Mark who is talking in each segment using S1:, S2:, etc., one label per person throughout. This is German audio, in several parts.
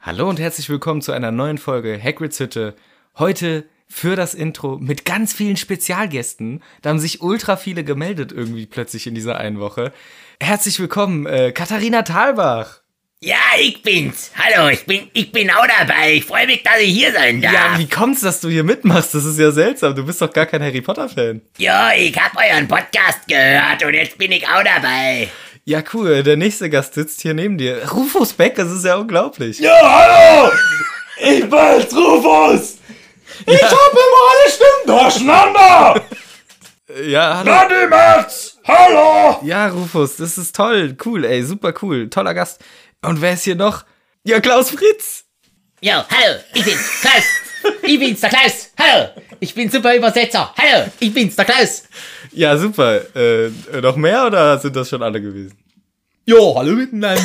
S1: Hallo und herzlich willkommen zu einer neuen Folge Hagrids Hütte. Heute für das Intro mit ganz vielen Spezialgästen. Da haben sich ultra viele gemeldet irgendwie plötzlich in dieser einen Woche. Herzlich willkommen, äh, Katharina Thalbach.
S2: Ja, ich bin's. Hallo, ich bin, ich bin auch dabei. Ich freue mich, dass ich hier sein
S1: Ja,
S2: darf.
S1: wie kommt's, dass du hier mitmachst? Das ist ja seltsam. Du bist doch gar kein Harry Potter Fan.
S2: Ja, ich hab euren Podcast gehört und jetzt bin ich auch dabei.
S1: Ja, cool. Der nächste Gast sitzt hier neben dir. Rufus Beck, das ist ja unglaublich.
S2: Ja, hallo! Ich bin's, Rufus! Ich hab immer alle Stimmen durcheinander!
S1: Ja, hallo.
S2: Bloody Mats! Hallo!
S1: Ja, Rufus, das ist toll. Cool, ey, super cool. Toller Gast. Und wer ist hier noch? Ja, Klaus Fritz.
S2: Ja, hallo, ich bin's, Klaus! Ich bin's, der Klaus! Hallo! Ich bin super Übersetzer! Hallo, ich bin's, der Klaus!
S1: Ja, super. Äh, noch mehr oder sind das schon alle gewesen?
S3: Ja, hallo miteinander.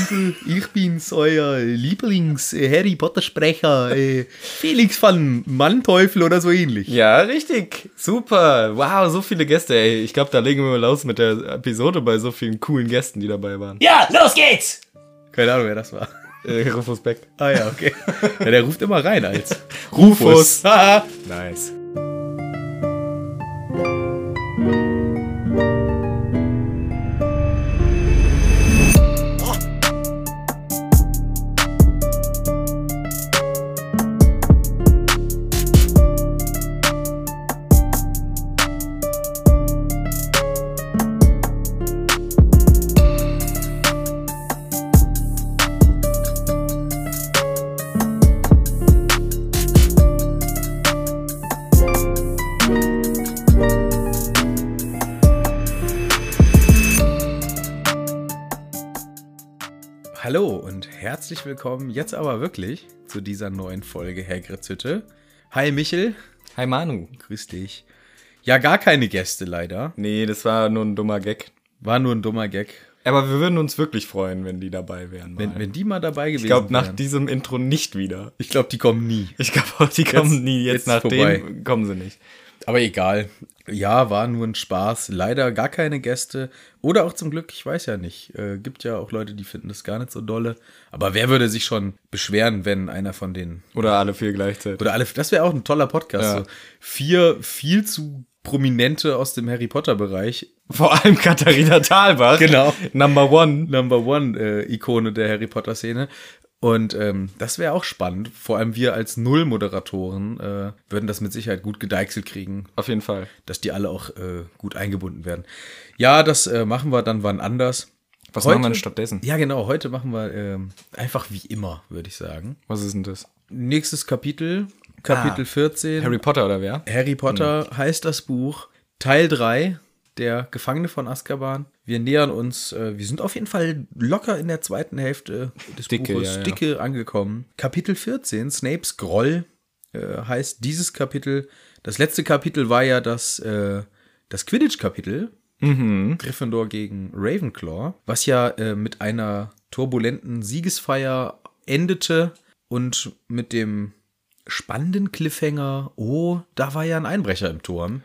S3: Ich bin's, euer äh, Lieblings-Harry Potter-Sprecher. Äh, Felix van Manteuffel oder so ähnlich.
S1: Ja, richtig. Super. Wow, so viele Gäste, ey. Ich glaube, da legen wir mal los mit der Episode bei so vielen coolen Gästen, die dabei waren.
S2: Ja, los geht's!
S3: Keine Ahnung, wer das war.
S1: Äh, Rufus Beck.
S3: Ah ja, okay. Ja, der ruft immer rein als
S1: Rufus.
S3: Haha.
S1: Nice.
S3: hallo und herzlich willkommen jetzt aber wirklich zu dieser neuen Folge Hagrids Hütte. Hi Michel,
S1: Hi Manu.
S3: grüß dich. Ja, gar keine Gäste leider.
S1: Nee, das war nur ein dummer Gag.
S3: War nur ein dummer Gag.
S1: Aber wir würden uns wirklich freuen, wenn die dabei wären. mal.
S3: Wenn, wenn die mal dabei gewesen
S1: ich glaube, nach
S3: wären.
S1: diesem Intro nicht wieder.
S3: Ich glaube, die kommen nie.
S1: Ich glaube, die kommen nie. Jetzt,
S3: jetzt
S1: nach
S3: vorbei.
S1: dem kommen sie nicht.
S3: Aber egal. Ja, war nur ein Spaß. Leider gar keine Gäste. Oder auch zum Glück, ich weiß ja nicht. Äh, gibt ja auch Leute, die finden das gar nicht so dolle. Aber wer würde sich schon beschweren, wenn einer von denen.
S1: Oder alle vier gleichzeitig.
S3: Oder alle. Das wäre auch ein toller Podcast.
S1: Ja.
S3: So. Vier viel zu prominente aus dem Harry Potter-Bereich.
S1: Vor allem Katharina Thalbach.
S3: Genau.
S1: Number one.
S3: Number One-Ikone der Harry Potter-Szene. Und ähm, das wäre auch spannend. Vor allem wir als Null-Moderatoren äh, würden das mit Sicherheit gut gedeichselt kriegen.
S1: Auf jeden Fall.
S3: dass die alle auch äh, gut eingebunden werden. Ja, das äh, machen wir dann wann anders.
S1: Was machen wir denn stattdessen?
S3: Ja, genau. Heute machen wir ähm, einfach wie immer, würde ich sagen.
S1: Was ist denn das?
S3: Nächstes Kapitel, Kapitel 14.
S1: Ah, Harry Potter oder wer?
S3: Harry Potter heißt das Buch. Teil 3, der Gefangene von Azkaban. Wir nähern uns, äh, wir sind auf jeden Fall locker in der zweiten Hälfte des
S1: Dicke,
S3: Buches
S1: ja, ja.
S3: dicke angekommen. Kapitel 14, Snapes Groll, äh, heißt dieses Kapitel. Das letzte Kapitel war ja das, äh, das Quidditch-Kapitel.
S1: Mhm.
S3: Gryffindor gegen Ravenclaw, was ja äh, mit einer turbulenten Siegesfeier endete und mit dem spannenden Cliffhanger, oh, da war ja ein Einbrecher im Turm.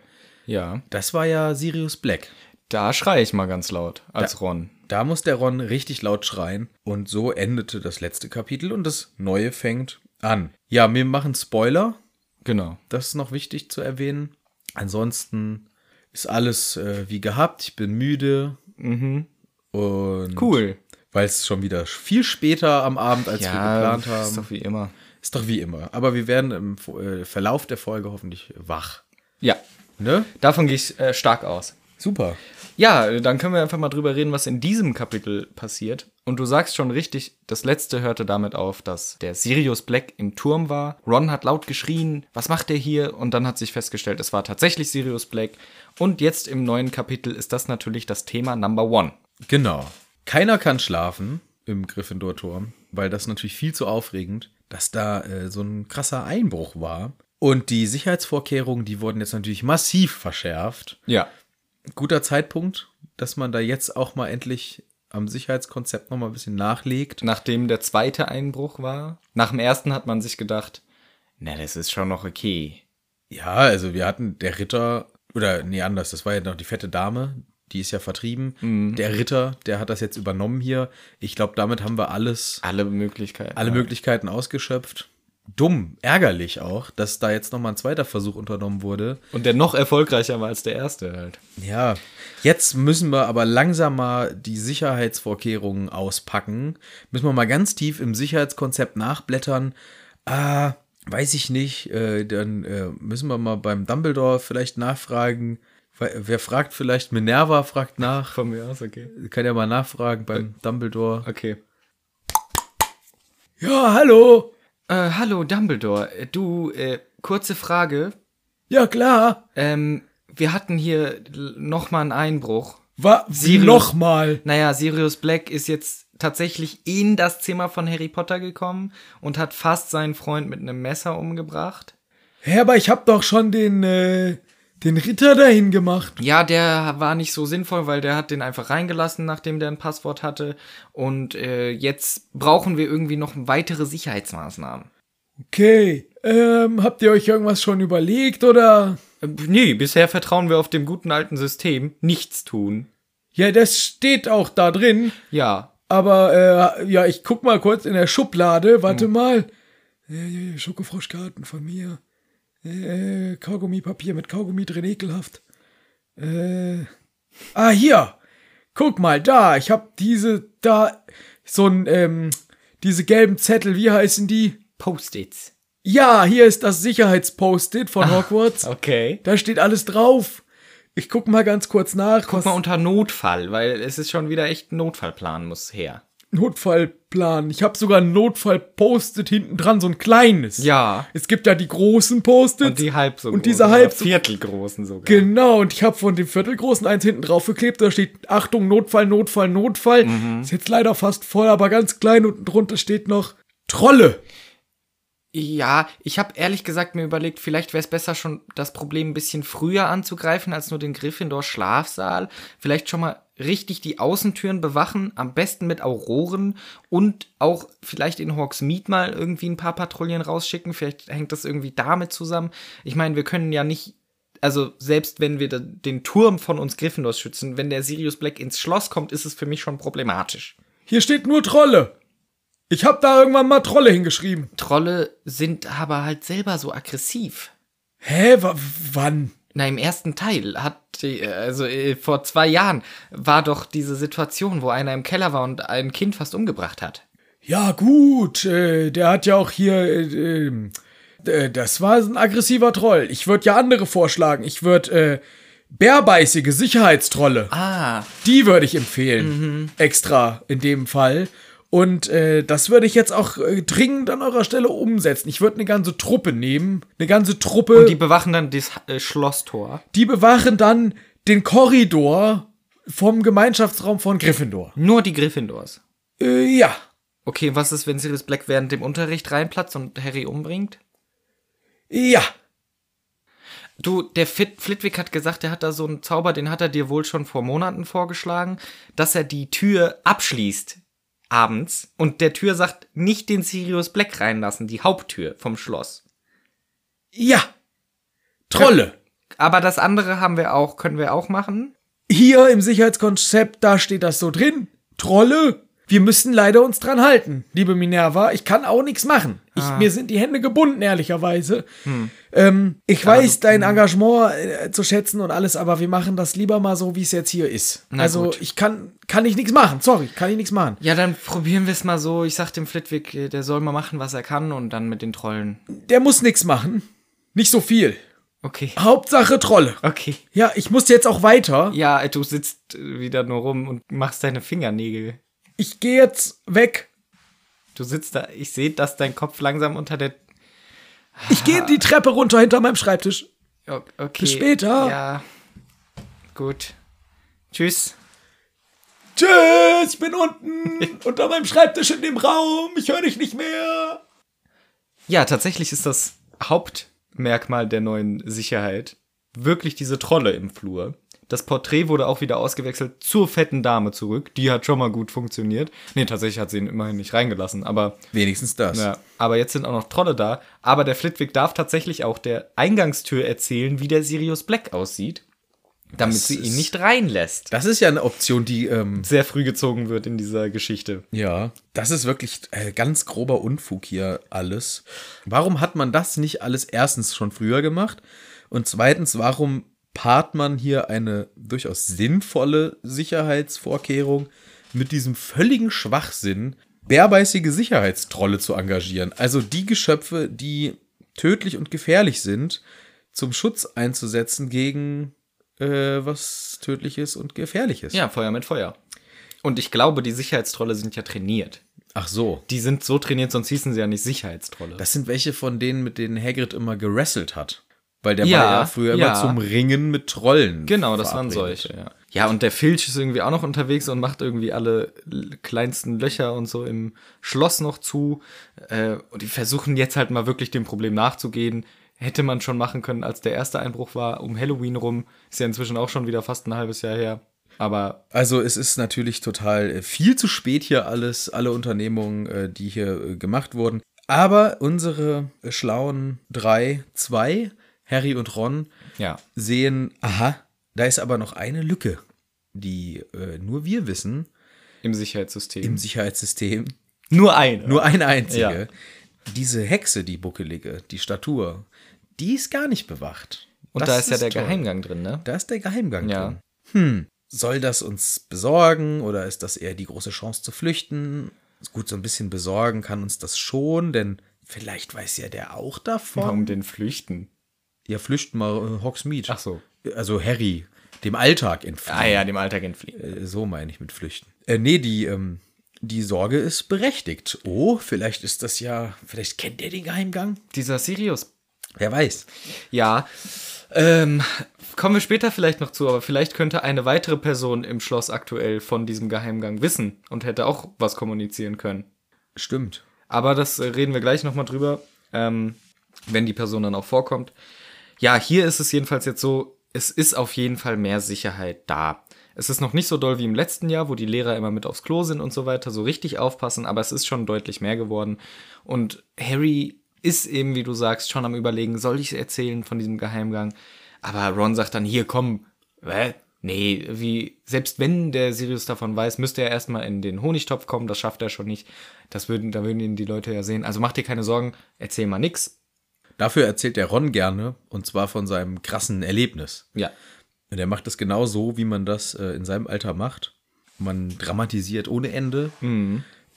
S1: Ja.
S3: Das war ja Sirius Black.
S1: Da schreie ich mal ganz laut als Ron.
S3: Da muss der Ron richtig laut schreien. Und so endete das letzte Kapitel und das neue fängt an. Ja, wir machen Spoiler.
S1: Genau.
S3: Das ist noch wichtig zu erwähnen. Ansonsten ist alles äh, wie gehabt. Ich bin müde. Und
S1: Mhm. Cool.
S3: weil es schon wieder viel später am Abend, als wir geplant haben.
S1: ist doch wie immer.
S3: ist doch wie immer. Aber wir werden im Vo- äh, Verlauf der Folge hoffentlich wach.
S1: Ja,
S3: Ne?
S1: davon gehe ich äh, stark aus.
S3: Super.
S1: Ja, dann können wir einfach mal drüber reden, was in diesem Kapitel passiert. Und du sagst schon richtig, das letzte hörte damit auf, dass der Sirius Black im Turm war. Ron hat laut geschrien, was macht er hier? Und dann hat sich festgestellt, es war tatsächlich Sirius Black. Und jetzt im neuen Kapitel ist das natürlich das Thema Number One.
S3: Genau. Keiner kann schlafen im Gryffindor-Turm, weil das natürlich viel zu aufregend, dass da äh, so ein krasser Einbruch war. Und die Sicherheitsvorkehrungen, die wurden jetzt natürlich massiv verschärft.
S1: Ja.
S3: Guter Zeitpunkt, dass man da jetzt auch mal endlich am Sicherheitskonzept nochmal ein bisschen nachlegt.
S1: nachdem der zweite Einbruch war. Nach dem ersten hat man sich gedacht, na, das ist schon noch okay.
S3: Ja, also wir hatten der Ritter, oder nee, anders, das war ja noch die fette Dame, die ist ja vertrieben. Der Ritter, der hat das jetzt übernommen hier. Ich glaube, damit haben wir alles,
S1: Alle Möglichkeiten.
S3: alle Möglichkeiten ausgeschöpft. Dumm, ärgerlich auch, dass da jetzt nochmal ein zweiter Versuch unternommen wurde.
S1: Und der noch erfolgreicher war als der erste halt.
S3: Ja, jetzt müssen wir aber langsam mal die Sicherheitsvorkehrungen auspacken. Müssen wir mal ganz tief im Sicherheitskonzept nachblättern. Ah, weiß ich nicht. Äh, dann äh, müssen wir mal beim Dumbledore vielleicht nachfragen. Wer- Wer fragt vielleicht? Minerva fragt nach.
S1: Von mir aus, okay.
S3: Kann ja mal nachfragen beim Dumbledore.
S1: Okay.
S3: Ja, hallo.
S1: Äh, hallo Dumbledore, Äh, du, äh, kurze Frage.
S3: Ja, klar.
S1: Ähm, wir hatten hier nochmal einen Einbruch.
S3: Wa
S1: Sirius.
S3: Nochmal.
S1: Naja, Sirius Black ist jetzt tatsächlich in das Zimmer von Harry Potter gekommen und hat fast seinen Freund mit einem Messer umgebracht.
S3: Hä, aber ich hab doch schon den, äh, den Ritter dahin gemacht.
S1: Ja, der war nicht so sinnvoll, weil der hat den einfach reingelassen, nachdem der ein Passwort hatte. Und äh, jetzt brauchen wir irgendwie noch weitere Sicherheitsmaßnahmen.
S3: Okay. Ähm, habt ihr euch irgendwas schon überlegt oder?
S1: Äh, nee, bisher vertrauen wir auf dem guten alten System. Nichts tun.
S3: Ja, das steht auch da drin.
S1: Ja.
S3: Aber äh, ja, ich guck mal kurz in der Schublade. Warte mal. Äh, Schokofroschkarten von mir. Äh, Kaugummipapier mit Kaugummi drin, ekelhaft. Äh, ah, hier. Guck mal, da. Ich hab diese, da, so ein, ähm, diese gelben Zettel, wie heißen die?
S1: Post-its.
S3: Ja, hier ist das Sicherheitspost-it von Hogwarts.
S1: Ah, Okay.
S3: Da steht alles drauf. Ich guck mal ganz kurz nach.
S1: Guck mal unter Notfall, weil es ist schon wieder echt ein Notfallplan muss her.
S3: Notfallplan. Ich habe sogar ein Notfall-Post-it hinten dran, so ein kleines.
S1: Ja.
S3: Es gibt ja die großen Post-its.
S1: Und die halb so
S3: Und diese halb so.
S1: Viertelgroßen sogar.
S3: Genau, und ich habe von dem viertelgroßen eins hinten drauf geklebt. Da steht Achtung, Notfall, Notfall, Notfall.
S1: Mhm.
S3: Ist jetzt leider fast voll, aber ganz klein. Unten drunter steht noch Trolle.
S1: Ja, ich habe ehrlich gesagt mir überlegt, vielleicht wäre es besser, schon das Problem ein bisschen früher anzugreifen als nur den Gryffindor-Schlafsaal. Vielleicht schon mal richtig die Außentüren bewachen, am besten mit Auroren und auch vielleicht in Hogsmeade mal irgendwie ein paar Patrouillen rausschicken. Vielleicht hängt das irgendwie damit zusammen. Ich meine, wir können ja nicht. Also selbst wenn wir da- den Turm von uns Gryffindors schützen, wenn der Sirius Black ins Schloss kommt, ist es für mich schon problematisch.
S3: Hier steht nur Trolle. Ich habe da irgendwann mal Trolle hingeschrieben.
S1: Trolle sind aber halt selber so aggressiv.
S3: Hä, wa- wann?
S1: Na, im ersten Teil hat, die- also äh, vor zwei Jahren, war doch diese Situation, wo einer im Keller war und ein Kind fast umgebracht hat.
S3: Ja, gut, äh, der hat ja auch hier. Äh, ähm, äh, das war ein aggressiver Troll. Ich würde ja andere vorschlagen. Ich würde äh, bärbeißige Sicherheitstrolle.
S1: Ah,
S3: Die würde ich empfehlen. Extra in dem Fall. Und äh, das würde ich jetzt auch äh, dringend an eurer Stelle umsetzen. Ich würde eine ganze Truppe nehmen. Eine ganze Truppe.
S1: die bewachen dann das äh, Schlosstor.
S3: die bewachen dann den Korridor vom Gemeinschaftsraum von Gryffindor.
S1: Nur die Gryffindors.
S3: Äh, ja.
S1: Okay, was ist, wenn Sirius Black während dem Unterricht reinplatzt und Harry umbringt?
S3: Ja.
S1: Du, der Fit Flitwick hat gesagt, der hat da so einen Zauber, den hat er dir wohl schon vor Monaten vorgeschlagen, dass er die Tür abschließt abends und der Tür sagt, nicht den Sirius Black reinlassen, die Haupttür vom Schloss.
S3: Ja. Trolle.
S1: Aber das andere haben wir auch, können wir auch machen.
S3: hier im Sicherheitskonzept, da steht das so drin. Trolle, wir müssen leider uns dran halten, liebe Minerva. Ich kann auch nichts machen. Ich, Mir sind die Hände gebunden, ehrlicherweise. Ähm, ich weiß dein Engagement äh, zu schätzen und alles, aber wir machen das lieber mal so, wie es jetzt hier ist. also
S1: gut.
S3: ich kann, kann ich nichts machen. Sorry, kann ich nichts machen.
S1: Ja, dann probieren wir es mal so. Ich sag dem Flitwick, äh, der soll mal machen, was er kann und dann mit den Trollen.
S3: Der muss nichts machen. Nicht so viel.
S1: Okay.
S3: Hauptsache Trolle.
S1: Okay.
S3: Ja, ich muss jetzt auch weiter.
S1: Ja, äh, du sitzt äh, wieder nur rum und machst deine Fingernägel.
S3: Ich gehe jetzt weg.
S1: Du sitzt da, ich sehe, dass dein Kopf langsam unter der.
S3: Ich gehe die Treppe runter hinter meinem Schreibtisch.
S1: O- Okay.
S3: Bis später.
S1: Ja. Gut. Tschüss.
S3: Tschüss, ich bin unten unter meinem Schreibtisch in dem Raum. Ich höre dich nicht mehr.
S1: Ja, tatsächlich ist das Hauptmerkmal der neuen Sicherheit wirklich diese Trolle im Flur. Das Porträt wurde auch wieder ausgewechselt zur fetten Dame zurück. Die hat schon mal gut funktioniert. Nee, tatsächlich hat sie ihn immerhin nicht reingelassen, aber
S3: Wenigstens das.
S1: ja, aber jetzt sind auch noch Trolle da. Aber der Flitwick darf tatsächlich auch der Eingangstür erzählen, wie der Sirius Black aussieht. damit sie ihn nicht reinlässt.
S3: Das ist ja eine Option, die, ähm,
S1: Sehr früh gezogen wird in dieser Geschichte.
S3: ja, das ist wirklich äh, ganz grober Unfug hier alles. Warum hat man das nicht alles erstens schon früher gemacht? Und zweitens, warum paart man hier eine durchaus sinnvolle Sicherheitsvorkehrung mit diesem völligen Schwachsinn, bärbeißige Sicherheitstrolle zu engagieren? Also die Geschöpfe, die tödlich und gefährlich sind, zum Schutz einzusetzen gegen äh, was tödliches und gefährliches.
S1: Ja, Feuer mit Feuer. Und ich glaube, die Sicherheitstrolle sind ja trainiert.
S3: Ach so.
S1: Die sind so trainiert, sonst hießen sie ja nicht Sicherheitstrolle.
S3: Das sind welche von denen, mit denen Hagrid immer gerasselt hat. Weil der
S1: Ja,
S3: war ja früher
S1: ja.
S3: immer zum Ringen mit Trollen.
S1: Genau, das waren
S3: verabredet.
S1: solche, ja. Ja, und der Filch ist irgendwie auch noch unterwegs und macht irgendwie alle l- kleinsten Löcher und so im Schloss noch zu. Äh, und die versuchen jetzt halt mal wirklich dem Problem nachzugehen. Hätte man schon machen können, als der erste Einbruch war, um Halloween rum. Ist ja inzwischen auch schon wieder fast ein halbes Jahr her. Aber
S3: Also es ist natürlich total äh, viel zu spät hier alles, alle Unternehmungen, äh, die hier äh, gemacht wurden. Aber unsere äh, schlauen drei, zwei, Harry und Ron,
S1: ja,
S3: sehen, aha, da ist aber noch eine Lücke, die äh, nur wir wissen
S1: im Sicherheitssystem.
S3: im Sicherheitssystem.
S1: Nur eine.
S3: Nur eine einzige.
S1: Ja.
S3: Diese Hexe, die buckelige, die Statur, die ist gar nicht bewacht.
S1: und
S3: Das
S1: da ist, ja der
S3: toll.
S1: Geheimgang drin, ne?
S3: Da ist der Geheimgang
S1: Ja.
S3: drin. Hm. Soll das uns besorgen oder ist das eher die große Chance zu flüchten? Gut, so ein bisschen besorgen kann uns das schon, denn vielleicht weiß ja der auch davon.
S1: Um den Flüchten.
S3: Ja, flüchten mal äh, Hogsmeade.
S1: Ach so.
S3: Also Harry, dem Alltag entfliehen.
S1: Ah ja, dem Alltag entfliehen.
S3: Äh, So meine ich mit Flüchten. Äh, nee, die, ähm, die Sorge ist berechtigt. Oh, vielleicht ist das ja, vielleicht kennt er den Geheimgang.
S1: Dieser Sirius
S3: Wer weiß.
S1: Ja. Ähm, kommen wir später vielleicht noch zu, aber vielleicht könnte eine weitere Person im Schloss aktuell von diesem Geheimgang wissen und hätte auch was kommunizieren können.
S3: Stimmt.
S1: Aber das äh, reden wir gleich nochmal drüber, ähm, wenn die Person dann auch vorkommt. Ja, hier ist es jedenfalls jetzt so, es ist auf jeden Fall mehr Sicherheit da. Es ist noch nicht so doll wie im letzten Jahr, wo die Lehrer immer mit aufs Klo sind und so weiter, so richtig aufpassen, aber es ist schon deutlich mehr geworden. Und Harry ist eben, wie du sagst, schon am Überlegen, soll ich erzählen von diesem Geheimgang? Aber Ron sagt dann, hier, komm, Hä? Nee, wie, selbst wenn der Sirius davon weiß, müsste er erstmal in den Honigtopf kommen, das schafft er schon nicht. Das würden, da würden ihn die Leute ja sehen. Also mach dir keine Sorgen, erzähl mal nix.
S3: Dafür erzählt der Ron gerne, und zwar von seinem krassen Erlebnis.
S1: Ja.
S3: Und er macht das genau so, wie man das äh, in seinem Alter macht. Man dramatisiert ohne Ende.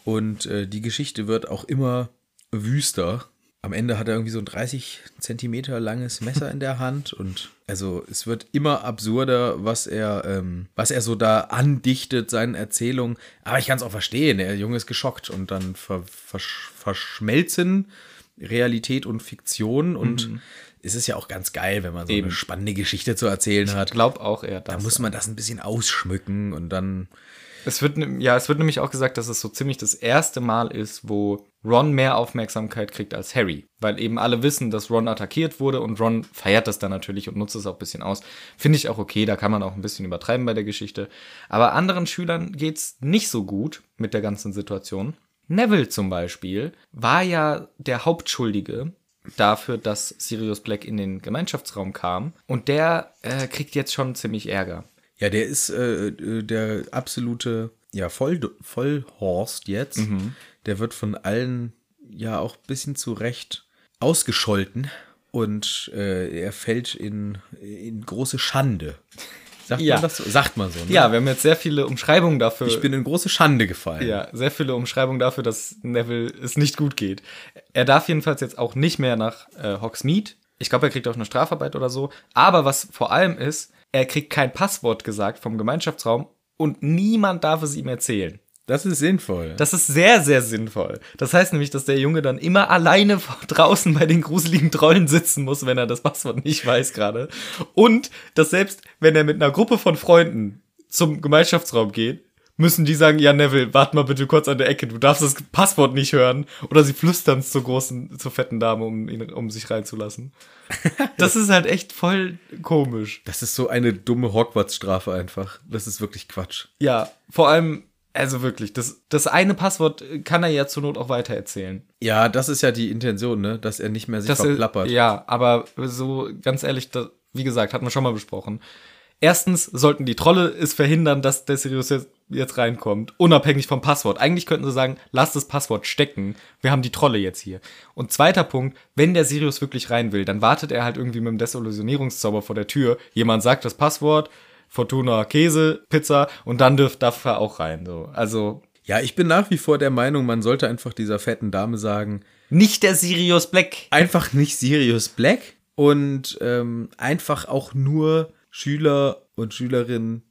S3: Und äh, die Geschichte wird auch immer wüster. Am Ende hat er irgendwie so ein 30 Zentimeter langes Messer in der Hand. Und also es wird immer absurder, was er, ähm, was er so da andichtet, seinen Erzählungen. Aber ich kann es auch verstehen. Der Junge ist geschockt und dann ver versch verschmelzen Realität und Fiktion. Und es ist ja auch ganz geil, wenn man so
S1: Eben.
S3: eine spannende Geschichte zu erzählen hat.
S1: Glaub auch eher
S3: Da
S1: das.
S3: muss man das ein bisschen ausschmücken und dann.
S1: Es wird, ne- ja, es wird nämlich auch gesagt, dass es so ziemlich das erste Mal ist, wo Ron mehr Aufmerksamkeit kriegt als Harry. Weil eben alle wissen, dass Ron attackiert wurde und Ron feiert das dann natürlich und nutzt es auch ein bisschen aus. Finde ich auch okay, da kann man auch ein bisschen übertreiben bei der Geschichte. Aber anderen Schülern geht's nicht so gut mit der ganzen Situation. Neville zum Beispiel war ja der Hauptschuldige dafür, dass Sirius Black in den Gemeinschaftsraum kam. Und der äh, kriegt jetzt schon ziemlich Ärger.
S3: Ja, der ist äh, äh, der absolute ja, Voll Vollhorst jetzt.
S1: Mhm.
S3: Der wird von allen ja auch ein bisschen zu Recht ausgescholten und äh, er fällt in, in große Schande. Sagt,
S1: Ja.
S3: man das so? Sagt man so. Ne?
S1: Ja, wir haben jetzt sehr viele Umschreibungen dafür.
S3: Ich bin in große Schande gefallen.
S1: Ja, sehr viele Umschreibungen dafür, dass Neville es nicht gut geht. Er darf jedenfalls jetzt auch nicht mehr nach äh, Hogsmeade. Ich glaube, er kriegt auch eine Strafarbeit oder so. Aber was vor allem ist, er kriegt kein Passwort gesagt vom Gemeinschaftsraum und niemand darf es ihm erzählen.
S3: Das ist sinnvoll.
S1: Das ist sehr, sehr sinnvoll. Das heißt nämlich, dass der Junge dann immer alleine vor- draußen bei den gruseligen Trollen sitzen muss, wenn er das Passwort nicht weiß gerade. Und dass selbst wenn er mit einer Gruppe von Freunden zum Gemeinschaftsraum geht, müssen die sagen, ja Neville, warte mal bitte kurz an der Ecke, du darfst das Passwort nicht hören. Oder sie flüstern es zur großen, zur fetten Dame, um ihn, um sich reinzulassen. Das ist halt echt voll komisch.
S3: Das ist so eine dumme Hogwarts-Strafe einfach. Das ist wirklich Quatsch.
S1: Ja, vor allem, also wirklich, das, das eine Passwort kann er ja zur Not auch weitererzählen.
S3: Ja, das ist ja die Intention, ne? Dass er nicht mehr sich
S1: dass er,
S3: verplappert.
S1: ja, aber so ganz ehrlich, das, wie gesagt, hatten wir schon mal besprochen. Erstens sollten die Trolle es verhindern, dass der Sirius jetzt, jetzt reinkommt, unabhängig vom Passwort. Eigentlich könnten sie sagen, lasst das Passwort stecken. Wir haben die Trolle jetzt hier. Und zweiter Punkt, wenn der Sirius wirklich rein will, dann wartet er halt irgendwie mit dem Desillusionierungszauber vor der Tür. Jemand sagt das Passwort, Fortuna Käse, Pizza und dann dürft, darf er auch rein. So. Also
S3: Ja, ich bin nach wie vor der Meinung, man sollte einfach dieser fetten Dame sagen,
S1: nicht der Sirius Black.
S3: einfach nicht Sirius Black und ähm, einfach auch nur Schüler und Schülerinnen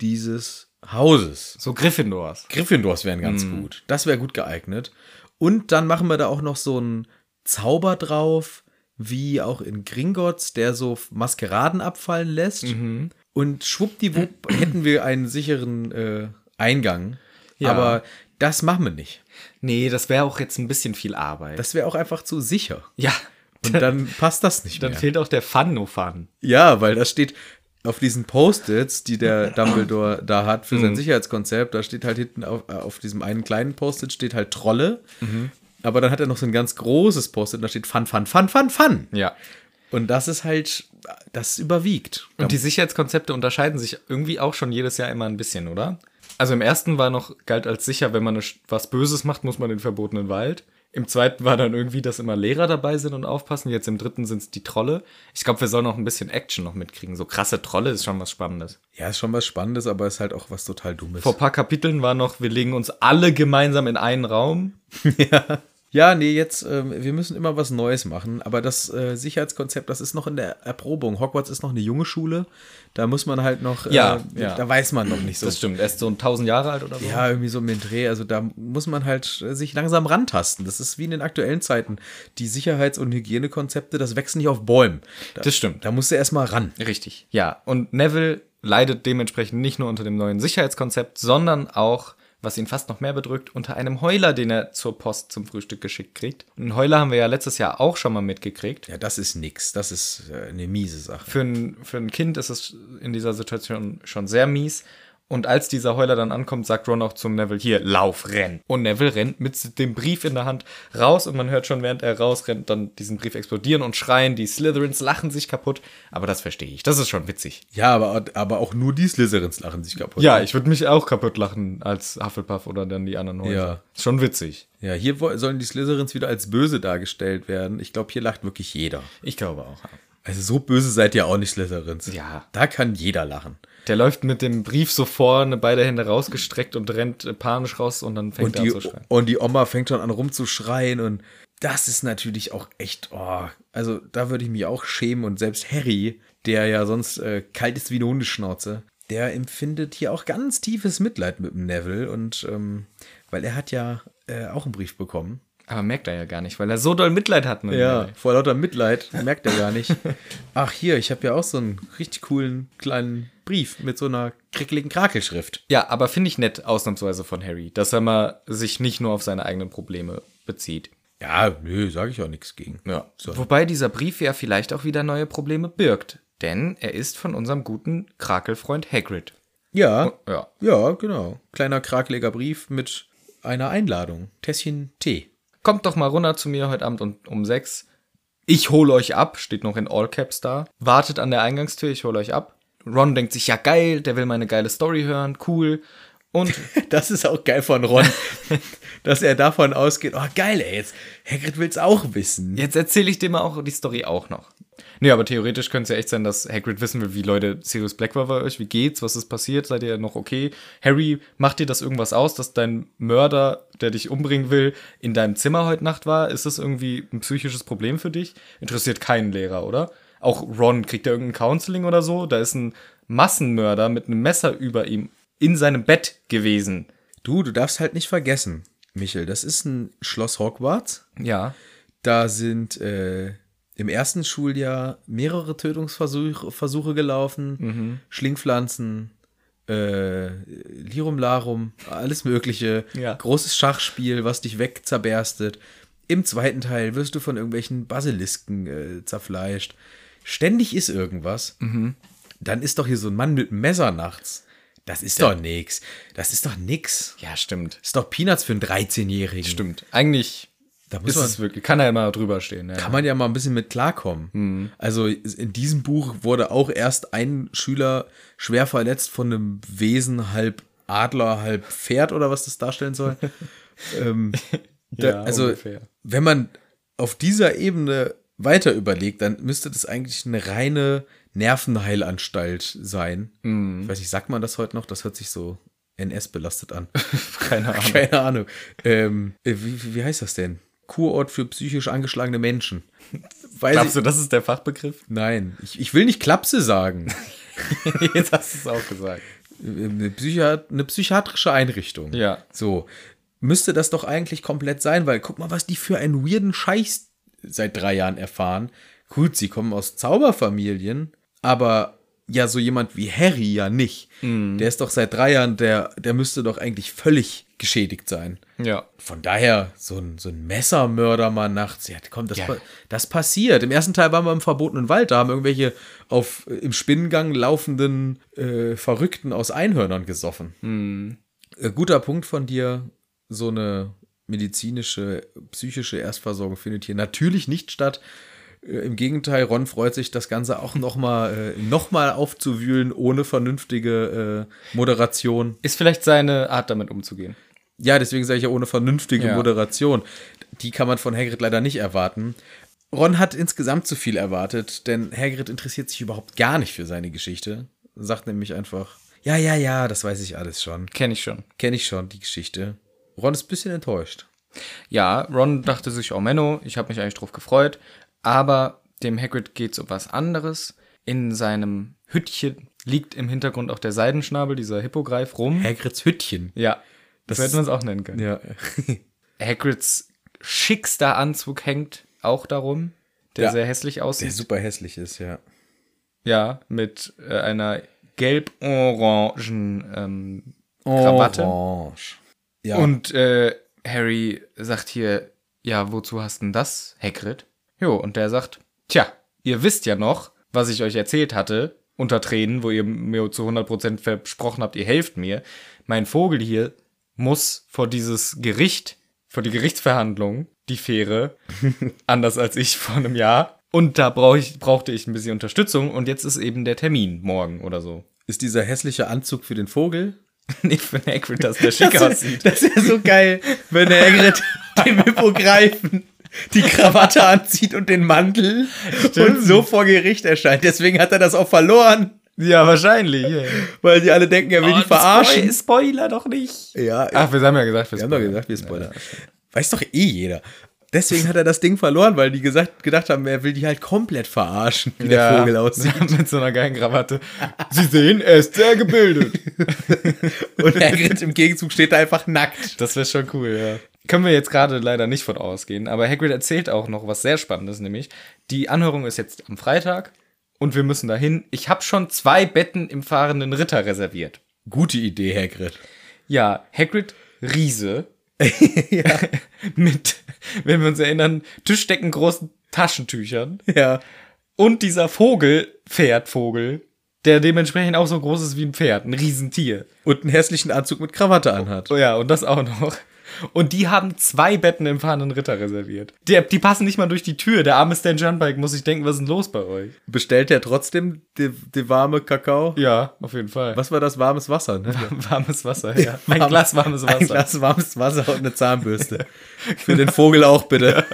S3: dieses Hauses.
S1: So Gryffindors.
S3: Gryffindors wären ganz gut. Das wäre gut geeignet. Und dann machen wir da auch noch so einen Zauber drauf, wie auch in Gringotts, der so Maskeraden abfallen lässt. Und schwuppdiwupp hätten wir einen sicheren äh, Eingang.
S1: Ja.
S3: Aber das machen wir nicht.
S1: Nee, das wäre auch jetzt ein bisschen viel Arbeit.
S3: Das wäre auch einfach zu sicher.
S1: ja.
S3: Und dann passt das nicht
S1: Dann
S3: mehr.
S1: fehlt auch der Fun-No-Fun.
S3: Ja, weil da steht auf diesen Post-its, die der Dumbledore da hat für
S1: Mhm.
S3: sein Sicherheitskonzept, da steht halt hinten auf, äh, auf diesem einen kleinen Post-it steht halt Trolle.
S1: Mhm.
S3: Aber dann hat er noch so ein ganz großes Post-it, da steht Fun, Fun, Fun, Fun, Fun.
S1: Ja.
S3: Und das ist halt, das überwiegt.
S1: Und die Sicherheitskonzepte unterscheiden sich irgendwie auch schon jedes Jahr immer ein bisschen, oder? Also im ersten war noch, galt als sicher, wenn man eine Sch- was Böses macht, muss man in den verbotenen Wald. Im zweiten war dann irgendwie, dass immer Lehrer dabei sind und aufpassen. Jetzt im dritten sind es die Trolle. Ich glaube, wir sollen auch ein bisschen Action noch mitkriegen. So krasse Trolle ist schon was Spannendes.
S3: Ja, ist schon was Spannendes, aber ist halt auch was total Dummes.
S1: Vor ein paar Kapiteln war noch, wir legen uns alle gemeinsam in einen Raum.
S3: Ja, nee, jetzt, ähm, wir müssen immer was Neues machen, aber das äh, Sicherheitskonzept, das ist noch in der Erprobung. Hogwarts ist noch eine junge Schule, da muss man halt noch, äh,
S1: Ja, ja.
S3: da weiß man noch nicht so
S1: Das stimmt, erst so ein 1000 Jahre alt oder so.
S3: Ja, irgendwie so im Dreh. Also da muss man halt äh, sich langsam rantasten. Das ist wie in den aktuellen Zeiten. Die Sicherheits- und Hygienekonzepte, das wächst nicht auf Bäumen. Da,
S1: Das stimmt.
S3: Da musst du erstmal ran.
S1: Richtig. Ja, und Neville leidet dementsprechend nicht nur unter dem neuen Sicherheitskonzept, sondern auch, was ihn fast noch mehr bedrückt, unter einem Heuler, den er zur Post zum Frühstück geschickt kriegt. Einen Heuler haben wir ja letztes Jahr auch schon mal mitgekriegt.
S3: Ja, das ist nix. Das ist äh, eine miese Sache.
S1: Für ein, für ein Kind ist es in dieser Situation schon sehr mies. Und als dieser Heuler dann ankommt, sagt Ron auch zum Neville, hier, lauf, renn. Und Neville rennt mit dem Brief in der Hand raus und man hört schon, während er rausrennt, dann diesen Brief explodieren und schreien. Die Slytherins lachen sich kaputt. Aber das verstehe ich. Das ist schon witzig.
S3: Ja, aber, aber auch nur die Slytherins lachen sich kaputt.
S1: Ja, ich würde mich auch kaputt lachen als Hufflepuff oder dann die anderen Häuser.
S3: Ja.
S1: Ist schon witzig.
S3: Ja, hier wo- sollen die Slytherins wieder als böse dargestellt werden. Ich glaube, hier lacht wirklich jeder.
S1: Ich glaube auch.
S3: Also so böse seid ihr auch nicht Slytherins.
S1: Ja.
S3: Da kann jeder lachen.
S1: Der läuft mit dem Brief so vorne, beide Hände rausgestreckt und rennt äh, panisch raus und dann fängt
S3: Und
S1: er an
S3: die,
S1: zu schreien.
S3: und die Oma fängt schon an rumzuschreien und das ist natürlich auch echt, oh, also da würde ich mich auch schämen und selbst Harry, der ja sonst äh, kalt ist wie eine Hundeschnauze, der empfindet hier auch ganz tiefes Mitleid mit dem Neville und ähm, weil er hat ja äh, auch einen Brief bekommen.
S1: Aber merkt er ja gar nicht, weil er so doll Mitleid hat mit Neville.
S3: vor lauter Mitleid merkt er gar nicht. Ach hier, ich habe ja auch so einen richtig coolen kleinen Brief mit so einer krickeligen Krakelschrift.
S1: Ja, aber finde ich nett, ausnahmsweise von Harry, dass er mal sich nicht nur auf seine eigenen Probleme bezieht.
S3: Ja, nö, sage ich auch nichts gegen.
S1: Ja.
S3: So.
S1: Wobei dieser Brief ja vielleicht auch wieder neue Probleme birgt. Denn er ist von unserem guten Krakelfreund Hagrid.
S3: Ja.
S1: Ja.
S3: Ja, genau. Kleiner krakeliger Brief mit einer Einladung. Tässchen Tee.
S1: kommt doch mal runter zu mir heute Abend um, um sechs. Ich hole euch ab, steht noch in All Caps da. Wartet an der Eingangstür, ich hole euch ab. Ron denkt sich, ja geil, der will meine geile Story hören, cool. Und
S3: Das ist auch geil von Ron, dass er davon ausgeht, oh geil, ey, jetzt Hagrid will's auch wissen.
S1: jetzt erzähle ich dem auch die Story auch noch. Nee, aber theoretisch könnte es ja echt sein, dass Hagrid wissen will, wie Leute, Sirius Black war bei euch, wie geht's, was ist passiert, seid ihr noch okay? Harry, macht dir das irgendwas aus, dass dein Mörder, der dich umbringen will, in deinem Zimmer heute Nacht war? Ist das irgendwie ein psychisches Problem für dich? Interessiert keinen Lehrer, oder? Auch Ron, kriegt er irgendein Counseling oder so? Da ist ein Massenmörder mit einem Messer über ihm in seinem Bett gewesen.
S3: Du, du darfst halt nicht vergessen, Michel, das ist ein Schloss Hogwarts.
S1: Ja.
S3: Da sind äh, im ersten Schuljahr mehrere Tötungsversuche Versuche gelaufen.
S1: Mhm.
S3: Schlingpflanzen, äh, Lirum Larum, alles Mögliche.
S1: Ja.
S3: Großes Schachspiel, was dich wegzerberstet. Im zweiten Teil wirst du von irgendwelchen Basilisken äh, zerfleischt. Ständig ist irgendwas.
S1: Mhm.
S3: Dann ist doch hier so ein Mann mit einem Messer nachts. Das ist doch nix. Das ist doch nix.
S1: Ja, stimmt.
S3: Das ist doch Peanuts für einen 13-Jährigen.
S1: Stimmt. Eigentlich
S3: Da muss
S1: Ist
S3: man,
S1: es wirklich, kann er ja mal drüber stehen. Ja.
S3: kann man ja mal ein bisschen mit klarkommen.
S1: Mhm.
S3: Also in diesem Buch wurde auch erst ein Schüler schwer verletzt von einem Wesen, halb Adler, halb Pferd oder was das darstellen soll. ähm, da,
S1: Ja,
S3: also
S1: ungefähr.
S3: wenn man auf dieser Ebene weiter überlegt, dann müsste das eigentlich eine reine Nervenheilanstalt sein.
S1: Mhm.
S3: Ich weiß nicht, sagt man das heute noch? Das hört sich so NS-belastet an.
S1: Keine Ahnung.
S3: Keine Ahnung. Ähm, äh, wie, wie- wie heißt das denn? Kurort für psychisch angeschlagene Menschen. Weiß
S1: Glaubst du,
S3: ich,
S1: das ist der Fachbegriff?
S3: nein, ich, ich will nicht Klapse sagen.
S1: Jetzt hast du es auch gesagt.
S3: eine, Psychiat eine psychiatrische Einrichtung.
S1: Ja.
S3: So. Müsste das doch eigentlich komplett sein, weil guck mal, was die für einen weirden Scheiß seit drei Jahren erfahren. Gut, sie kommen aus Zauberfamilien, aber ja, so jemand wie Harry ja nicht. Der ist doch seit drei Jahren, der, der müsste doch eigentlich völlig geschädigt sein.
S1: Ja.
S3: Von daher, so ein, so ein Messermörder mal nachts, ja, komm, das, pa- das passiert. Im ersten Teil waren wir im verbotenen Wald, da haben irgendwelche auf äh, im Spinnengang laufenden äh, Verrückten aus Einhörnern gesoffen. Äh, guter Punkt von dir, so eine medizinische, psychische Erstversorgung findet hier natürlich nicht statt. Äh, Im Gegenteil, Ron freut sich, das Ganze auch nochmal äh, noch mal aufzuwühlen, ohne vernünftige äh, Moderation.
S1: Ist vielleicht seine Art, damit umzugehen.
S3: Ja, deswegen sage ich ja ohne vernünftige
S1: Ja.
S3: Moderation. Die kann man von Hagrid leider nicht erwarten. Ron hat insgesamt zu viel erwartet, denn Hagrid interessiert sich überhaupt gar nicht für seine Geschichte. Sagt nämlich einfach, ja, ja, ja, das weiß ich alles schon.
S1: Kenne ich schon.
S3: Kenne ich schon, die Geschichte. Ron ist ein bisschen enttäuscht.
S1: Ja, Ron dachte sich, oh Menno, ich habe mich eigentlich drauf gefreut. Aber dem Hagrid geht's um was anderes. In seinem Hüttchen liegt im Hintergrund auch der Seidenschnabel, dieser Hippogreif, rum.
S3: Hagrids Hüttchen.
S1: Ja, das, hätte man es auch nennen können.
S3: Ja.
S1: Hagrids schickster Anzug hängt auch darum, der
S3: Ja.
S1: sehr hässlich
S3: Der
S1: aussieht.
S3: super hässlich ist, ja.
S1: ja, mit äh, einer gelb-orangen ähm, Krawatte.
S3: Orange. Ja.
S1: Und äh, Harry sagt hier, ja, wozu hast denn das, Hagrid? Jo, und der sagt, tja, ihr wisst ja noch, was ich euch erzählt hatte, unter Tränen, wo ihr mir zu 100% versprochen habt, ihr helft mir. Mein Vogel hier muss vor dieses Gericht, vor die Gerichtsverhandlung, die Fähre, anders als ich vor einem Jahr. Und da brauch ich, brauchte ich ein bisschen Unterstützung und jetzt ist eben der Termin morgen oder so.
S3: ist dieser hässliche Anzug für den Vogel?
S1: Nicht für Hagrid, dass der schick
S3: Das
S1: aussieht.
S3: ist, das wär so geil, wenn der Hagrid dem Hippogreifen die Krawatte anzieht und den Mantel und so vor Gericht erscheint. Deswegen hat er das auch verloren,
S1: Ja, wahrscheinlich. ja.
S3: weil die alle denken, er will ihn verarschen.
S1: Spoiler doch nicht.
S3: Ja,
S1: Ach, wir haben ja gesagt, wir,
S3: wir haben doch gesagt, wir Spoiler. Weiß doch eh jeder. Deswegen hat er das Ding verloren, weil die gesagt, gedacht haben, er will die halt komplett verarschen, wie der Vogel aussieht.
S1: Mit so einer geilen Krawatte. Sie sehen, er ist sehr gebildet.
S3: Und Hagrid im Gegenzug steht da einfach nackt.
S1: Das wäre schon cool, ja. Können wir jetzt gerade leider nicht von ausgehen, aber Hagrid erzählt auch noch was sehr Spannendes, nämlich die Anhörung ist jetzt am Freitag und wir müssen dahin. Ich habe schon zwei Betten im fahrenden Ritter reserviert.
S3: Gute Idee, Hagrid.
S1: Ja, Hagrid Riese. Mit, wenn wir uns erinnern, Tischdecken großen Taschentüchern.
S3: Ja.
S1: Und dieser Vogel, Pferdvogel, der dementsprechend auch so groß ist wie ein Pferd, ein Riesentier.
S3: Und einen hässlichen Anzug mit Krawatte anhat.
S1: Oh ja, und das auch noch. Und die haben zwei Betten im fahrenden Ritter reserviert. Die, die passen nicht mal durch die Tür. Der arme Stan Junbike muss sich denken, was ist denn los bei euch?
S3: Bestellt er trotzdem die, die warme Kakao?
S1: Ja, auf jeden Fall.
S3: Was war das? Warmes Wasser, ne?
S1: Warmes Wasser, ja. Mein Glas warmes Wasser.
S3: Ein Glas warmes Wasser und eine Zahnbürste. Für den Vogel auch bitte.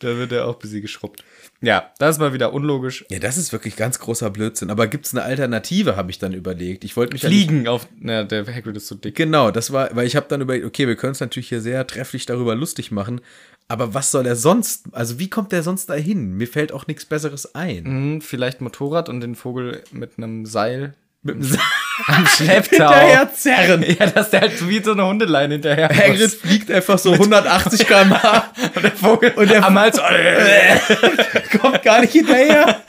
S1: Da wird er auch bis sie geschrubbt. Ja, das ist mal wieder unlogisch.
S3: Ja, das ist wirklich ganz großer Blödsinn. Aber gibt es eine Alternative, habe ich dann überlegt. Ich wollte mich ja nicht-
S1: Fliegen auf. Na, der Hagrid ist so dick.
S3: Genau, das war, weil ich habe dann überlegt, okay, wir können es natürlich hier sehr trefflich darüber lustig machen, aber was soll er sonst, also wie kommt er sonst dahin? Mir fällt auch nichts Besseres ein.
S1: Hm, vielleicht Motorrad und den Vogel mit einem Seil
S3: Mit dem Sa-
S1: am Schlepptau.
S3: Hinterher zerren.
S1: Ja, dass der halt wie so eine Hundeleine hinterher.
S3: Hagrid
S1: muss.
S3: fliegt einfach so 180 km/h und der Vogel und der
S1: am Hals.
S3: kommt gar nicht hinterher.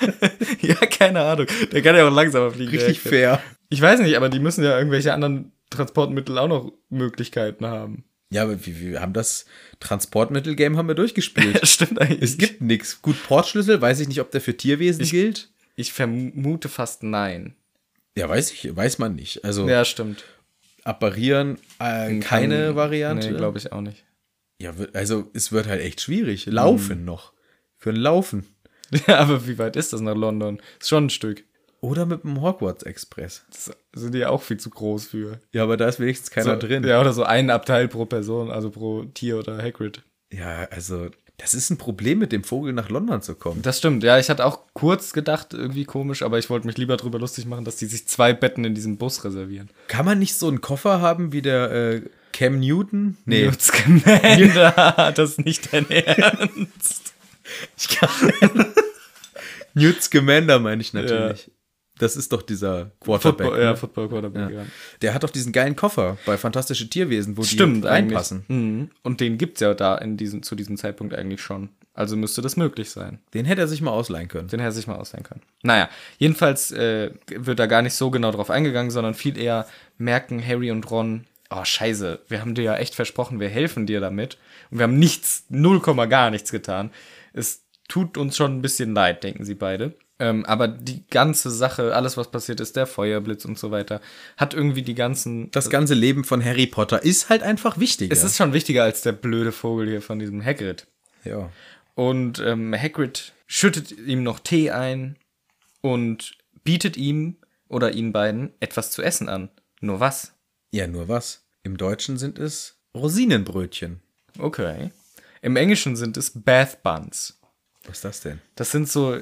S1: ja, keine Ahnung. Der kann ja auch langsamer fliegen. der
S3: Richtig
S1: Hagrid.
S3: fair.
S1: Ich weiß nicht, aber die müssen ja irgendwelche anderen Transportmittel auch noch Möglichkeiten haben.
S3: Ja, aber wir, wir haben das Transportmittel-Game haben wir durchgespielt.
S1: Das stimmt eigentlich.
S3: es gibt nichts. Gut, Portschlüssel, weiß ich nicht, ob der für Tierwesen gilt.
S1: Ich vermute fast nein.
S3: Ja, weiß ich, weiß man nicht. Also
S1: Ja, stimmt.
S3: apparieren, äh, keine Variante.
S1: Nee, glaube ich auch nicht.
S3: Ja, wir- also es wird halt echt schwierig. Laufen noch. Für ein Laufen.
S1: Ja, aber wie weit ist das nach London? Ist schon ein Stück.
S3: Oder mit dem Hogwarts Express.
S1: Das sind die ja auch viel zu groß für.
S3: Ja, aber da ist wenigstens keiner
S1: so,
S3: drin.
S1: Ja, oder so einen Abteil pro Person, also pro Tier oder Hagrid.
S3: ja, also das ist ein Problem, mit dem Vogel nach London zu kommen.
S1: Das stimmt, ja, ich hatte auch kurz gedacht, irgendwie komisch, aber ich wollte mich lieber drüber lustig machen, dass die sich zwei Betten in diesem Bus reservieren.
S3: Kann man nicht so einen Koffer haben wie der äh, Cam Newton? Nee.
S1: Newt Scamander, das ist nicht dein Ernst. Ich kann,
S3: Newt Scamander meine ich natürlich. Das ist doch dieser Quarterback.
S1: Football,
S3: ne?
S1: ja, Football Quarterback, ja.
S3: Der hat doch diesen geilen Koffer bei Fantastische Tierwesen, wo
S1: Stimmt, eigentlich.
S3: die reinpassen.
S1: Mhm. Und den gibt's ja da in diesem, zu diesem Zeitpunkt eigentlich schon. Also müsste das möglich sein.
S3: Den hätte er sich mal ausleihen können.
S1: den er sich mal ausleihen kann. Naja, jedenfalls äh, wird da gar nicht so genau drauf eingegangen, sondern viel eher merken Harry und Ron, oh scheiße, wir haben dir ja echt versprochen, wir helfen dir damit. Und wir haben nichts, null Komma gar nichts getan. Es tut uns schon ein bisschen leid, denken sie beide. Ähm, aber die ganze Sache, alles was passiert ist, der Feuerblitz und so weiter, hat irgendwie die ganzen...
S3: Das ganze Leben von Harry Potter ist halt einfach wichtiger.
S1: es ist schon wichtiger als der blöde Vogel hier von diesem Hagrid.
S3: ja.
S1: Und ähm, Hagrid schüttet ihm noch Tee ein und bietet ihm oder ihnen beiden etwas zu essen an. Nur was?
S3: ja, nur was? Im Deutschen sind es Rosinenbrötchen.
S1: Okay. Im Englischen sind es Bath Buns.
S3: Was ist das denn?
S1: Das sind so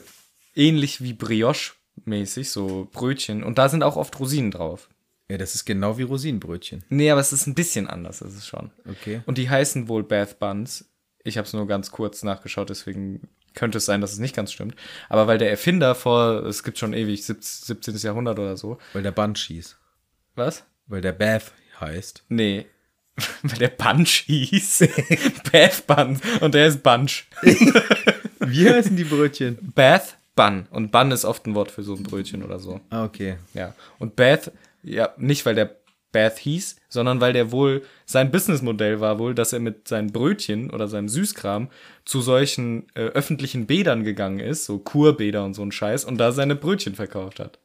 S1: ähnlich wie Brioche-mäßig, so Brötchen. Und da sind auch oft Rosinen drauf.
S3: Ja, das ist genau wie Rosinenbrötchen.
S1: Nee, aber es ist ein bisschen anders, ist es schon.
S3: Okay.
S1: Und die heißen wohl Bath Buns. Ich habe es nur ganz kurz nachgeschaut, deswegen könnte es sein, dass es nicht ganz stimmt. Aber weil der Erfinder vor, es gibt schon ewig, 17. 17. Jahrhundert oder so.
S3: Weil der Banshees.
S1: Was?
S3: Weil der Bath heißt.
S1: Nee. Weil der Bunch hieß. Bath Bun. Und der ist Bunch.
S3: Wie heißen die Brötchen?
S1: Bath Bun. Und Bun ist oft ein Wort für so ein Brötchen oder so.
S3: Ah, okay.
S1: Ja. Und Bath, ja, nicht weil der Bath hieß, sondern weil der wohl, sein Businessmodell war wohl, dass er mit seinen Brötchen oder seinem Süßkram zu solchen äh, öffentlichen Bädern gegangen ist, so Kurbäder und so ein Scheiß, und da seine Brötchen verkauft hat.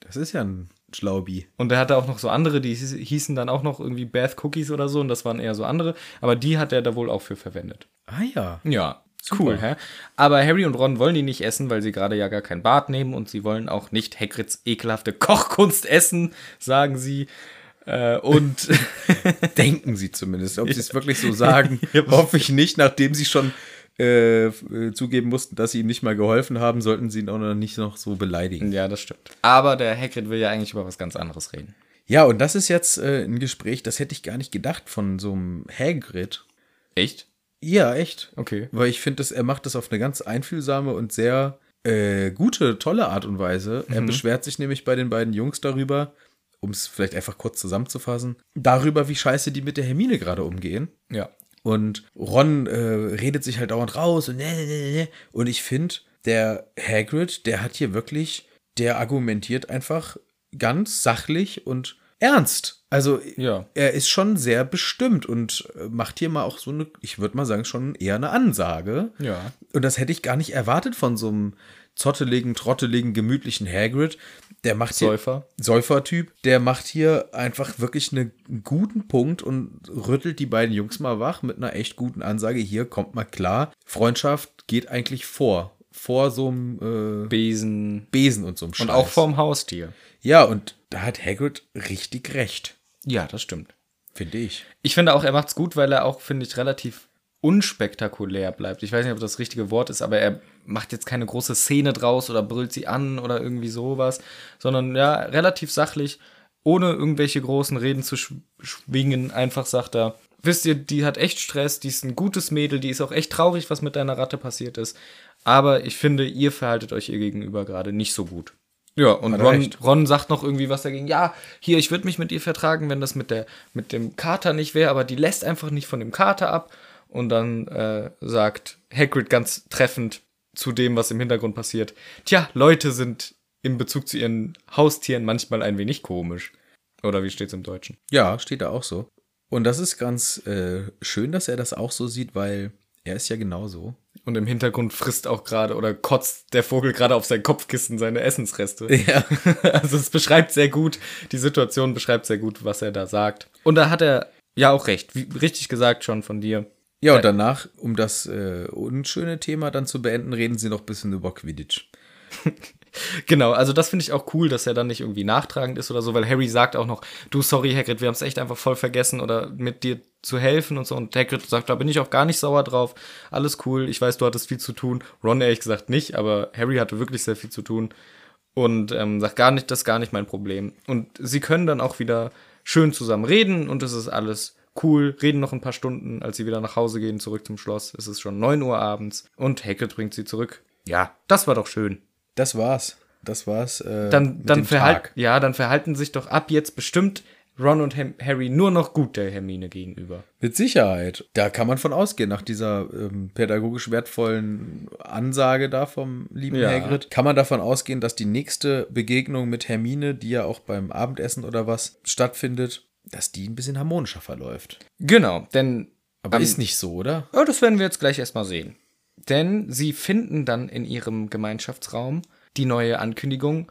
S3: Das ist ja ein Schlaubi.
S1: Und er hatte auch noch so andere, die hieß- hießen dann auch noch irgendwie Bath Cookies oder so, und das waren eher so andere, aber die hat er da wohl auch für verwendet.
S3: Ah ja.
S1: Ja, cool. Hä? Aber Harry und Ron wollen die nicht essen, weil sie gerade ja gar kein Bad nehmen und sie wollen auch nicht Hagrids ekelhafte Kochkunst essen, sagen sie. Äh, und
S3: Denken sie zumindest. Ob sie es wirklich so sagen, hoffe ich nicht, nachdem sie schon äh, f- äh, zugeben mussten, dass sie ihm nicht mal geholfen haben, sollten sie ihn auch noch nicht noch so beleidigen.
S1: ja, das stimmt. Aber der Hagrid will ja eigentlich über was ganz anderes reden.
S3: Ja, und das ist jetzt äh, ein Gespräch, das hätte ich gar nicht gedacht von so einem Hagrid.
S1: Echt?
S3: Ja, echt.
S1: Okay.
S3: Weil ich finde, dass er macht das auf eine ganz einfühlsame und sehr äh, gute, tolle Art und Weise. Er beschwert sich nämlich bei den beiden Jungs darüber, um es vielleicht einfach kurz zusammenzufassen, darüber, wie scheiße die mit der Hermine gerade umgehen.
S1: Ja.
S3: Und Ron äh, redet sich halt dauernd raus und ne, ne, ne, ne. Und ich finde, der Hagrid, der hat hier wirklich, der argumentiert einfach ganz sachlich und ernst. Also
S1: Ja.
S3: er ist schon sehr bestimmt und äh, macht hier mal auch so eine, ich würde mal sagen, schon eher eine Ansage.
S1: Ja.
S3: Und das hätte ich gar nicht erwartet von so einem zotteligen, trotteligen, gemütlichen Hagrid. Der macht hier-
S1: Säufer.
S3: Säufertyp, der macht hier einfach wirklich einen guten Punkt und rüttelt die beiden Jungs mal wach mit einer echt guten Ansage. Hier kommt mal klar, Freundschaft geht eigentlich vor. Vor so einem äh,
S1: Besen.
S3: Besen und so einem Scheiß.
S1: Und auch vom Haustier.
S3: Ja, und da hat Hagrid richtig recht,
S1: Ja, das stimmt.
S3: finde ich.
S1: Ich finde auch, er macht's gut, weil er auch, finde ich, relativ unspektakulär bleibt. Ich weiß nicht, ob das richtige Wort ist, aber er macht jetzt keine große Szene draus oder brüllt sie an oder irgendwie sowas, sondern ja, relativ sachlich, ohne irgendwelche großen Reden zu sch schwingen, einfach sagt er, wisst ihr, die hat echt Stress, die ist ein gutes Mädel, die ist auch echt traurig, was mit deiner Ratte passiert ist, aber ich finde, ihr verhaltet euch ihr gegenüber gerade nicht so gut. Ja, und
S3: er
S1: Ron,
S3: recht.
S1: Ron sagt noch irgendwie was dagegen. Ja, hier, ich würde mich mit ihr vertragen, wenn das mit, der, mit dem Kater nicht wäre, aber die lässt einfach nicht von dem Kater ab. Und dann äh, sagt Hagrid ganz treffend zu dem, was im Hintergrund passiert. Tja, Leute sind in Bezug zu ihren Haustieren manchmal ein wenig komisch. Oder wie steht's im Deutschen?
S3: Ja, steht da auch so. Und das ist ganz äh, schön, dass er das auch so sieht, weil er ist ja genau genauso.
S1: Und im Hintergrund frisst auch gerade oder kotzt der Vogel gerade auf sein Kopfkissen seine Essensreste.
S3: Ja.
S1: Also es beschreibt sehr gut, die Situation beschreibt sehr gut, was er da sagt. Und da hat er ja auch recht, wie richtig gesagt schon von dir.
S3: Ja, und danach, um das äh, unschöne Thema dann zu beenden, reden sie noch ein bisschen über Quidditch.
S1: Genau, also das finde ich auch cool, dass er dann nicht irgendwie nachtragend ist oder so, weil Harry sagt auch noch, du, sorry, Hagrid, wir haben es echt einfach voll vergessen oder mit dir zu helfen und so. Und Hagrid sagt, da bin ich auch gar nicht sauer drauf. Alles cool, ich weiß, du hattest viel zu tun. Ron ehrlich gesagt nicht, aber Harry hatte wirklich sehr viel zu tun und ähm, sagt gar nicht, das ist gar nicht mein Problem. Und sie können dann auch wieder schön zusammen reden und es ist alles cool, reden noch ein paar Stunden, als sie wieder nach Hause gehen, zurück zum Schloss. Es ist schon 9 Uhr abends und Hagrid bringt sie zurück. Ja, das war doch schön.
S3: Das war's. Das war's. Äh,
S1: Dann,
S3: mit
S1: dann,
S3: dem
S1: verhal
S3: Tag.
S1: ja, dann verhalten sich doch ab jetzt bestimmt Ron und Hem Harry nur noch gut der Hermine gegenüber.
S3: Mit Sicherheit. Da kann man von ausgehen, nach dieser ähm, pädagogisch wertvollen Ansage da vom lieben
S1: Ja.
S3: Hagrid, kann man davon ausgehen, dass die nächste Begegnung mit Hermine, die ja auch beim Abendessen oder was stattfindet, dass die ein bisschen harmonischer verläuft.
S1: Genau, denn.
S3: Aber
S1: Ähm,
S3: ist nicht so, oder?
S1: Ja, das werden wir jetzt gleich erstmal sehen. Denn sie finden dann in ihrem Gemeinschaftsraum die neue Ankündigung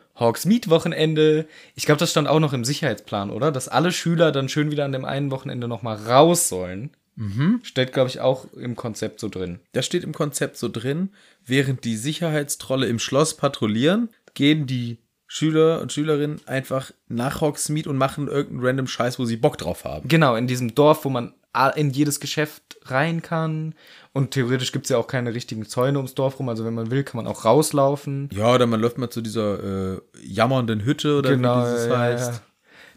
S1: Hogsmeade-Wochenende. Ich glaube, das stand auch noch im Sicherheitsplan, oder? Dass alle Schüler dann schön wieder an dem einen Wochenende nochmal raus sollen. Mhm. Steht, glaube ich, auch im Konzept so drin.
S3: Das steht im Konzept so drin. Während die Sicherheitstrolle im Schloss patrouillieren, gehen die Schüler und Schülerinnen einfach nach Hogsmeade und machen irgendeinen random Scheiß, wo sie Bock drauf haben.
S1: Genau, in diesem Dorf, wo man a- in jedes Geschäft rein kann. Und theoretisch gibt es ja auch keine richtigen Zäune ums Dorf rum. Also wenn man will, kann man auch rauslaufen.
S3: Ja, oder man läuft mal zu dieser äh, jammernden Hütte oder wie dieses
S1: Genau, ja,
S3: heißt.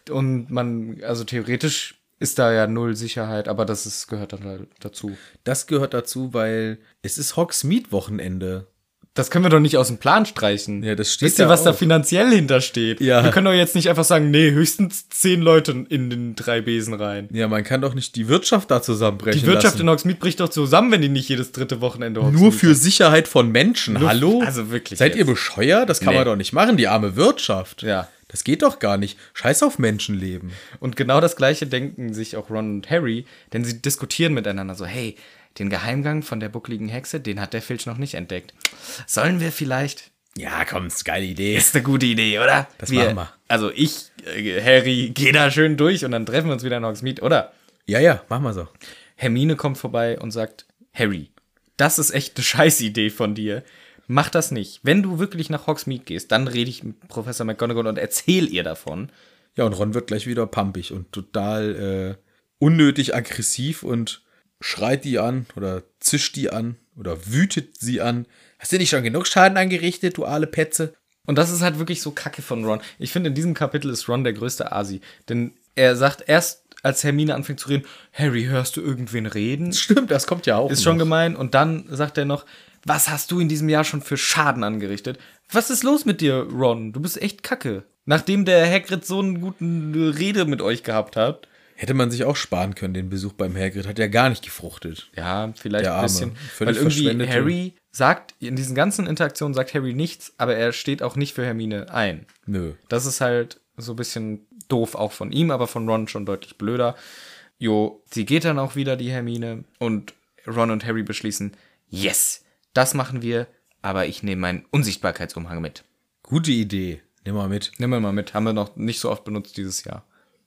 S1: ja. Und man, also theoretisch ist da ja null Sicherheit, aber das ist, gehört dann halt dazu.
S3: Das gehört dazu, weil es ist Hogsmeade-Wochenende.
S1: Das können wir doch nicht aus dem Plan streichen.
S3: Ja, das steht
S1: Wisst ihr,
S3: da
S1: was da
S3: auch.
S1: finanziell hintersteht?
S3: Ja.
S1: Wir können doch jetzt nicht einfach sagen, nee, höchstens zehn Leute in den drei Besen rein.
S3: Ja, man kann doch nicht die Wirtschaft da zusammenbrechen
S1: Die Wirtschaft
S3: lassen.
S1: in Hogsmeade bricht doch zusammen, wenn die nicht jedes dritte Wochenende
S3: Nur
S1: Hogsmeade-
S3: für Sicherheit von Menschen, hallo?
S1: also wirklich
S3: Seid ihr
S1: jetzt.
S3: bescheuert? Das kann man
S1: Nee.
S3: doch nicht machen, die arme Wirtschaft.
S1: Ja.
S3: Das geht doch gar nicht. Scheiß auf Menschenleben.
S1: Und genau das gleiche denken sich auch Ron und Harry, denn sie diskutieren miteinander so, hey, den Geheimgang von der buckligen Hexe, den hat der Filch noch nicht entdeckt. Sollen wir vielleicht?
S2: Ah,
S3: Ja, komm, ist geile Idee.
S1: Ist eine gute Idee, oder? Das
S3: machen wir.
S1: Also ich, äh, Harry, geh da schön durch und dann treffen wir uns wieder in Hogsmeade, oder?
S3: Ja, ja, mach mal so.
S1: Hermine kommt vorbei und sagt, Harry, das ist echt eine Scheißidee von dir. Mach das nicht. Wenn du wirklich nach Hogsmeade gehst, dann rede ich mit Professor McGonagall und erzähl ihr davon.
S3: Ja, und Ron wird gleich wieder pampig und total äh, unnötig aggressiv und schreit die an oder zischt die an oder wütet sie an. Hast du nicht schon genug Schaden angerichtet, du aale Petze?
S1: Und das ist halt wirklich so kacke von Ron. Ich finde, in diesem Kapitel ist Ron der größte Asi. Denn er sagt erst, als Hermine anfängt zu reden, Harry, hörst du irgendwen reden?
S3: Stimmt, das kommt ja auch.
S1: Ist schon
S3: noch.
S1: gemein. Und dann sagt er noch, was hast du in diesem Jahr schon für Schaden angerichtet? Was ist los mit dir, Ron? Du bist echt kacke. Nachdem der Hagrid so einen guten Rede mit euch gehabt hat.
S3: Hätte man sich auch sparen können, den Besuch beim Hagrid. Hat ja gar nicht gefruchtet.
S1: Ja, vielleicht
S3: Der
S1: ein
S3: Arme.
S1: bisschen.
S3: Völlig
S1: weil irgendwie
S3: verschwendete-
S1: Harry sagt, in diesen ganzen Interaktionen sagt Harry nichts, aber er steht auch nicht für Hermine ein.
S3: Nö.
S1: Das ist halt so ein bisschen doof auch von ihm, aber von Ron schon deutlich blöder. Jo, sie geht dann auch wieder, die Hermine. Und Ron und Harry beschließen, yes, das machen wir, aber ich nehme meinen Unsichtbarkeitsumhang mit.
S3: Gute Idee. Nimm mal mit.
S1: Nehmen wir mal mit, haben wir noch nicht so oft benutzt dieses Jahr.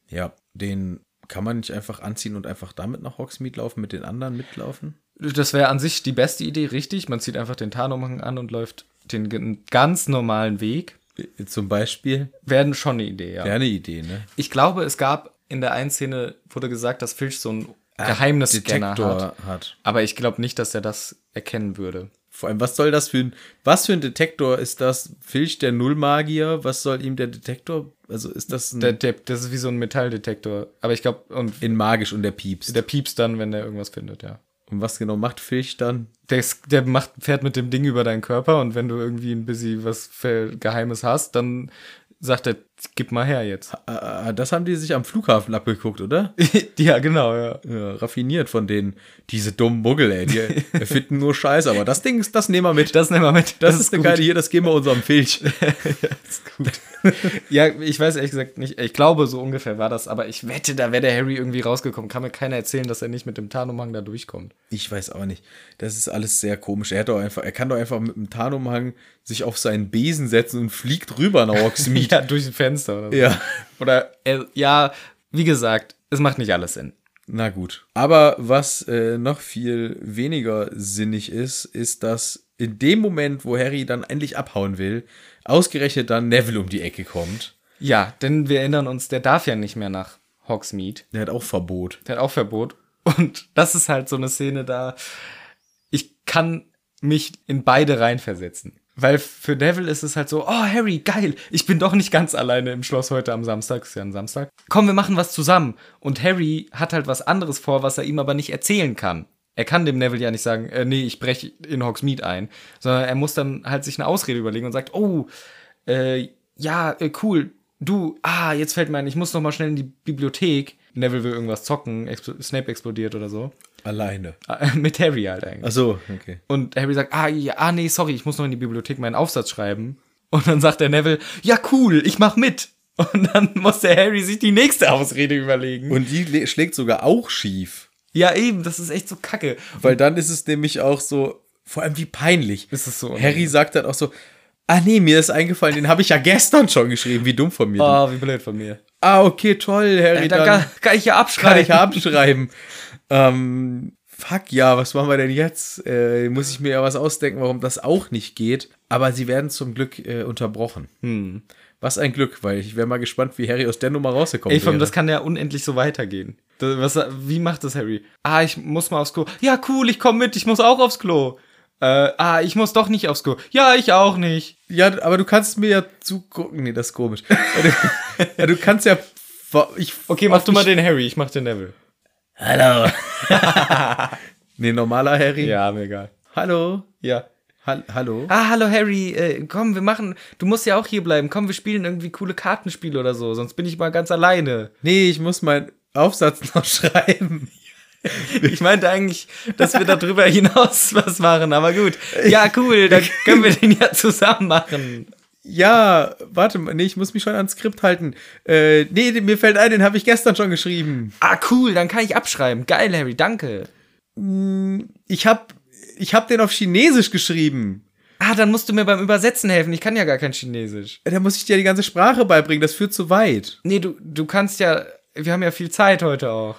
S3: Ja, den kann man nicht einfach anziehen und einfach damit nach Hogsmeade laufen, mit den anderen mitlaufen?
S1: Das wäre an sich die beste Idee, richtig. Man zieht einfach den Tarnumhang an und läuft den gen- ganz normalen Weg.
S3: Äh, Zum Beispiel.
S1: Wäre schon eine Idee, ja.
S3: Ja, eine Idee, ne?
S1: Ich glaube, es gab in der einen Szene, wurde gesagt, dass Filch so einen Geheimnisscanner
S3: Ah, Detektor
S1: hat.
S3: hat.
S1: Aber ich glaube nicht, dass er das erkennen würde.
S3: Vor allem, was soll das für ein, was für ein Detektor ist das? Filch, der Nullmagier, was soll ihm der Detektor, also ist das ein,
S1: Der, der, das ist wie so ein Metalldetektor. Aber ich glaube, und
S3: in magisch und der piepst.
S1: der piepst dann, wenn der irgendwas findet, ja.
S3: und was genau macht Filch dann?
S1: Der, ist- der macht, fährt mit dem Ding über deinen Körper und wenn du irgendwie ein bisschen was für Geheimes hast, dann sagt er, gib mal her jetzt.
S3: Ah, das haben die sich am Flughafen abgeguckt, oder?
S1: ja, genau, ja.
S3: Ja, raffiniert von denen. Diese dummen Muggel, ey, die erfinden nur Scheiß, aber das Ding ist, das nehmen wir mit. Das,
S1: Das nehmen wir mit.
S3: ist eine geile hier, das geben wir unserem Filch.
S1: Ja, ich weiß ehrlich gesagt nicht. Ich glaube, so ungefähr war das, aber ich wette, da wäre der Harry irgendwie rausgekommen. Kann mir keiner erzählen, dass er nicht mit dem Tarnumhang da durchkommt.
S3: Ich weiß auch nicht. Das ist alles sehr komisch. Er hat doch einfach, er kann doch einfach mit dem Tarnumhang sich auf seinen Besen setzen und fliegt rüber nach Hogsmeade.
S1: Ja, durch ein Fenster oder so.
S3: ja.
S1: Oder, äh, ja, wie gesagt, es macht nicht alles Sinn.
S3: Na gut. Aber was äh, noch viel weniger sinnig ist, ist, dass in dem Moment, wo Harry dann endlich abhauen will, ausgerechnet dann Neville um die Ecke kommt.
S1: Ja, denn wir erinnern uns, der darf ja nicht mehr nach Hogsmeade.
S3: Der hat auch Verbot.
S1: Der hat auch Verbot. Und das ist halt so eine Szene da. Ich kann mich in beide reinversetzen. Weil für Neville ist es halt so, oh Harry, geil, ich bin doch nicht ganz alleine im Schloss heute am Samstag, ist ja ein Samstag. Komm, wir machen was zusammen. Und Harry hat halt was anderes vor, was er ihm aber nicht erzählen kann. Er kann dem Neville ja nicht sagen, äh, nee, ich breche in Hogsmeade ein, sondern er muss dann halt sich eine Ausrede überlegen und sagt, oh, äh, ja, äh, cool, du, ah, jetzt fällt mir ein, ich muss noch mal schnell in die Bibliothek. Neville will irgendwas zocken, expl Snape explodiert oder so.
S3: Alleine.
S1: Äh, Mit Harry halt eigentlich.
S3: Ach so, okay.
S1: Und Harry sagt, ah, ja, ah, nee, sorry, ich muss noch in die Bibliothek meinen Aufsatz schreiben. Und dann sagt der Neville, ja, cool, ich mach mit. Und dann muss der Harry sich die nächste Ausrede überlegen.
S3: Und die le- schlägt sogar auch schief.
S1: ja, eben, das ist echt so kacke.
S3: Weil dann ist es nämlich auch so, vor allem wie peinlich.
S1: Ist es so unangenehm.
S3: Harry sagt dann auch so, ah nee, mir ist eingefallen, den habe ich ja gestern schon geschrieben, wie dumm von mir.
S1: Ah, wie blöd von mir.
S3: Ah, okay, toll, Harry,
S1: Ey,
S3: dann,
S1: dann kann, kann ich ja
S3: kann
S1: abschreiben.
S3: ich abschreiben. ähm, fuck ja, was machen wir denn jetzt? Äh, muss ich mir ja was ausdenken, warum das auch nicht geht. Aber sie werden zum Glück äh, unterbrochen.
S1: Hm.
S3: Was ein Glück, weil ich wäre mal gespannt, wie Harry aus der Nummer rausgekommen
S1: Ey, von,
S3: wäre.
S1: das kann ja unendlich so weitergehen. Das, was, wie macht das Harry? Ah, ich muss mal aufs Klo. Ja, cool, ich komme mit, ich muss auch aufs Klo. Äh, ah, ich muss doch nicht aufs Klo. Ja, ich auch nicht.
S3: ja, aber du kannst mir ja zugucken. Nee, das ist komisch. ja, du kannst ja. Ich,
S1: Okay, mach du mal den Harry, ich mach den Neville.
S2: Hallo.
S3: Nee, normaler Harry.
S1: Ja, mir egal.
S3: Hallo.
S1: Ja.
S3: Hall- hallo.
S1: Ah, hallo Harry, äh, komm, wir machen, du musst ja auch hier bleiben. Komm, wir spielen irgendwie coole Kartenspiele oder so, sonst bin ich mal ganz alleine.
S3: Nee, ich muss meinen Aufsatz noch schreiben.
S1: Ich meinte eigentlich, dass wir darüber hinaus was machen, aber gut. Ja, cool, dann können wir den ja zusammen machen.
S3: Ja, warte mal. Nee, ich muss mich schon ans Skript halten. Äh, nee, den- mir fällt ein, den habe ich gestern schon geschrieben.
S1: Ah, cool, dann kann ich abschreiben. Geil, Harry, danke.
S3: Ich hab, ich hab den auf Chinesisch geschrieben.
S1: Ah, dann musst du mir beim Übersetzen helfen. Ich kann ja gar kein Chinesisch.
S3: Da muss ich dir die ganze Sprache beibringen, das führt zu weit.
S1: Nee, du, du kannst ja, wir haben ja viel Zeit heute auch.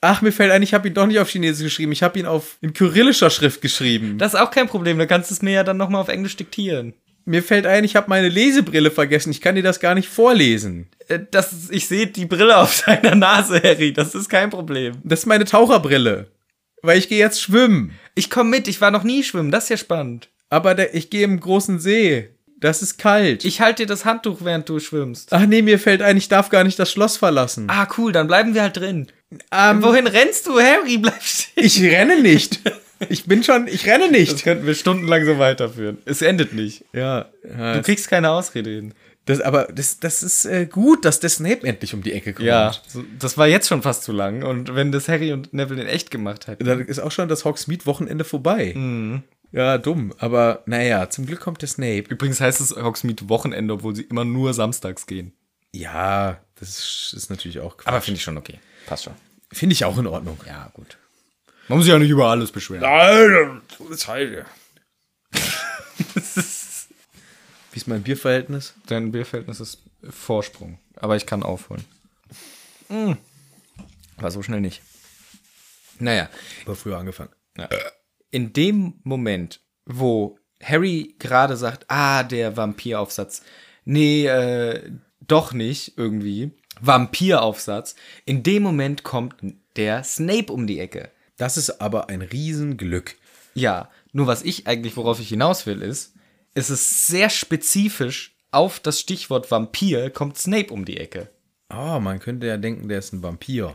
S3: Ach, mir fällt ein, ich habe ihn doch nicht auf Chinesisch geschrieben, ich habe ihn auf in kyrillischer Schrift geschrieben.
S1: Das ist auch kein Problem, dann kannst du es mir ja dann nochmal auf Englisch diktieren.
S3: mir fällt ein, ich habe meine Lesebrille vergessen, ich kann dir das gar nicht vorlesen.
S1: Äh, Das ist, ich sehe die Brille auf seiner Nase, Harry. Das ist kein Problem.
S3: Das ist meine Taucherbrille, weil ich gehe jetzt schwimmen,
S1: Ich komme mit. Ich war noch nie schwimmen. Das ist ja spannend.
S3: aber der, ich gehe im großen See. Das ist kalt.
S1: Ich halte dir das Handtuch, während du schwimmst.
S3: Ach nee, mir fällt ein, ich darf gar nicht das Schloss verlassen.
S1: Ah, cool. Dann bleiben wir halt drin.
S3: Ähm,
S1: Wohin rennst du, Harry? Bleib stehen.
S3: ich renne nicht. Ich bin schon, ich renne
S1: Das
S3: nicht.
S1: könnten wir stundenlang so weiterführen. Es endet nicht.
S3: Ja, ja
S1: Du kriegst keine Ausrede hin.
S3: Das, aber das, das ist äh, gut, dass der Snape endlich um die Ecke kommt.
S1: Ja, so- das war jetzt schon fast zu lang. Und wenn das Harry und Neville in echt gemacht hätten.
S3: Dann ist auch schon das Hogsmeade-Wochenende vorbei. Ja, dumm. Aber naja, zum Glück kommt der Snape.
S1: Übrigens heißt es Hogsmeade Wochenende, obwohl sie immer nur samstags gehen.
S3: Ja, das ist natürlich auch Quatsch.
S1: Aber finde ich schon okay. Passt schon.
S3: Finde ich auch in Ordnung.
S1: Ja, gut. Man muss sich ja nicht über alles beschweren.
S3: Nein, das ist halt. Wie ist mein Bierverhältnis?
S1: Dein Bierverhältnis ist Vorsprung. Aber ich kann aufholen. Mm. War so schnell nicht. Naja,
S3: War früher angefangen.
S1: in dem Moment, wo Harry gerade sagt, ah, der Vampiraufsatz. Nee, äh, doch nicht irgendwie. Vampiraufsatz. In dem Moment kommt der Snape um die Ecke.
S3: Das ist aber ein Riesenglück.
S1: Ja, nur was ich eigentlich, worauf ich hinaus will, ist, es ist sehr spezifisch auf das Stichwort Vampir kommt Snape um die Ecke.
S3: Ah, man könnte ja denken, der ist ein Vampir.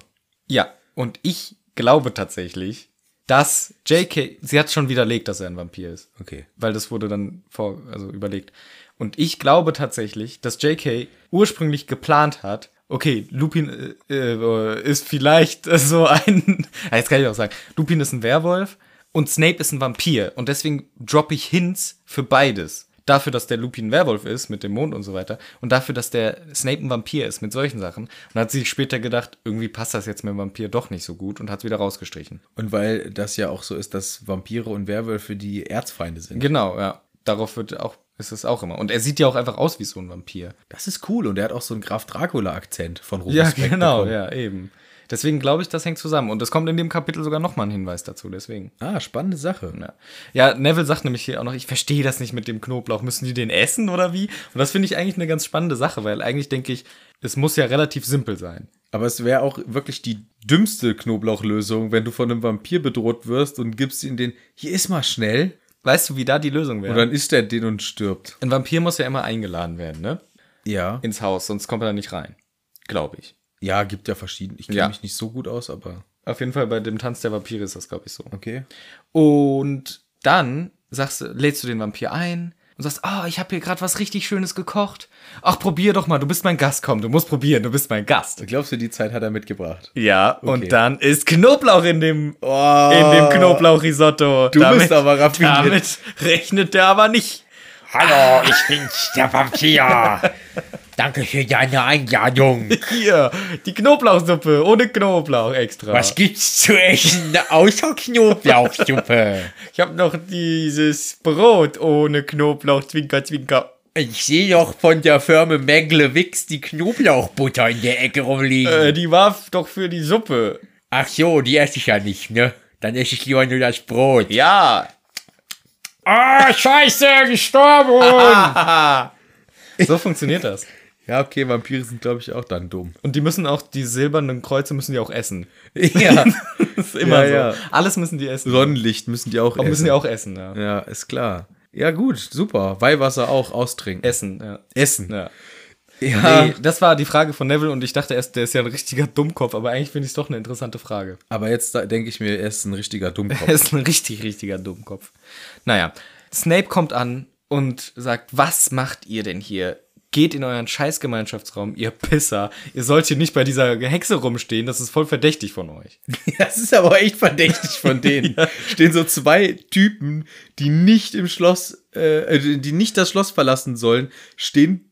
S1: Ja, und ich glaube tatsächlich, dass JK, sie hat schon widerlegt, dass er ein Vampir ist.
S3: Okay.
S1: Weil das wurde dann vor, also überlegt. Und ich glaube tatsächlich, dass JK ursprünglich geplant hat, okay, Lupin äh, äh, ist vielleicht äh, so ein, Ah, jetzt kann ich auch sagen, Lupin ist ein Werwolf und Snape ist ein Vampir. Und deswegen droppe ich Hints für beides. Dafür, dass der Lupin ein Werwolf ist mit dem Mond und so weiter. Und dafür, dass der Snape ein Vampir ist mit solchen Sachen. Und hat sich später gedacht, irgendwie passt das jetzt mit dem Vampir doch nicht so gut und hat wieder rausgestrichen.
S3: Und weil das ja auch so ist, dass Vampire und Werwölfe die Erzfeinde sind.
S1: Genau, ja. Darauf wird auch, ist es auch immer. Und er sieht ja auch einfach aus wie so ein Vampir.
S3: Das ist cool und er hat auch so einen Graf Dracula Akzent von Rufus
S1: Ja,
S3: Beck
S1: genau,
S3: bekommen.
S1: ja, eben. Deswegen glaube ich, das hängt zusammen. Und es kommt in dem Kapitel sogar nochmal ein Hinweis dazu, deswegen.
S3: Ah, spannende Sache.
S1: Ja. ja, Neville sagt nämlich hier auch noch, ich verstehe das nicht mit dem Knoblauch. Müssen die den essen oder wie? Und das finde ich eigentlich eine ganz spannende Sache, weil eigentlich denke ich, es muss ja relativ simpel sein.
S3: Aber es wäre auch wirklich die dümmste Knoblauchlösung, wenn du von einem Vampir bedroht wirst und gibst ihm den, hier ist mal schnell.
S1: Weißt du, wie da die Lösung
S3: Und
S1: wäre?
S3: dann isst er den und stirbt.
S1: Ein Vampir muss ja immer eingeladen werden, ne?
S3: Ja.
S1: Ins Haus, sonst kommt er da nicht rein. Glaube ich.
S3: Ja, gibt ja verschiedene. Ich kenne
S1: Ja.
S3: mich nicht so gut aus, aber.
S1: Auf jeden Fall bei dem Tanz der Vampire ist das, glaube ich, so.
S3: Okay.
S1: Und dann sagst, du- lädst du den Vampir ein und sagst, ah, ich habe hier gerade was richtig Schönes gekocht. Ach, probier doch mal, du bist mein Gast, komm, du musst probieren, du bist mein Gast.
S3: Glaubst du, die Zeit hat er mitgebracht?
S1: Ja,
S3: Okay.
S1: und dann ist Knoblauch in dem,
S3: Oh.
S1: in dem Knoblauchrisotto. Du
S3: bist aber raffiniert.
S1: Damit rechnet der aber nicht.
S2: Hallo, ich bin's, der Vampir. Danke für deine Einladung.
S1: Hier, die Knoblauchsuppe ohne Knoblauch extra.
S2: Was gibt's zu essen außer Knoblauchsuppe?
S1: Ich habe noch dieses Brot ohne Knoblauch, zwinker, zwinker.
S2: Ich sehe doch von der Firma Menglewix die Knoblauchbutter in der Ecke rumliegen.
S1: Äh, die war f- doch für die Suppe.
S2: Ach so, die esse ich ja nicht, ne? Dann esse ich lieber nur das Brot.
S1: Ja.
S2: Ah, scheiße, gestorben!
S1: So funktioniert das.
S3: Ja, okay, Vampire sind, glaube ich, auch dann dumm.
S1: Und die müssen auch, die silbernen Kreuze müssen die auch essen.
S3: Ja.
S1: Das ist immer
S3: Ja,
S1: so.
S3: ja.
S1: Alles müssen die essen.
S3: Sonnenlicht müssen die auch
S1: Aber
S3: essen.
S1: müssen die auch essen, ja.
S3: ja, ist klar. Ja, gut, super. Weihwasser auch austrinken.
S1: Essen, ja.
S3: Essen.
S1: ja.
S3: Ja.
S1: Nee, das war die Frage von Neville und ich dachte erst, der ist ja ein richtiger Dummkopf, aber eigentlich finde ich es doch eine interessante Frage.
S3: Aber jetzt da- denke ich mir, er ist ein richtiger Dummkopf.
S1: Er ist ein richtig, richtiger Dummkopf. Naja, Snape kommt an und sagt, was macht ihr denn hier? Geht in euren Scheißgemeinschaftsraum, ihr Pisser. Ihr sollt hier nicht bei dieser Hexe rumstehen, das ist voll verdächtig von euch.
S3: Das ist aber echt verdächtig von denen. Stehen so zwei Typen, die nicht im Schloss, äh, äh, die nicht das Schloss verlassen sollen, stehen,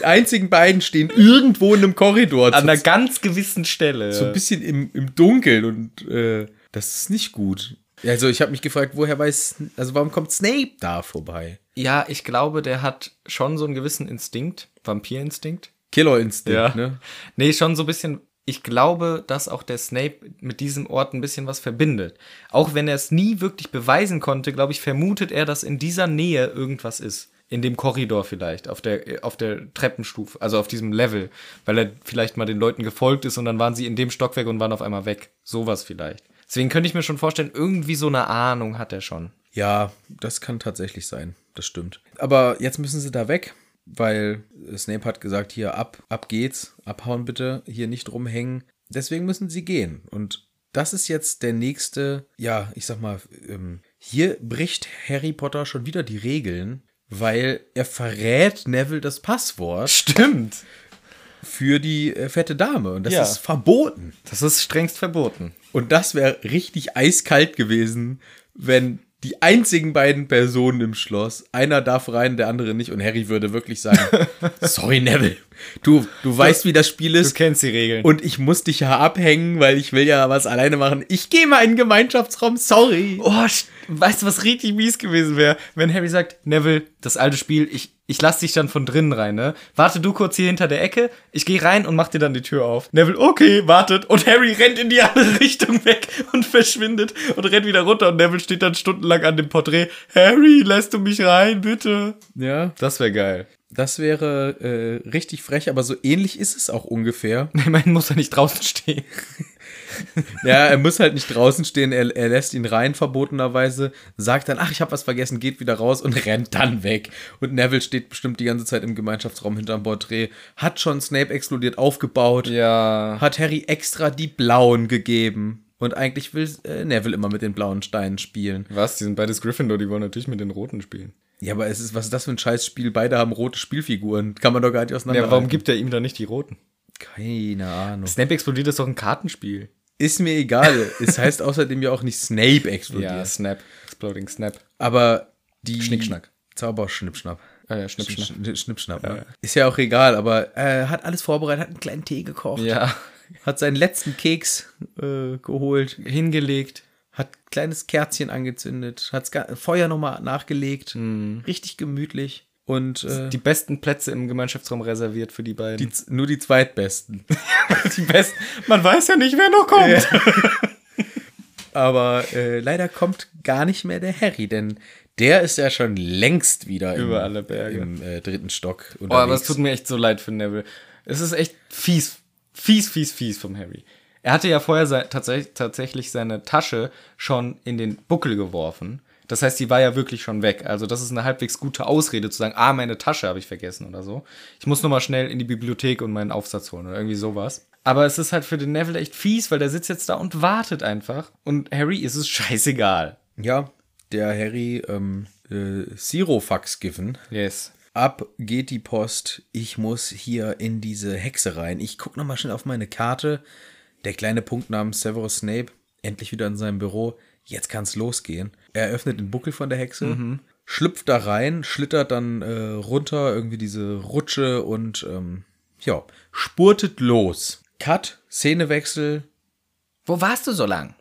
S3: die einzigen beiden stehen irgendwo in einem Korridor.
S1: An
S3: zu-
S1: einer ganz gewissen Stelle.
S3: so ein bisschen im, im Dunkeln und äh, das ist nicht gut. Also ich habe mich gefragt, woher weiß, also warum kommt Snape da vorbei?
S1: Ja, ich glaube, der hat schon so einen gewissen Instinkt, Vampirinstinkt.
S3: Killerinstinkt, ne?
S1: Nee, schon so ein bisschen. Ich glaube, dass auch der Snape mit diesem Ort ein bisschen was verbindet. Auch wenn er es nie wirklich beweisen konnte, glaube ich, vermutet er, dass in dieser Nähe irgendwas ist. In dem Korridor vielleicht, auf der, auf der Treppenstufe, also auf diesem Level, weil er vielleicht mal den Leuten gefolgt ist und dann waren sie in dem Stockwerk und waren auf einmal weg. Sowas vielleicht. Deswegen könnte ich mir schon vorstellen, irgendwie so eine Ahnung hat er schon.
S3: Ja, das kann tatsächlich sein. Das stimmt. Aber jetzt müssen sie da weg, weil Snape hat gesagt, hier ab, ab geht's, abhauen bitte, hier nicht rumhängen. Deswegen müssen sie gehen. Und das ist jetzt der nächste, ja, ich sag mal, ähm, hier bricht Harry Potter schon wieder die Regeln, weil er verrät Neville das Passwort
S1: Stimmt.
S3: für die äh, fette Dame. Und das
S1: Ja.
S3: ist verboten.
S1: Das ist strengst verboten.
S3: Und das wäre richtig eiskalt gewesen, wenn die einzigen beiden Personen im Schloss, einer darf rein, der andere nicht, und Harry würde wirklich sagen: Sorry, Neville, du, du weißt, wie das Spiel
S1: Du
S3: ist.
S1: kennst die Regeln.
S3: Und ich muss dich ja abhängen, weil ich will ja was alleine machen. Ich gehe mal in den Gemeinschaftsraum, sorry.
S1: Oh, sch- weißt du, was richtig mies gewesen wäre, wenn Harry sagt, Neville, das alte Spiel, ich, ich lass dich dann von drinnen rein, ne? Warte du kurz hier hinter der Ecke, ich gehe rein und mach dir dann die Tür auf. Neville, okay, wartet und Harry rennt in die andere Richtung weg und verschwindet und rennt wieder runter und Neville steht dann stundenlang an dem Porträt. Harry, lässt du mich rein, bitte?
S3: Ja,
S1: Das wäre geil.
S3: das wäre äh, richtig frech, aber so ähnlich ist es auch ungefähr.
S1: Immerhin muss er nicht draußen stehen.
S3: Ja, er muss halt nicht draußen stehen, er, er lässt ihn rein verbotenerweise, sagt dann, ach, ich habe was vergessen, geht wieder raus und rennt dann weg. Und Neville steht bestimmt die ganze Zeit im Gemeinschaftsraum hinterm Porträt, hat schon Snape explodiert aufgebaut,
S1: Ja.
S3: hat Harry extra die blauen gegeben. Und eigentlich will äh, Neville immer mit den blauen Steinen spielen.
S1: Was? Die sind beides Gryffindor, die wollen natürlich mit den Roten spielen.
S3: Ja, aber es ist, was ist das für ein Scheißspiel? Beide haben rote Spielfiguren. Kann man doch gar nicht auseinander.
S1: Ja, warum gibt er ihm dann nicht die Roten?
S3: Keine Ahnung.
S1: Snape explodiert ist doch ein Kartenspiel.
S3: Ist mir egal. es heißt außerdem ja auch nicht Snape explodiert.
S1: Snap. Exploding Snap.
S3: Aber die.
S1: Schnickschnack.
S3: Zauberschnippschnapp.
S1: Äh, Schnippschnapp.
S3: Schn- Schnippschnapp. ne? Ist ja auch egal, aber äh, hat alles vorbereitet, hat einen kleinen Tee gekocht,
S1: Ja.
S3: hat seinen letzten Keks äh, geholt,
S1: Hingelegt.
S3: hat ein kleines Kerzchen angezündet, hat Feuer nochmal nachgelegt, richtig gemütlich. Und äh,
S1: Mhm. Die besten Plätze im Gemeinschaftsraum reserviert für die beiden.
S3: die, z- nur die zweitbesten.
S1: Die besten. Man weiß ja nicht, wer noch kommt.
S3: Aber äh, leider kommt gar nicht mehr der Harry, denn der ist ja schon längst wieder im,
S1: Über alle Berge.
S3: im äh, dritten Stock unterwegs.
S1: Oh, aber es tut mir echt so leid für Neville. Es ist echt fies, fies, fies, fies vom Harry. Er hatte ja vorher sei, tatsächlich, tatsächlich seine Tasche schon in den Buckel geworfen. Das heißt, die war ja wirklich schon weg. Also das ist eine halbwegs gute Ausrede zu sagen, ah, meine Tasche habe ich vergessen oder so. Ich muss nur mal schnell in die Bibliothek und meinen Aufsatz holen oder irgendwie sowas. Aber es ist halt für den Neville echt fies, weil der sitzt jetzt da und wartet einfach. Und Harry ist es scheißegal.
S3: ja, der Harry ähm, äh, Sirofax given.
S1: Yes.
S3: Ab geht die Post. Ich muss hier in diese Hexe rein. Ich gucke nochmal schnell auf meine Karte. Der kleine Punkt namens Severus Snape, endlich wieder in seinem Büro. Jetzt kann's losgehen. Er öffnet den Buckel von der Hexe, schlüpft da rein, schlittert dann äh, runter, irgendwie diese Rutsche und ähm, ja, spurtet los. Cut, Szenewechsel,
S1: Wo warst du so lang?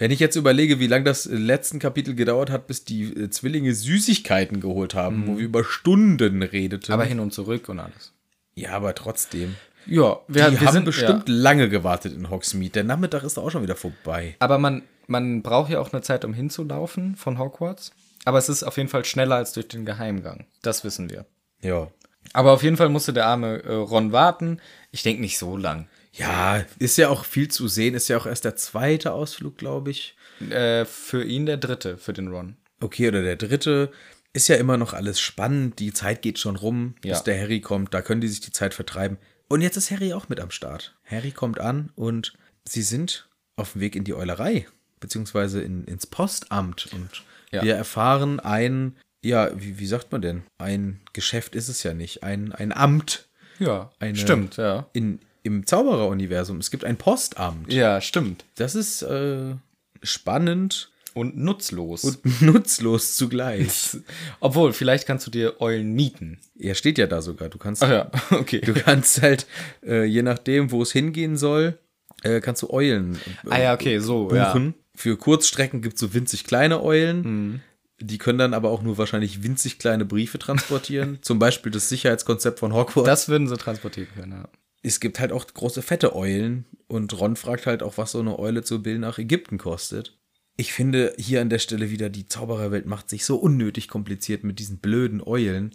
S3: wenn ich jetzt überlege, wie lange das äh, letzten Kapitel gedauert hat, bis die äh, Zwillinge Süßigkeiten geholt haben, wo wir über Stunden redeten.
S1: Mhm. Aber hin und zurück und alles.
S3: ja, aber trotzdem.
S1: Ja, wir, wir
S3: Die haben
S1: sind ja.
S3: bestimmt lange gewartet in Hogsmeade. Der Nachmittag ist doch auch schon wieder vorbei.
S1: Aber man, man braucht ja auch eine Zeit, um hinzulaufen von Hogwarts. Aber es ist auf jeden Fall schneller als durch den Geheimgang. Das wissen wir.
S3: Ja.
S1: Aber auf jeden Fall musste der arme äh, Ron warten. Ich denke nicht so lang.
S3: Ja, ist ja auch viel zu sehen. Ist ja auch erst der zweite Ausflug, glaube ich.
S1: Äh, für ihn der dritte, für den Ron.
S3: Okay, oder der dritte. Ist ja immer noch alles spannend. Die Zeit geht schon rum,
S1: Ja.
S3: bis der Harry kommt. Da können die sich die Zeit vertreiben. Und jetzt ist Harry auch mit am Start. Harry kommt an und sie sind auf dem Weg in die Eulerei, beziehungsweise in, ins Postamt. Und
S1: Ja.
S3: wir erfahren ein, ja, wie, wie sagt man denn? Ein Geschäft ist es ja nicht. Ein, ein Amt.
S1: Ja,
S3: Eine-
S1: stimmt, ja.
S3: in, im Zaubereruniversum. Es gibt ein Postamt.
S1: Ja, stimmt.
S3: Das ist äh, spannend
S1: Und nutzlos.
S3: und nutzlos zugleich.
S1: Obwohl, vielleicht kannst du dir Eulen mieten.
S3: Er steht ja da sogar. Du kannst,
S1: ja, okay.
S3: du kannst halt, äh, je nachdem, wo es hingehen soll, äh, kannst du Eulen äh,
S1: ah ja, okay, so,
S3: buchen. Für Kurzstrecken gibt es so winzig kleine Eulen.
S1: Mhm.
S3: Die können dann aber auch nur wahrscheinlich winzig kleine Briefe transportieren. Zum Beispiel das Sicherheitskonzept von Hogwarts.
S1: ja. Das würden sie transportieren können, ja.
S3: es gibt halt auch große fette Eulen und Ron fragt halt auch, was so eine Eule zu Bill nach Ägypten kostet. Ich finde hier an der Stelle wieder, die Zaubererwelt macht sich so unnötig kompliziert mit diesen blöden Eulen,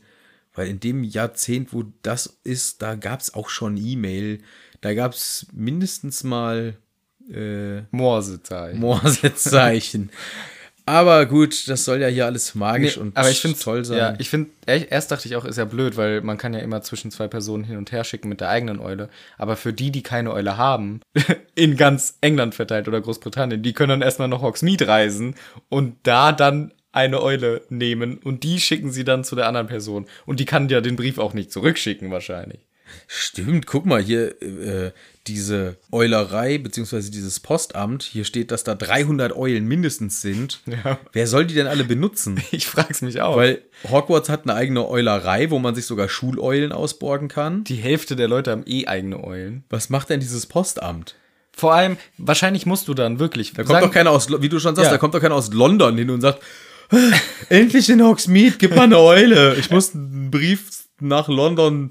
S3: weil in dem Jahrzehnt, wo das ist, da gab es auch schon E-Mail, da gab es mindestens mal äh,
S1: Morsezeit.
S3: Morsezeichen. aber gut, das soll ja hier alles magisch
S1: Nee,
S3: und
S1: aber ich find's,
S3: toll sein.
S1: Ja, ich finde, erst dachte ich auch, ist ja blöd, weil man kann ja immer zwischen zwei Personen hin und her schicken mit der eigenen Eule. Aber für die, die keine Eule haben, in ganz England verteilt oder Großbritannien, die können dann erstmal nach Hogsmeade reisen und da dann eine Eule nehmen und die schicken sie dann zu der anderen Person. Und die kann ja den Brief auch nicht zurückschicken wahrscheinlich.
S3: Stimmt, guck mal, hier äh, diese Eulerei, beziehungsweise dieses Postamt, hier steht, dass da 300 Eulen mindestens sind.
S1: Ja.
S3: Wer soll die denn alle benutzen?
S1: Ich frag's mich auch.
S3: Weil Hogwarts hat eine eigene Eulerei, wo man sich sogar Schuleulen ausborgen kann.
S1: die Hälfte der Leute haben eh eigene Eulen.
S3: Was macht denn dieses Postamt?
S1: Vor allem, wahrscheinlich musst du dann wirklich.
S3: Da kommt doch keiner aus, Lo- wie du schon sagst,
S1: Ja.
S3: da kommt doch keiner aus London hin und sagt, "Äh, endlich in Hogsmeade, gib mal eine Eule. Ich muss einen Brief nach London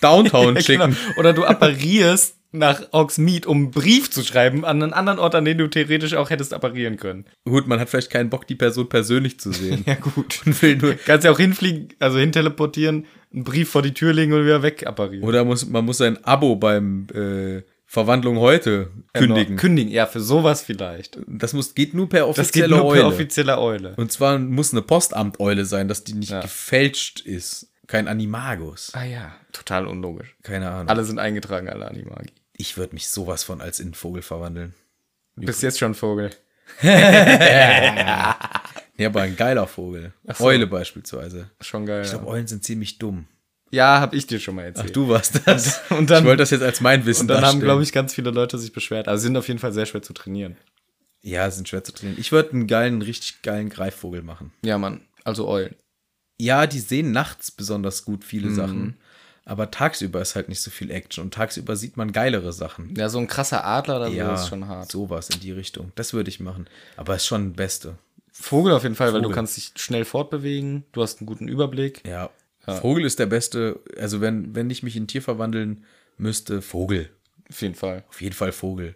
S3: Downtown
S1: Ja, genau.
S3: schicken.
S1: Oder du apparierst nach Hogsmeade, um einen Brief zu schreiben an einen anderen Ort, an den du theoretisch auch hättest apparieren können.
S3: Gut, man hat vielleicht keinen Bock, die Person persönlich zu sehen.
S1: Ja, gut.
S3: Und will nur,
S1: Kannst ja auch hinfliegen, also hinteleportieren, einen Brief vor die Tür legen und wieder weg apparieren.
S3: Oder muss, man muss sein Abo beim äh, Verwandlung heute kündigen.
S1: Genau. Kündigen, ja, für sowas vielleicht.
S3: Das muss, geht nur per
S1: Das geht
S3: offizieller
S1: nur per
S3: Eule.
S1: offizieller Eule.
S3: Und zwar muss eine Postamteule sein, dass die nicht gefälscht ist. Kein Animagus.
S1: Ah ja, total unlogisch.
S3: Keine Ahnung.
S1: Alle sind eingetragen, alle Animagi.
S3: Ich würde mich sowas von als in einen Vogel verwandeln.
S1: Bist jetzt schon Vogel.
S3: Ja, aber ein geiler Vogel. Eule beispielsweise.
S1: Schon geil.
S3: Ich glaube,
S1: ja.
S3: Eulen sind ziemlich dumm.
S1: Ja, hab ich dir schon mal
S3: Ach,
S1: erzählt.
S3: du warst das.
S1: Und dann-
S3: ich wollte das jetzt als mein Wissen
S1: und dann haben,
S3: darstellen.
S1: glaube ich, ganz viele Leute sich beschwert. Also sind auf jeden Fall sehr schwer zu trainieren.
S3: Ja, sind schwer zu trainieren. Ich würde einen geilen, richtig geilen Greifvogel machen.
S1: Ja, Mann. Also Eulen.
S3: ja, die sehen nachts besonders gut viele
S1: Mhm.
S3: Sachen, aber tagsüber ist halt nicht so viel Action und tagsüber sieht man geilere Sachen.
S1: Ja, so ein krasser Adler oder
S3: Ja,
S1: so ist schon hart.
S3: sowas in die Richtung. Das würde ich machen, aber ist schon das Beste.
S1: Vogel auf jeden Fall, weil du
S3: Vogel.
S1: kannst dich schnell fortbewegen, du hast einen guten Überblick.
S3: Ja, Vogel ist der beste. Also, wenn, wenn ich mich in Tier verwandeln müsste, Vogel.
S1: Auf jeden Fall.
S3: Auf jeden Fall Vogel.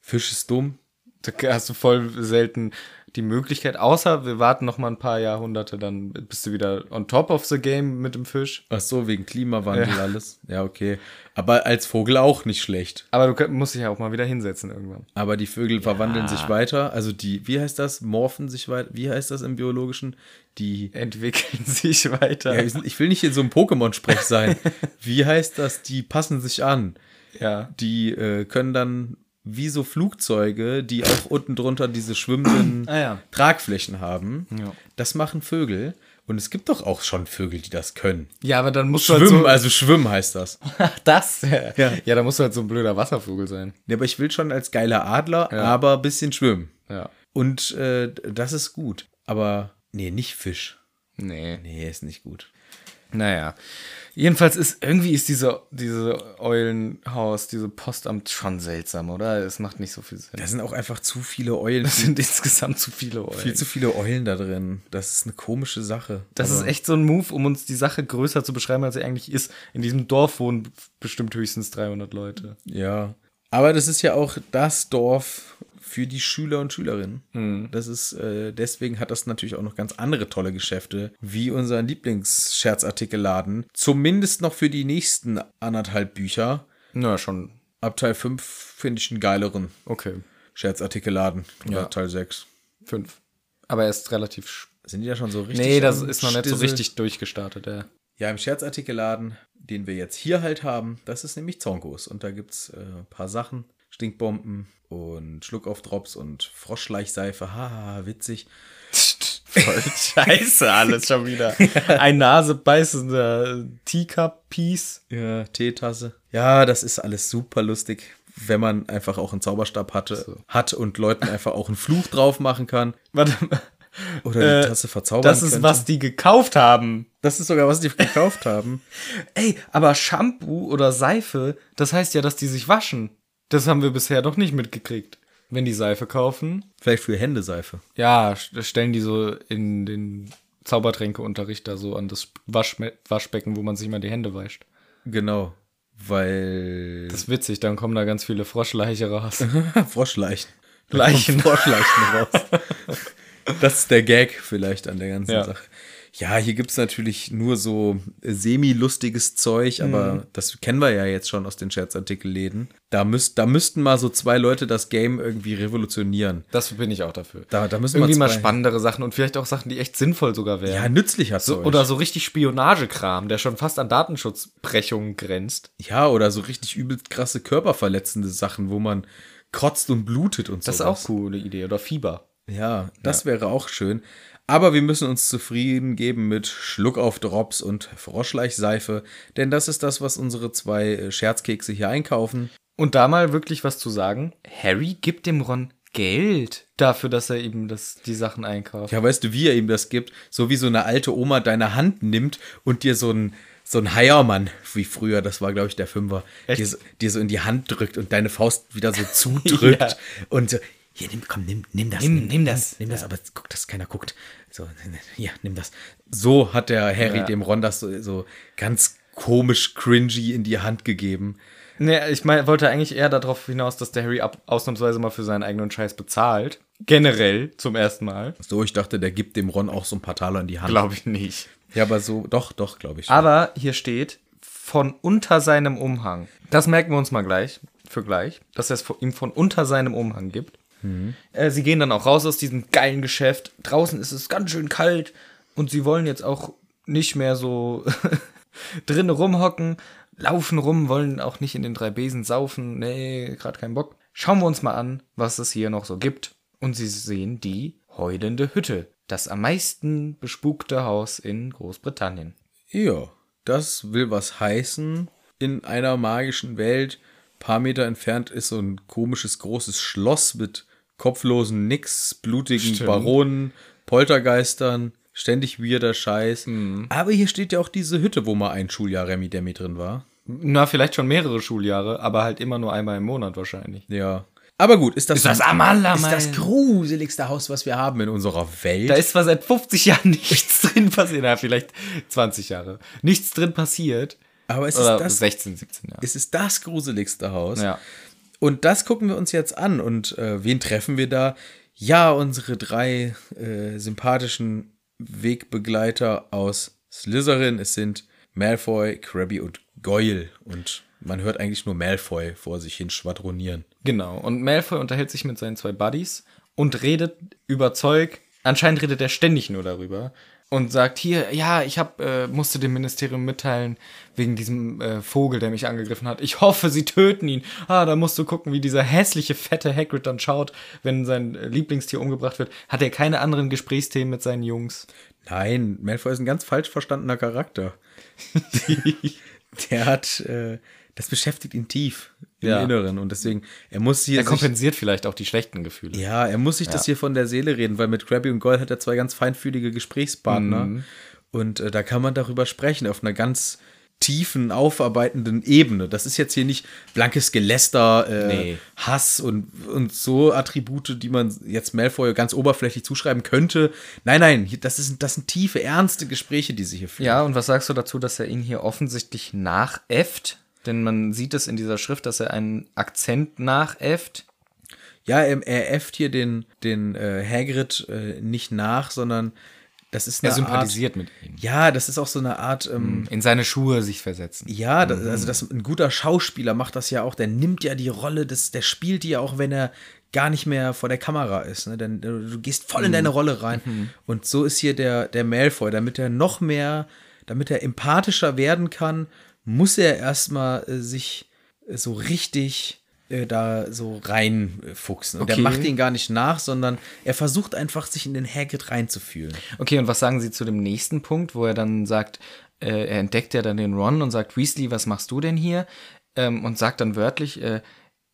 S3: Fisch ist dumm.
S1: Da hast du voll selten die Möglichkeit, außer wir warten noch mal ein paar Jahrhunderte, dann bist du wieder on top of the game mit dem Fisch.
S3: Ach so, wegen Klimawandel alles. Ja, okay. Aber als Vogel auch nicht schlecht.
S1: Aber du könnt- musst dich ja auch mal wieder hinsetzen irgendwann.
S3: Aber die Vögel verwandeln sich weiter. Also die, wie heißt das? Morphen sich weiter. Wie heißt das im Biologischen? Die.
S1: Entwickeln sich weiter.
S3: Ja, wir sind- ich will nicht in so einem Pokémon-Sprech sein. Wie heißt das? Die passen sich an.
S1: ja.
S3: Die äh, können dann wie so Flugzeuge, die auch unten drunter diese schwimmenden
S1: Ah, ja.
S3: Tragflächen haben.
S1: Ja.
S3: Das machen Vögel. Und es gibt doch auch schon Vögel, die das können.
S1: Ja, aber dann musst
S3: Schwimmen,
S1: du halt
S3: also schwimmen heißt das.
S1: so. Ach, das.
S3: Ja.
S1: Ja. ja, dann musst du halt so ein blöder Wasservogel sein.
S3: Ja, aber ich will schon als geiler Adler, aber ein bisschen schwimmen.
S1: Ja.
S3: Und äh, das ist gut. Aber nee, nicht Fisch.
S1: Nee.
S3: Nee, ist nicht gut.
S1: Naja. Jedenfalls ist irgendwie ist diese, diese Eulenhaus, diese Postamt schon seltsam, oder? Es macht nicht so viel Sinn.
S3: Da sind auch einfach zu viele Eulen.
S1: Es sind insgesamt zu viele Eulen.
S3: Viel zu viele Eulen da drin. Das ist eine komische Sache.
S1: das ist echt so ein Move, um uns die Sache größer zu beschreiben, als sie eigentlich ist. In diesem Dorf wohnen bestimmt höchstens 300 Leute.
S3: Ja. Aber das ist ja auch das Dorf für die Schüler und Schülerinnen.
S1: Hm.
S3: Das ist, äh, deswegen hat das natürlich auch noch ganz andere tolle Geschäfte, wie unser Lieblingsscherzartikelladen. Zumindest noch für die nächsten anderthalb Bücher.
S1: Na, schon.
S3: Ab Teil 5 finde ich einen geileren
S1: Okay.
S3: Scherzartikelladen. Oder
S1: Ja.
S3: Teil 6.
S1: Fünf. Aber er ist relativ. sch-
S3: Sind die da schon so richtig?
S1: Nee, das
S3: am
S1: ist noch nicht so
S3: Stissel?
S1: richtig durchgestartet, ja.
S3: Ja, im Scherzartikelladen, den wir jetzt hier halt haben, das ist nämlich Zonkos. Und da gibt's äh, ein paar Sachen. Stinkbomben und Schluckaufdrops und Froschleichseife. Haha, witzig.
S1: Voll scheiße alles schon wieder. Ein nasebeißender Teacup-Piece.
S3: Ja, Teetasse. Ja, das ist alles super lustig, wenn man einfach auch einen Zauberstab hatte, hat und Leuten einfach auch einen Fluch drauf machen kann.
S1: Warte mal.
S3: Oder die
S1: Äh,
S3: Tasse verzaubern
S1: Das ist,
S3: könnte.
S1: was die gekauft haben.
S3: Das ist sogar, was die gekauft haben.
S1: Ey, aber Shampoo oder Seife, das heißt ja, dass die sich waschen. Das haben wir bisher noch nicht mitgekriegt. Wenn die Seife kaufen,
S3: Vielleicht für Händeseife.
S1: ja, st- stellen die so in den Zaubertränkeunterricht da so an das Waschme Waschbecken, wo man sich mal die Hände wäscht.
S3: Genau. Weil
S1: Das ist witzig, dann kommen da ganz viele Froschleiche raus.
S3: Froschleichen.
S1: Leichen.
S3: Froschleichen raus. Das ist der Gag vielleicht an der ganzen
S1: Ja.
S3: Sache. Ja, hier gibt es natürlich nur so semi-lustiges Zeug, aber
S1: Mhm.
S3: das kennen wir ja jetzt schon aus den Scherzartikelläden. Da, müsst, da müssten mal so zwei Leute das Game irgendwie revolutionieren.
S1: Das bin ich auch dafür.
S3: Da, da müssen
S1: Irgendwie
S3: wir
S1: mal
S3: zwei-
S1: spannendere Sachen und vielleicht auch Sachen, die echt sinnvoll sogar wären.
S3: Ja, nützlicher
S1: So,
S3: Zeug.
S1: oder so richtig Spionagekram, der schon fast an Datenschutzbrechungen grenzt.
S3: ja, oder so richtig übel krasse körperverletzende Sachen, wo man kotzt und blutet und so.
S1: Das ist auch coole Idee. Oder Fieber.
S3: Ja, das wäre auch schön. Aber wir müssen uns zufrieden geben mit Schluck auf Drops und Froschleichseife, denn das ist das, was unsere zwei äh, Scherzkekse hier einkaufen.
S1: Und da mal wirklich was zu sagen. Harry gibt dem Ron Geld dafür, dass er ihm das, die Sachen einkauft.
S3: Ja, weißt du, wie er ihm das gibt? So wie so eine alte Oma deine Hand nimmt und dir so ein so ein Heiermann, wie früher, das war glaube ich der Fünfer, dir so, dir so in die Hand drückt und deine Faust wieder so zudrückt
S1: Ja.
S3: und so, hier, nimm, komm, nimm, nimm das.
S1: Nimm- nimm das.
S3: Nimm das, aber guck, dass keiner guckt. So, hier, nimm das. So hat der Harry dem Ron das so, so ganz komisch cringy in die Hand gegeben.
S1: Nee, ich mein, wollte eigentlich eher darauf hinaus, dass der Harry ab, ausnahmsweise mal für seinen eigenen Scheiß bezahlt. Generell zum ersten Mal.
S3: So, ich dachte, der gibt dem Ron auch so ein paar Taler in die Hand.
S1: Glaube ich nicht.
S3: Ja, aber so, doch, doch, glaube ich. schon.
S1: Aber hier steht von unter seinem Umhang. Das merken wir uns mal gleich, für gleich, dass er es von- ihm von unter seinem Umhang gibt. Äh, sie gehen dann auch raus aus diesem geilen Geschäft. Draußen ist es ganz schön kalt und sie wollen jetzt auch nicht mehr so drinnen rumhocken, laufen rum, wollen auch nicht in den drei Besen saufen. Nee, gerade keinen Bock. Schauen wir uns mal an, was es hier noch so gibt. Und sie sehen die heulende Hütte. Das am meisten bespukte Haus in Großbritannien.
S3: Ja, das will was heißen. In einer magischen Welt, paar Meter entfernt, ist so ein komisches großes Schloss mit kopflosen Nix, blutigen
S1: Stimmt.
S3: Baronen, Poltergeistern, ständig weirder Scheiß.
S1: Mhm.
S3: Aber hier steht ja auch diese Hütte, wo mal ein Schuljahr Remi Demi drin war.
S1: Na, vielleicht schon mehrere Schuljahre, aber halt immer nur einmal im Monat wahrscheinlich.
S3: Ja. Aber gut, ist das,
S1: das
S2: Ah,
S1: Amala,
S3: ist das gruseligste Haus, was wir haben in unserer Welt?
S1: Da ist zwar seit 50 Jahren nichts drin passiert, na, vielleicht 20 Jahre, nichts drin passiert.
S3: Aber es ist
S1: Oder
S3: das-
S1: 16, 17 Jahre.
S3: es ist das gruseligste Haus.
S1: Ja.
S3: Und das gucken wir uns jetzt an. Und äh, wen treffen wir da? Ja, unsere drei äh, sympathischen Wegbegleiter aus Slytherin. Es sind Malfoy, Krabby und Goyle. Und man hört eigentlich nur Malfoy vor sich hin schwadronieren.
S1: Genau. Und Malfoy unterhält sich mit seinen zwei Buddies und redet über Zeug. Anscheinend redet er ständig nur darüber und sagt hier, ja, ich hab, äh, musste dem Ministerium mitteilen wegen diesem äh, Vogel, der mich angegriffen hat. Ich hoffe, sie töten ihn. Ah, da musst du gucken, wie dieser hässliche fette Hagrid dann schaut, wenn sein äh, Lieblingstier umgebracht wird. Hat er keine anderen Gesprächsthemen mit seinen Jungs?
S3: Nein, Malfoy ist ein ganz falsch verstandener Charakter. Der hat, äh, das beschäftigt ihn tief im
S1: Ja.
S3: Inneren. Und deswegen, er muss hier.
S1: Er
S3: sich-
S1: kompensiert vielleicht auch die schlechten Gefühle.
S3: Ja, er muss sich das hier von der Seele reden, weil mit Krabby und Goyle hat er zwei ganz feinfühlige Gesprächspartner.
S1: Mhm.
S3: Und äh, da kann man darüber sprechen, auf einer ganz tiefen, aufarbeitenden Ebene. Das ist jetzt hier nicht blankes Geläster, äh,
S1: Nee.
S3: Hass und, und so Attribute, die man jetzt Malfoy ganz oberflächlich zuschreiben könnte. Nein, nein, hier- das, ist, das sind tiefe, ernste Gespräche, die sie hier führen.
S1: Ja, und was sagst du dazu, dass er ihn hier offensichtlich nachäfft? Denn man sieht es in dieser Schrift, dass er einen Akzent nachäfft.
S3: Ja, er, er äfft hier den, den äh, Hagrid äh, nicht nach, sondern das ist eine Art,
S1: mit ihm.
S3: Ja, das ist auch so eine Art ähm,
S1: In seine Schuhe sich versetzen.
S3: Ja, das, also das, ein guter Schauspieler macht das ja auch. Der nimmt ja die Rolle, des, der spielt die ja auch, wenn er gar nicht mehr vor der Kamera ist. Ne? Denn äh, du gehst voll in deine Rolle rein. Und so ist hier der, der Malfoy. Damit er noch mehr, damit er empathischer werden kann, muss er erstmal äh, sich äh, so richtig äh, da so reinfuchsen. Und
S1: Okay.
S3: der macht ihn gar nicht nach, sondern er versucht einfach, sich in den Hagrid reinzufühlen.
S1: Okay, und was sagen sie zu dem nächsten Punkt, wo er dann sagt, äh, er entdeckt ja dann den Ron und sagt, Weasley, was machst du denn hier? Ähm, und sagt dann wörtlich, äh,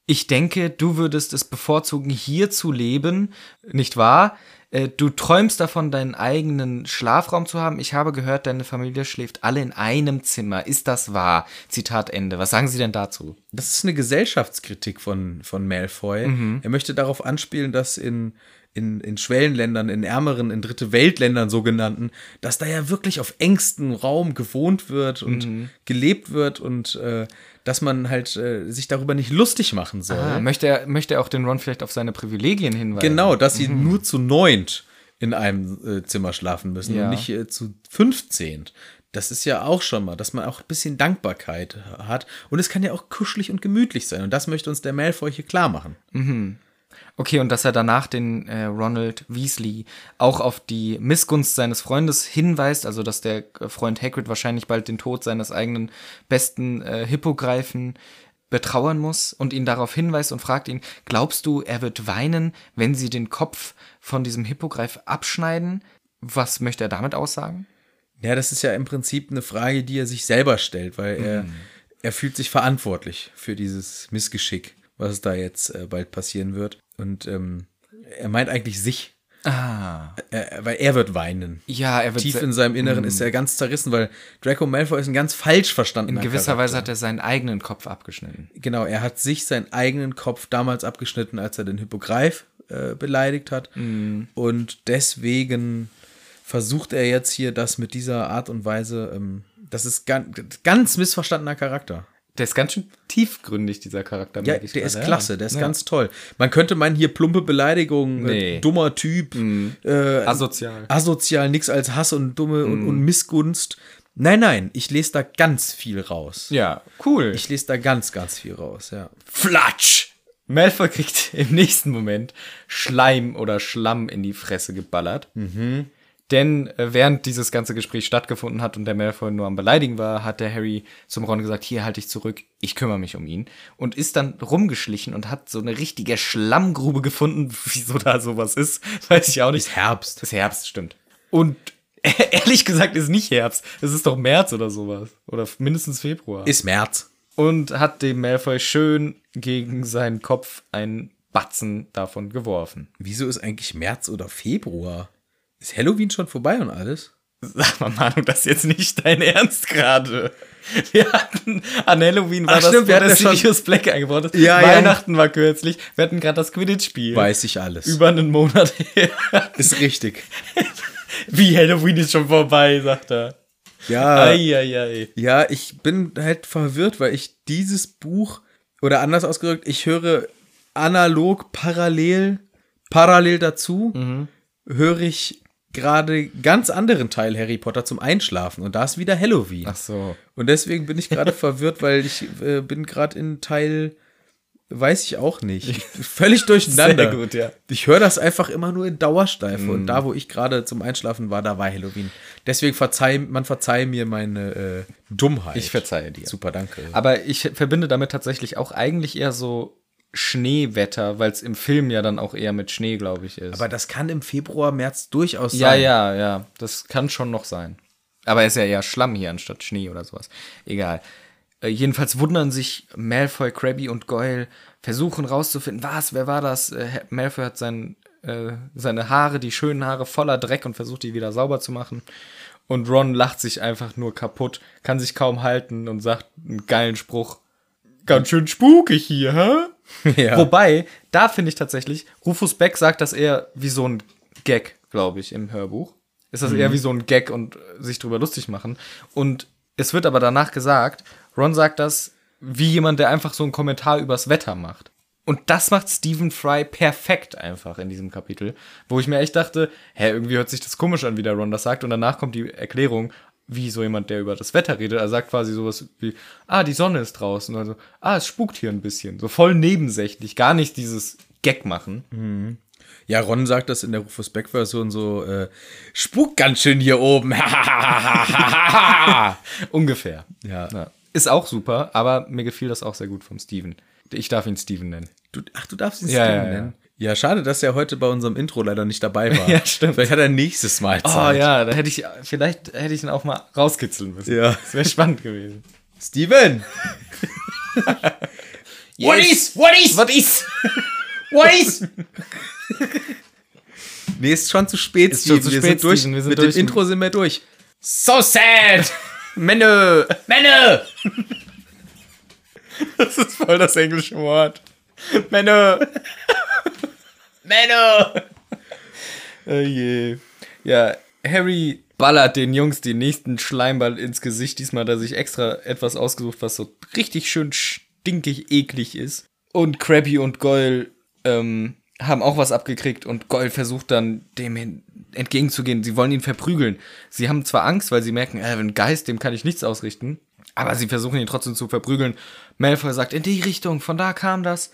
S1: ich denke, du würdest es bevorzugen, hier zu leben, nicht wahr? Äh, Du träumst davon, deinen eigenen Schlafraum zu haben. Ich habe gehört, deine Familie schläft alle in einem Zimmer. Ist das wahr? Zitat Ende. Was sagen Sie denn dazu?
S3: das ist eine Gesellschaftskritik von, von Malfoy. Er möchte darauf anspielen, dass in, in, in Schwellenländern, in ärmeren, in dritte Weltländern sogenannten, dass da ja wirklich auf engstem Raum gewohnt wird und gelebt wird und äh, dass man halt äh, sich darüber nicht lustig machen soll.
S1: Ah, Möchte, er, möchte er auch den Ron vielleicht auf seine Privilegien hinweisen?
S3: Genau, dass sie nur zu neunt in einem äh, Zimmer schlafen müssen
S1: Ja.
S3: und nicht äh, zu 15. Das ist ja auch schon mal, dass man auch ein bisschen Dankbarkeit hat. Und es kann ja auch kuschelig und gemütlich sein. Und das möchte uns der Malfoy hier klar machen.
S1: Okay, und dass er danach den äh, Ronald Weasley auch auf die Missgunst seines Freundes hinweist, also dass der äh, Freund Hagrid wahrscheinlich bald den Tod seines eigenen besten äh, Hippogreifen betrauern muss und ihn darauf hinweist und fragt ihn, glaubst du, er wird weinen, wenn sie den Kopf von diesem Hippogreif abschneiden? Was möchte er damit aussagen?
S3: Ja, das ist ja im Prinzip eine Frage, die er sich selber stellt, weil er,
S1: Mhm.
S3: er fühlt sich verantwortlich für dieses Missgeschick, was da jetzt äh, bald passieren wird. Und ähm, er meint eigentlich sich. Äh, weil er wird weinen.
S1: Ah. Ja, er wird
S3: Tief
S1: se- Mhm.
S3: in seinem Inneren ist er ganz zerrissen, weil Draco Malfoy ist ein ganz falsch verstandener
S1: in gewisser
S3: Charakter.
S1: Weise hat er seinen eigenen Kopf abgeschnitten.
S3: Genau, er hat sich seinen eigenen Kopf damals abgeschnitten, als er den Hippogreif äh, beleidigt hat. Und deswegen versucht er jetzt hier das mit dieser Art und Weise. Ähm, das ist ganz, ganz missverstandener Charakter.
S1: Der ist ganz schön tiefgründig, dieser Charakter.
S3: Ja,
S1: merke ich
S3: der ist
S1: gerade.
S3: klasse, der ist ganz toll. Man könnte meinen, hier plumpe Beleidigung,
S1: Nee.
S3: äh, dummer Typ, äh,
S1: Asozial.
S3: asozial, Mhm. nix als Hass und dumme und, und Missgunst. Nein, nein, ich lese da ganz viel raus.
S1: Ja, cool.
S3: Ich lese da ganz, ganz viel raus, ja.
S1: Flatsch! Malfoy kriegt im nächsten Moment Schleim oder Schlamm in die Fresse geballert. Denn äh, während dieses ganze Gespräch stattgefunden hat und der Malfoy nur am Beleidigen war, hat der Harry zum Ron gesagt, hier halte ich zurück, ich kümmere mich um ihn. Und ist dann rumgeschlichen und hat so eine richtige Schlammgrube gefunden. Wieso da sowas ist, weiß ich auch nicht.
S3: Ist Herbst.
S1: Ist Herbst, stimmt. Und ehrlich gesagt ist nicht Herbst, es ist doch März oder sowas. Oder mindestens Februar
S3: Ist März.
S1: und hat dem Malfoy schön gegen seinen Kopf einen Batzen davon geworfen.
S3: Wieso ist eigentlich März oder Februar? Ist Halloween schon vorbei und alles?
S1: Sag mal, Manu, das ist jetzt nicht dein Ernst gerade. Wir hatten, an Halloween war
S3: Ach,
S1: das,
S3: stimmt, wir
S1: wo
S3: hatten
S1: das
S3: ja schon-
S1: Sirius Black eingebaut ist.
S3: Ja, ja.
S1: Weihnachten war kürzlich. Wir hatten gerade das Quidditch-Spiel.
S3: Weiß ich alles.
S1: Über einen Monat her.
S3: Ist richtig.
S1: Wie Halloween ist schon vorbei, sagt er. Äh,
S3: Ja,
S1: Eieiei.
S3: ja, ich bin halt verwirrt, weil ich dieses Buch, oder anders ausgedrückt, ich höre analog parallel, parallel dazu,
S1: Mhm.
S3: höre ich gerade ganz anderen Teil Harry Potter zum Einschlafen und da ist wieder Halloween.
S1: Ach so.
S3: Und deswegen bin ich gerade verwirrt, weil ich äh, bin gerade in Teil, weiß ich auch nicht, Ich bin völlig durcheinander.
S1: Sehr gut, ja.
S3: Ich höre das einfach immer nur in Dauerschleife. Und da, wo ich gerade zum Einschlafen war, da war Halloween. Deswegen verzeih, man verzeihe mir meine äh, Dummheit.
S1: Ich verzeihe dir.
S3: Super, danke.
S1: Aber ich verbinde damit tatsächlich auch eigentlich eher so Schneewetter, weil es im Film ja dann auch eher mit Schnee, glaube ich, ist.
S3: Aber das kann im Februar, März durchaus
S1: ja,
S3: sein.
S1: ja, ja. Das kann schon noch sein. Aber ist ja eher Schlamm hier anstatt Schnee oder sowas. Egal. Äh, jedenfalls wundern sich Malfoy, Krabby und Goyle, versuchen rauszufinden, was, wer war das? Äh, Herr- Malfoy hat sein, äh, seine Haare, die schönen Haare voller Dreck und versucht die wieder sauber zu machen. Und Ron lacht sich einfach nur kaputt, kann sich kaum halten und sagt einen geilen Spruch. Ganz schön spukig hier, hä?
S3: Ja.
S1: Wobei, da finde ich tatsächlich, Rufus Beck sagt das eher wie so ein Gag, glaube ich, im Hörbuch. Ist das eher wie so ein Gag und äh, sich drüber lustig machen. Und es wird aber danach gesagt, Ron sagt das wie jemand, der einfach so einen Kommentar übers Wetter macht. Und das macht Stephen Fry perfekt einfach in diesem Kapitel, wo ich mir echt dachte, hä, irgendwie hört sich das komisch an, wie der Ron das sagt. Und danach kommt die Erklärung, wie so jemand, der über das Wetter redet. Er sagt quasi sowas wie, ah, die Sonne ist draußen. Also, ah, es spukt hier ein bisschen. So voll nebensächlich, gar nicht dieses Gag machen.
S3: Ja, Ron sagt das in der Rufus Beck-Version so, äh, spukt ganz schön hier oben.
S1: Ungefähr.
S3: Ja.
S1: Ist auch super, aber mir gefiel das auch sehr gut vom Steven. Ich darf ihn Steven nennen.
S3: Du, ach, du darfst ihn
S1: Ja,
S3: Steven
S1: ja, ja.
S3: nennen. Ja, schade, dass er heute bei unserem Intro leider nicht dabei war.
S1: Ja, stimmt.
S3: Vielleicht hat er nächstes Mal
S1: Oh
S3: Zeit.
S1: ja, da hätte ich, vielleicht hätte ich ihn auch mal rauskitzeln müssen.
S3: Ja.
S1: Das wäre spannend gewesen.
S3: Steven!
S2: What is? What is?
S1: Was ist?
S2: What is?
S3: Nee, ist schon zu spät,
S1: Ist schon zu
S3: wir
S1: spät,
S3: sind durch.
S1: Steven, wir sind
S3: Mit
S1: durch.
S3: dem Intro sind wir durch.
S2: So sad.
S3: Männer!
S2: Männer.
S1: Das ist voll das englische Wort. Männer.
S2: Männer.
S1: Oh je. Ja, Harry ballert den Jungs den nächsten Schleimball ins Gesicht. Diesmal hat er sich extra etwas ausgesucht, was so richtig schön stinkig eklig ist. Und Krabby und Goyle ähm, haben auch was abgekriegt und Goyle versucht dann dem hin- entgegenzugehen. Sie wollen ihn verprügeln. Sie haben zwar Angst, weil sie merken, äh, ein Geist, dem kann ich nichts ausrichten. Aber sie versuchen ihn trotzdem zu verprügeln. Malfoy sagt, in die Richtung, von da kam das.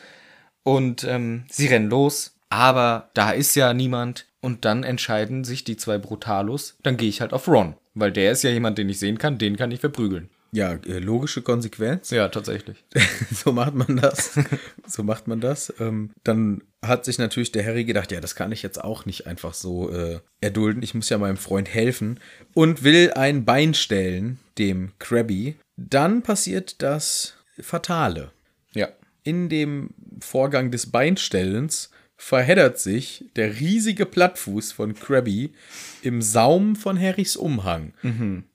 S1: Und ähm, sie rennen los, aber da ist ja niemand. Und dann entscheiden sich die zwei Brutalos, dann gehe ich halt auf Ron. Weil der ist ja jemand, den ich sehen kann, den kann ich verprügeln.
S3: Ja, äh, logische Konsequenz.
S1: Ja, tatsächlich.
S3: so macht man das. so macht man das. Ähm, dann hat sich natürlich der Harry gedacht, ja, das kann ich jetzt auch nicht einfach so äh, erdulden. Ich muss ja meinem Freund helfen und will ein Bein stellen, dem Krabby. Dann passiert das Fatale.
S1: Ja.
S3: In dem Vorgang des Beinstellens verheddert sich der riesige Plattfuß von Krabby im Saum von Harrys Umhang.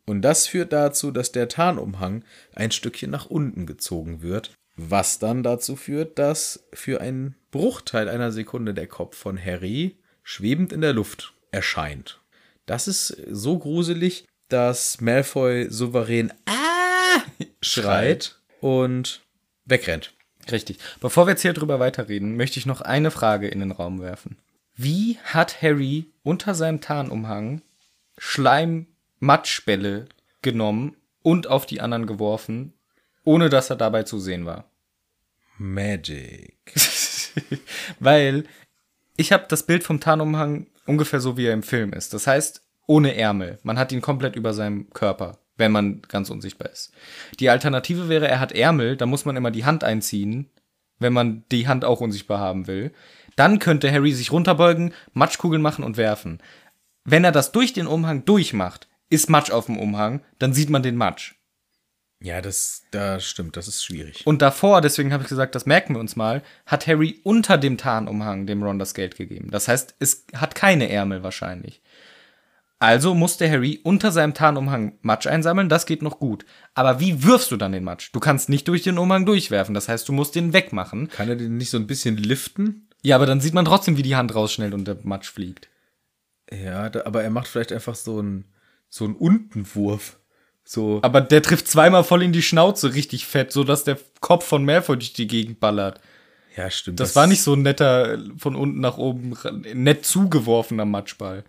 S3: Und das führt dazu, dass der Tarnumhang ein Stückchen nach unten gezogen wird, was dann dazu führt, dass für einen Bruchteil einer Sekunde der Kopf von Harry schwebend in der Luft erscheint. Das ist so gruselig, dass Malfoy souverän "Ah!" schreit und wegrennt.
S1: Richtig. Bevor wir jetzt hier drüber weiterreden, möchte ich noch eine Frage in den Raum werfen. Wie hat Harry unter seinem Tarnumhang Schleim-Matschbälle genommen und auf die anderen geworfen, ohne dass er dabei zu sehen war?
S3: Magic.
S1: Weil ich habe das Bild vom Tarnumhang ungefähr so, wie er im Film ist. Das heißt, ohne Ärmel. Man hat ihn komplett über seinem Körper, wenn man ganz unsichtbar ist. Die Alternative wäre, er hat Ärmel, da muss man immer die Hand einziehen, wenn man die Hand auch unsichtbar haben will. Dann könnte Harry sich runterbeugen, Matschkugeln machen und werfen. Wenn er das durch den Umhang durchmacht, ist Matsch auf dem Umhang, dann sieht man den Matsch.
S3: Ja, das, da stimmt, das ist schwierig.
S1: Und davor, deswegen habe ich gesagt, das merken wir uns mal, hat Harry unter dem Tarnumhang dem Ron das Geld gegeben. Das heißt, es hat keine Ärmel wahrscheinlich. Also musste Harry unter seinem Tarnumhang Matsch einsammeln, das geht noch gut. Aber wie wirfst du dann den Matsch? Du kannst nicht durch den Umhang durchwerfen, das heißt, du musst den wegmachen.
S3: Kann er den nicht so ein bisschen liften?
S1: Ja, aber dann sieht man trotzdem, wie die Hand rausschnellt und der Matsch fliegt.
S3: Ja, da, aber er macht vielleicht einfach so einen, so einen Untenwurf. So,
S1: Aber der trifft zweimal voll in die Schnauze, richtig fett, sodass der Kopf von Malfoy durch die Gegend ballert.
S3: ja, stimmt.
S1: Das war nicht so ein netter, äh, von unten nach oben, ra- nett zugeworfener Matschball.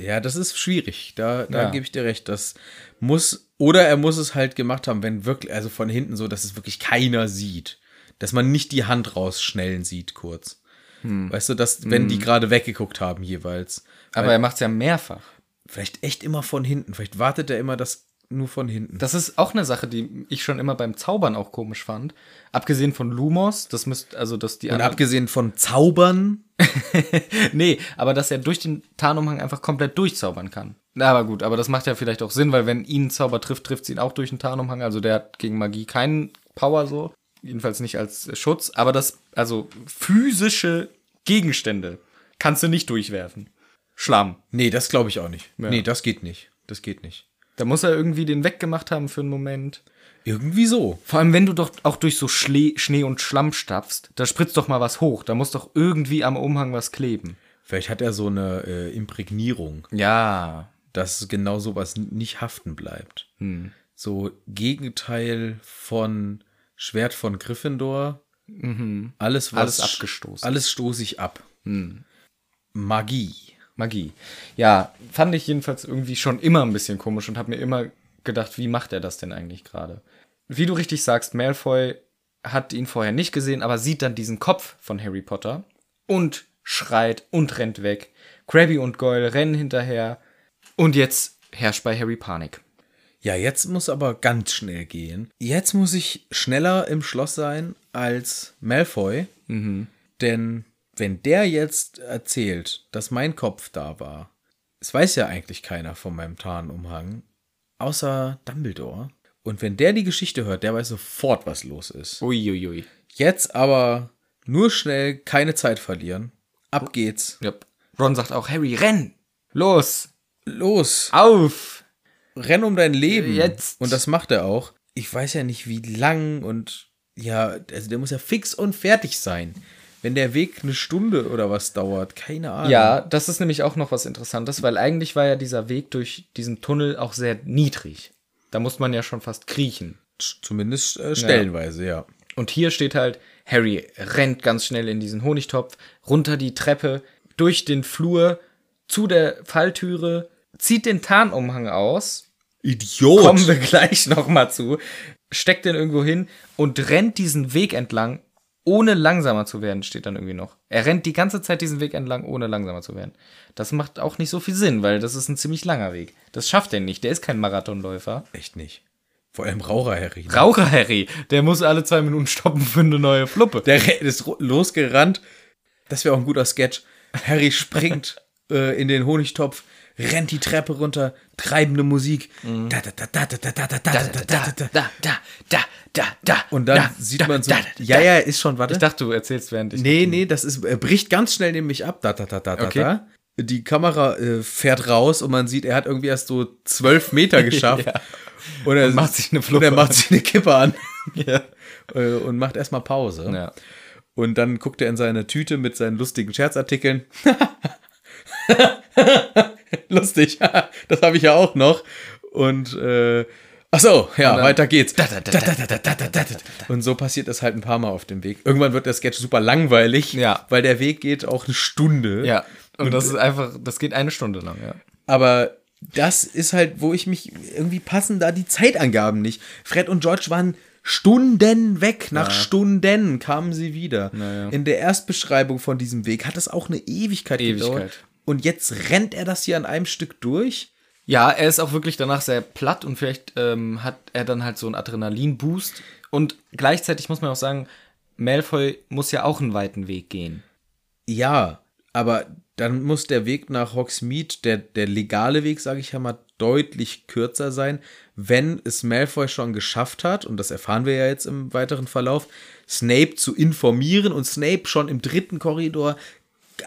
S3: Ja, das ist schwierig. Da, da
S1: Ja.
S3: gebe ich dir recht. Das muss, oder er muss es halt gemacht haben, wenn wirklich, also von hinten so, dass es wirklich keiner sieht. Dass man nicht die Hand rausschnellen sieht, kurz. Weißt du, dass, wenn die gerade weggeguckt haben jeweils.
S1: Aber er macht's ja mehrfach.
S3: Vielleicht echt immer von hinten. Vielleicht wartet er immer das nur von hinten.
S1: Das ist auch eine Sache, die ich schon immer beim Zaubern auch komisch fand. Abgesehen von Lumos, das müsste, also dass die
S3: Und
S1: anderen-
S3: abgesehen von Zaubern,
S1: Nee, aber dass er durch den Tarnumhang einfach komplett durchzaubern kann. Na, aber gut, aber das macht ja vielleicht auch Sinn, weil wenn ihn ein Zauber trifft, trifft es ihn auch durch den Tarnumhang. Also der hat gegen Magie keinen Power so. Jedenfalls nicht als äh, Schutz. Aber das, also physische Gegenstände kannst du nicht durchwerfen. Schlamm.
S3: nee, das glaube ich auch nicht. Nee, das geht nicht. Das geht nicht.
S1: Da muss er irgendwie den weggemacht haben für einen Moment.
S3: Irgendwie so.
S1: Vor allem, wenn du doch auch durch so Schle Schnee und Schlamm stapfst, da spritzt doch mal was hoch. Da muss doch irgendwie am Umhang was kleben.
S3: Vielleicht hat er so eine äh, Imprägnierung.
S1: Ja.
S3: dass genau sowas n- nicht haften bleibt.
S1: Hm.
S3: So Gegenteil von Schwert von Gryffindor. Alles, was
S1: Mhm. Alles abgestoßen. Hm.
S3: Alles stoße ich ab. Magie.
S1: Magie. Ja, fand ich jedenfalls irgendwie schon immer ein bisschen komisch und habe mir immer gedacht, wie macht er das denn eigentlich gerade? Wie du richtig sagst, Malfoy hat ihn vorher nicht gesehen, aber sieht dann diesen Kopf von Harry Potter und schreit und rennt weg. Krabby und Goyle rennen hinterher und jetzt herrscht bei Harry Panik.
S3: Ja, jetzt muss aber ganz schnell gehen. Jetzt muss ich schneller im Schloss sein als Malfoy. Denn wenn der jetzt erzählt, dass mein Kopf da war, es weiß ja eigentlich keiner von meinem Tarnumhang, außer Dumbledore. Und wenn der die Geschichte hört, der weiß sofort, was los ist.
S1: Uiuiui.
S3: Jetzt aber nur schnell, keine Zeit verlieren. Ab geht's.
S1: Ja. Ron sagt auch, Harry, renn! Los!
S3: Los,
S1: Auf!
S3: renn um dein Leben.
S1: Jetzt.
S3: Und das macht er auch. Ich weiß ja nicht, wie lang und ja, also der muss ja fix und fertig sein. Wenn der Weg eine Stunde oder was dauert, keine Ahnung.
S1: Ja, das ist nämlich auch noch was Interessantes, weil eigentlich war ja dieser Weg durch diesen Tunnel auch sehr niedrig. Da musste man ja schon fast kriechen.
S3: Z- Zumindest äh, stellenweise, ja.
S1: Und hier steht halt, Harry rennt ganz schnell in diesen Honigtopf, runter die Treppe, durch den Flur, zu der Falltüre, zieht den Tarnumhang aus,
S3: Idiot.
S1: kommen wir gleich nochmal zu, steckt den irgendwo hin und rennt diesen Weg entlang, ohne langsamer zu werden, steht dann irgendwie noch. Er rennt die ganze Zeit diesen Weg entlang, ohne langsamer zu werden. Das macht auch nicht so viel Sinn, weil das ist ein ziemlich langer Weg. Das schafft er nicht, der ist kein Marathonläufer.
S3: Echt nicht. Vor allem Raucher, Harry. ne?
S1: Raucher Harry, der muss alle zwei Minuten stoppen für eine neue Fluppe.
S3: Der re- ist ro- losgerannt. Das wäre auch ein guter Sketch. Harry springt äh, in den Honigtopf, rennt die Treppe runter, treibende Musik. Da, da, da, da, da, da, da, da, da, da, da, da, da.
S1: Mhm. da, da, da, da, da.
S3: Und dann
S1: da,
S3: sieht
S1: da,
S3: man so.
S1: Da, da,
S3: ja, ja, ist schon, warte.
S1: Ich dachte, du erzählst während ich.
S3: nee, nee, das ist, er bricht ganz schnell nämlich ab. Da, da, da, da,
S1: Okay.
S3: da, da. Die Kamera äh, fährt raus und man sieht, er hat irgendwie erst so zwölf Meter geschafft. Und er
S1: macht sich eine
S3: und
S1: Fluppe
S3: er macht sich eine Kippe an
S1: Ja.
S3: äh, und macht erstmal Pause.
S1: Ja.
S3: Und dann guckt er in seine Tüte mit seinen lustigen Scherzartikeln. Lustig, das habe ich ja auch noch. Und äh, ach so, ja, weiter geht's. Und so passiert das halt ein paar Mal auf dem Weg. Irgendwann wird der Sketch super langweilig,
S1: Ja.
S3: weil der Weg geht auch eine Stunde.
S1: ja. Und das ist einfach, das geht eine Stunde lang, ja.
S3: Aber das ist halt, wo ich mich irgendwie passen da die Zeitangaben nicht. Fred und George waren Stunden weg. Nach Stunden kamen sie wieder. In der Erstbeschreibung von diesem Weg hat es auch eine Ewigkeit,
S1: Ewigkeit.
S3: gedauert. Und jetzt rennt er das hier an einem Stück durch.
S1: Ja, er ist auch wirklich danach sehr platt und vielleicht ähm, hat er dann halt so einen Adrenalin-Boost. Und gleichzeitig muss man auch sagen, Malfoy muss ja auch einen weiten Weg gehen.
S3: Ja, aber dann muss der Weg nach Hogsmeade, der, der legale Weg, sage ich ja mal, deutlich kürzer sein, wenn es Malfoy schon geschafft hat, und das erfahren wir ja jetzt im weiteren Verlauf, Snape zu informieren und Snape schon im dritten Korridor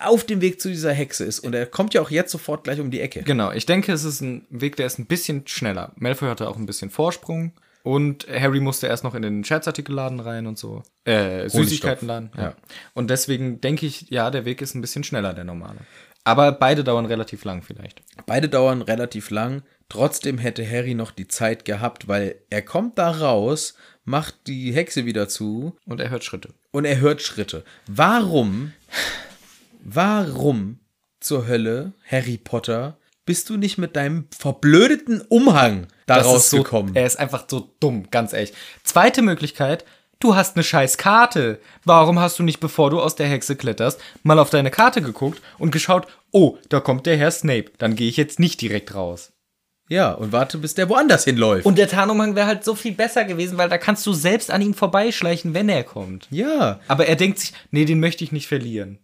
S3: auf dem Weg zu dieser Hexe ist. Und er kommt ja auch jetzt sofort gleich um die Ecke.
S1: Genau, ich denke, es ist ein Weg, der ist ein bisschen schneller. Malfoy hatte auch ein bisschen Vorsprung. Und Harry musste erst noch in den Scherzartikelladen rein und so. Äh, Süßigkeitenladen. Ja. Und deswegen denke ich, ja, der Weg ist ein bisschen schneller, der normale. Aber beide dauern relativ lang vielleicht.
S3: Beide dauern relativ lang. Trotzdem hätte Harry noch die Zeit gehabt, weil er kommt da raus, macht die Hexe wieder zu
S1: Und er hört Schritte.
S3: und er hört Schritte. Warum, warum zur Hölle, Harry Potter, bist du nicht mit deinem verblödeten Umhang da
S1: Das ist so,
S3: rausgekommen?
S1: er ist einfach so dumm, ganz ehrlich. Zweite Möglichkeit, du hast eine scheiß Karte. Warum hast du nicht, bevor du aus der Hexe kletterst, mal auf deine Karte geguckt und geschaut, oh, da kommt der Herr Snape, dann gehe ich jetzt nicht direkt raus.
S3: ja, und warte, bis der woanders hinläuft.
S1: Und der Tarnumhang wäre halt so viel besser gewesen, weil da kannst du selbst an ihm vorbeischleichen, wenn er kommt.
S3: ja,
S1: Aber er denkt sich, nee, den möchte ich nicht verlieren.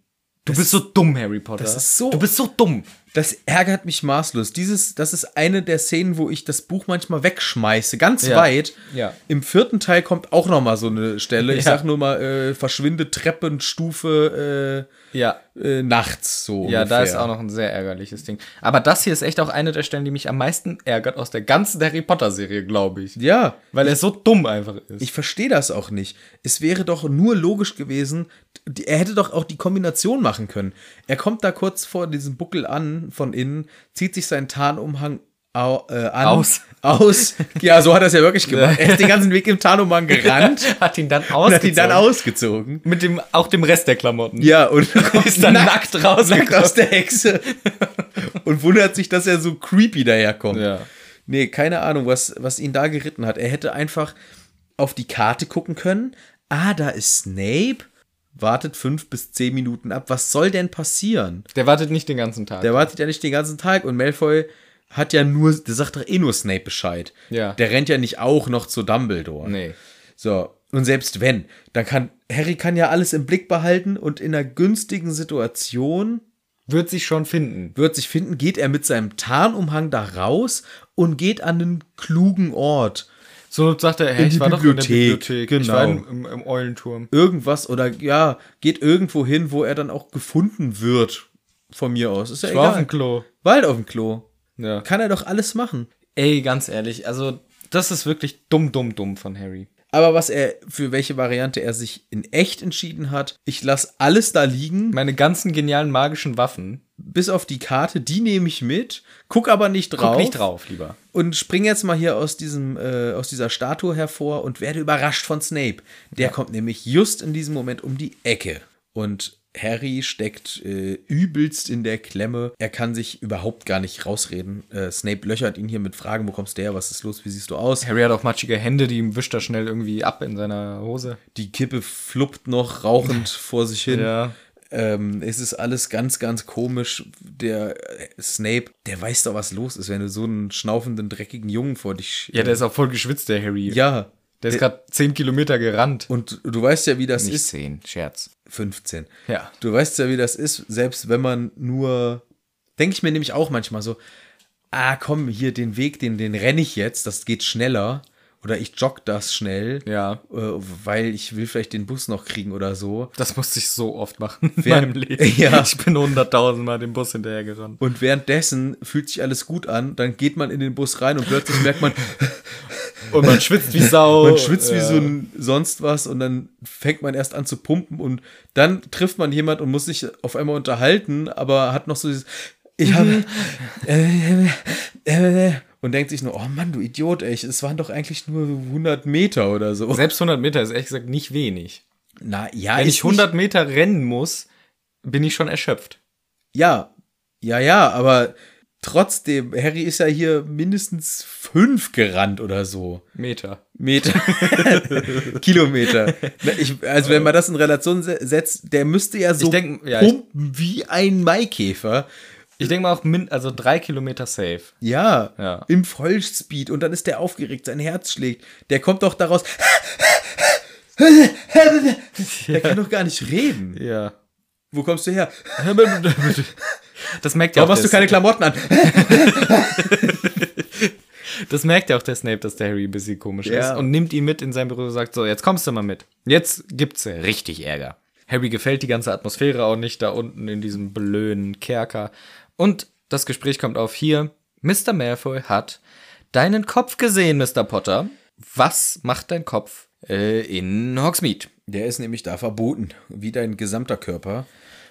S1: Du bist so dumm, Harry Potter.
S3: das ist so-
S1: Du bist so dumm.
S3: das ärgert mich maßlos. Dieses, das ist eine der Szenen, wo ich das Buch manchmal wegschmeiße, ganz
S1: Ja.
S3: weit.
S1: Ja.
S3: Im vierten Teil kommt auch noch mal so eine Stelle. Ich
S1: Ja.
S3: sag nur mal, äh, verschwinde Treppenstufe äh,
S1: Ja.
S3: äh, nachts so.
S1: Ja, da
S3: ungefähr.
S1: ist auch noch ein sehr ärgerliches Ding. Aber das hier ist echt auch eine der Stellen, die mich am meisten ärgert aus der ganzen Harry Potter-Serie, glaube ich.
S3: Ja,
S1: Weil er so dumm einfach ist.
S3: Ich verstehe das auch nicht. Es wäre doch nur logisch gewesen, die- er hätte doch auch die Kombination machen können. Er kommt da kurz vor diesem Buckel an, von innen, zieht sich seinen Tarnumhang au, äh, an,
S1: Aus.
S3: aus. Ja, so hat er es ja wirklich gemacht. Er ist den ganzen Weg im Tarnumhang gerannt
S1: hat ihn dann
S3: und
S1: ausgezogen.
S3: hat ihn dann ausgezogen.
S1: Mit dem, auch dem Rest der Klamotten.
S3: Ja, und
S1: Ist dann nackt, rausgekommen.
S3: nackt aus der Hexe und wundert sich, dass er so creepy daherkommt.
S1: Ja.
S3: Nee, keine Ahnung, was, was ihn da geritten hat. Er hätte einfach auf die Karte gucken können. Ah, da ist Snape. Wartet fünf bis zehn Minuten ab. Was soll denn passieren?
S1: Der wartet nicht den ganzen Tag.
S3: Der wartet ja nicht den ganzen Tag und Malfoy hat ja nur, der sagt doch eh nur Snape Bescheid.
S1: Ja.
S3: Der rennt ja nicht auch noch zu Dumbledore.
S1: nee.
S3: So, und selbst wenn, dann kann Harry kann ja alles im Blick behalten und in einer günstigen Situation
S1: Wird sich schon finden.
S3: wird sich finden, geht er mit seinem Tarnumhang da raus und geht an einen klugen Ort.
S1: So sagt er, hey,
S3: In
S1: ich
S3: die
S1: war doch in der
S3: Bibliothek,
S1: Bibliothek. Ich
S3: genau.
S1: war im, im, im Eulenturm.
S3: Irgendwas oder ja, geht irgendwo hin, wo er dann auch gefunden wird. Von mir aus. Ist ja
S1: Ich
S3: egal.
S1: war auf dem Klo.
S3: Wald auf dem Klo.
S1: Ja.
S3: Kann er doch alles machen.
S1: Ey, ganz ehrlich, also das ist wirklich dumm, dumm, dumm von Harry.
S3: Aber was er, für welche Variante er sich in echt entschieden hat, ich lasse alles da liegen,
S1: Meine ganzen genialen magischen Waffen.
S3: bis auf die Karte, die nehme ich mit, guck aber nicht drauf.
S1: Guck nicht drauf, lieber.
S3: Und spring jetzt mal hier aus, diesem, äh, aus dieser Statue hervor und werde überrascht von Snape. Der kommt nämlich just in diesem Moment um die Ecke. Und Harry steckt äh, übelst in der Klemme. Er kann sich überhaupt gar nicht rausreden. Äh, Snape löchert ihn hier mit Fragen, wo kommst du her, was ist los, wie siehst du aus?
S1: Harry hat auch matschige Hände, die ihm wischt er schnell irgendwie ab in seiner Hose.
S3: Die Kippe fluppt noch rauchend vor sich hin.
S1: Ja.
S3: Ähm, es ist alles ganz, ganz komisch. Der äh, Snape, der weiß doch, was los ist, wenn du so einen schnaufenden, dreckigen Jungen vor dich. äh,
S1: Ja, der ist auch voll geschwitzt, der Harry.
S3: ja.
S1: Der ist gerade 10 Kilometer gerannt.
S3: Und du weißt ja, wie das
S1: Nicht
S3: ist.
S1: 10, Scherz.
S3: 15.
S1: Ja.
S3: Du weißt ja, wie das ist, selbst wenn man nur. Denke ich mir nämlich auch manchmal so: Ah, komm, hier den Weg, den, den renne ich jetzt, das geht schneller. Oder ich jogge das schnell,
S1: Ja.
S3: äh, weil ich will vielleicht den Bus noch kriegen oder so.
S1: Das musste ich so oft machen in
S3: Wer-
S1: meinem Leben.
S3: Ja.
S1: Ich bin 100.000 Mal dem Bus hinterhergerannt.
S3: Und währenddessen fühlt sich alles gut an, dann geht man in den Bus rein und plötzlich merkt man,
S1: Und man schwitzt wie Sau.
S3: man schwitzt wie
S1: Ja.
S3: so ein sonst was und dann fängt man erst an zu pumpen und dann trifft man jemand und muss sich auf einmal unterhalten, aber hat noch so dieses ich habe
S1: Mhm.
S3: äh, äh, äh, und denkt sich nur, oh Mann, du Idiot, ey, es waren doch eigentlich nur 100 Meter oder so.
S1: Selbst 100 Meter ist ehrlich gesagt nicht wenig.
S3: Na ja,
S1: Wenn
S3: ist
S1: ich 100 Meter rennen muss, bin ich schon erschöpft.
S3: nicht, ja, ja, ja, aber trotzdem, Harry ist ja hier mindestens fünf gerannt oder so.
S1: Meter.
S3: Meter. Kilometer. Na, Ich, also wenn man das in Relation se- setzt, der müsste ja so
S1: Ich denk- ja, ich-
S3: pumpen wie ein Maikäfer.
S1: Ich denke mal auch, min also drei Kilometer safe.
S3: Ja,
S1: Ja.
S3: im Vollspeed. Und dann ist der aufgeregt, sein Herz schlägt. Der kommt doch daraus. Der kann doch gar nicht reden.
S1: Ja.
S3: Wo kommst du her?
S1: Das merkt ja
S3: Warum
S1: auch
S3: hast du
S1: der
S3: keine Klamotten an?
S1: Das merkt ja auch der Snape, dass der Harry ein bisschen komisch
S3: Ja.
S1: ist und nimmt ihn mit in sein Büro und sagt so, jetzt kommst du mal mit. Jetzt gibt's richtig Ärger. Harry gefällt die ganze Atmosphäre auch nicht da unten in diesem blöden Kerker. Und das Gespräch kommt auf hier. Mr. Malfoy hat deinen Kopf gesehen, Mr. Potter. Was macht dein Kopf äh, in Hogsmeade?
S3: Der ist nämlich da verboten, wie dein gesamter Körper.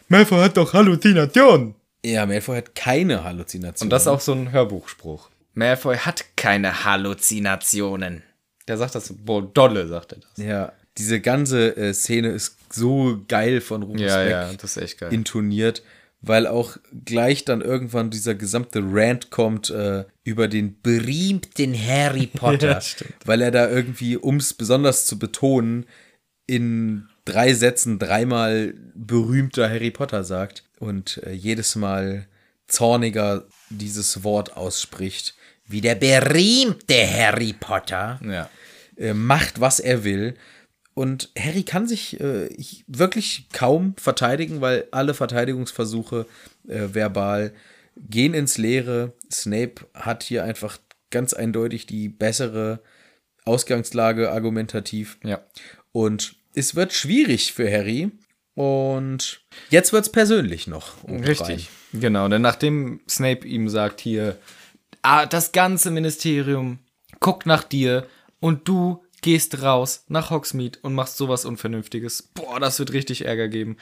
S1: Malfoy hat doch Halluzination.
S3: Ja, Malfoy hat keine Halluzination.
S1: Und das ist auch so ein Hörbuchspruch. Malfoy hat keine Halluzinationen. Der sagt das, boah, dolle, sagt er das.
S3: Ja, diese ganze äh, Szene ist so geil von Rufus
S1: Ja,
S3: Beck
S1: ja, das ist echt geil.
S3: intoniert, weil auch gleich dann irgendwann dieser gesamte Rant kommt äh, über den berühmten Harry Potter,
S1: Ja, stimmt.
S3: weil er da irgendwie, um es besonders zu betonen, in drei Sätzen dreimal berühmter Harry Potter sagt und äh, jedes Mal zorniger dieses Wort ausspricht, wie der berühmte Harry Potter
S1: ja.
S3: äh, macht, was er will. Und Harry kann sich äh, ich- wirklich kaum verteidigen, weil alle Verteidigungsversuche äh, verbal gehen ins Leere. Snape hat hier einfach ganz eindeutig die bessere Ausgangslage argumentativ.
S1: Ja.
S3: Und es wird schwierig für Harry. Und jetzt wird's persönlich noch. obendrein.
S1: Richtig. Genau, denn nachdem Snape ihm sagt, hier, ah, das ganze Ministerium guckt nach dir und du gehst raus nach Hogsmeade und machst sowas Unvernünftiges. Boah, das wird richtig Ärger geben.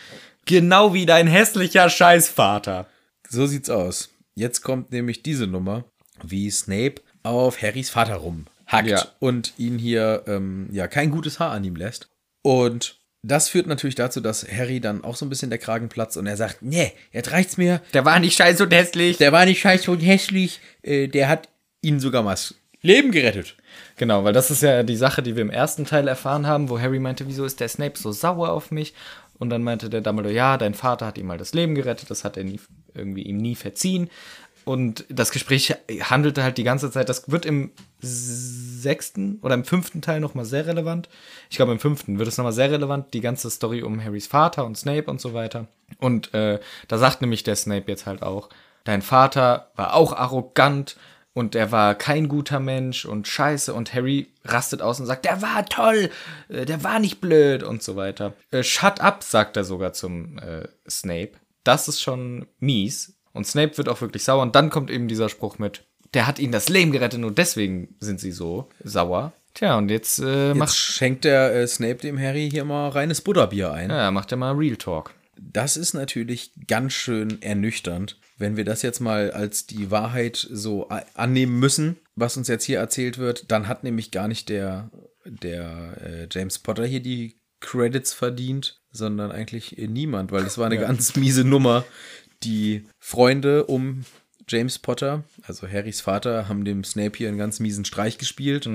S1: Genau wie dein hässlicher Scheißvater.
S3: So sieht's aus. Jetzt kommt nämlich diese Nummer, wie Snape auf Harrys Vater rumhackt
S1: Ja.
S3: und ihn hier ähm, ja kein gutes Haar an ihm lässt. Und das führt natürlich dazu, dass Harry dann auch so ein bisschen der Kragen platzt und er sagt, nee, jetzt reicht's mir.
S1: Der war nicht scheiß und hässlich.
S3: Der war nicht scheiße und hässlich. Äh, der hat ihn sogar mal das Leben gerettet.
S1: Genau, weil das ist ja die Sache, die wir im ersten Teil erfahren haben, wo Harry meinte, wieso ist der Snape so sauer auf mich? Und dann meinte der Dumbledore, ja, dein Vater hat ihm mal das Leben gerettet, das hat er nie, irgendwie ihm nie verziehen. Und das Gespräch handelte halt die ganze Zeit, das wird im sechsten oder im fünften Teil nochmal sehr relevant. Ich glaube, im fünften wird es nochmal sehr relevant, die ganze Story um Harrys Vater und Snape und so weiter. Und äh, da sagt nämlich der Snape jetzt halt auch, dein Vater war auch arrogant und er war kein guter Mensch und scheiße. Und Harry rastet aus und sagt, der war toll, äh, der war nicht blöd und so weiter. Äh, Shut up, sagt er sogar zum äh, Snape. Das ist schon mies. Und Snape wird auch wirklich sauer. Und dann kommt eben dieser Spruch mit, der hat ihnen das Leben gerettet, nur deswegen sind sie so sauer. Tja, und jetzt, äh,
S3: Jetzt
S1: macht,
S3: schenkt der äh, Snape dem Harry hier mal reines Butterbier ein.
S1: ja, macht er mal Real Talk.
S3: Das ist natürlich ganz schön ernüchternd, wenn wir das jetzt mal als die Wahrheit so a- annehmen müssen, was uns jetzt hier erzählt wird. Dann hat nämlich gar nicht der, der äh, James Potter hier die Credits verdient, sondern eigentlich äh, niemand, weil das war eine ganz miese Nummer. Die Freunde um James Potter, also Harrys Vater, haben dem Snape hier einen ganz miesen Streich gespielt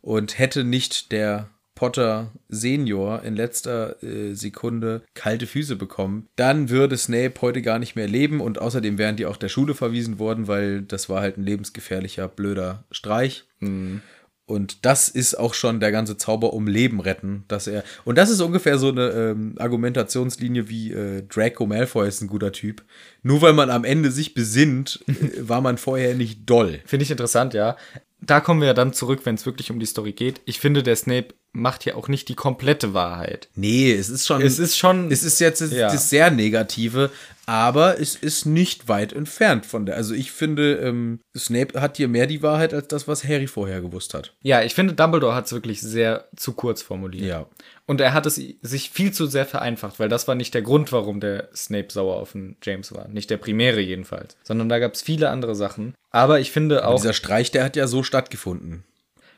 S3: und hätte nicht der Potter Senior in letzter äh, Sekunde kalte Füße bekommen, dann würde Snape heute gar nicht mehr leben und außerdem wären die auch der Schule verwiesen worden, weil das war halt ein lebensgefährlicher, blöder Streich. Und das ist auch schon der ganze Zauber um Leben retten, dass er. Und das ist ungefähr so eine ähm, Argumentationslinie wie äh, Draco Malfoy ist ein guter Typ. Nur weil man am Ende sich besinnt, äh, war man vorher nicht doll.
S1: Finde ich interessant, ja. Da kommen wir ja dann zurück, wenn es wirklich um die Story geht. Ich finde, der Snape macht hier auch nicht die komplette Wahrheit.
S3: Nee, es ist schon.
S1: Es ist schon.
S3: Es ist jetzt das,
S1: Ja.
S3: das sehr Negative, aber es ist nicht weit entfernt von der. Also ich finde, ähm, Snape hat hier mehr die Wahrheit als das, was Harry vorher gewusst hat.
S1: ja, ich finde, Dumbledore hat es wirklich sehr zu kurz formuliert.
S3: Ja.
S1: Und er hat es i- sich viel zu sehr vereinfacht, weil das war nicht der Grund, warum der Snape sauer auf den James war. Nicht der primäre jedenfalls. Sondern da gab es viele andere Sachen. Aber ich finde auch.
S3: Dieser Streich, der hat ja so stattgefunden.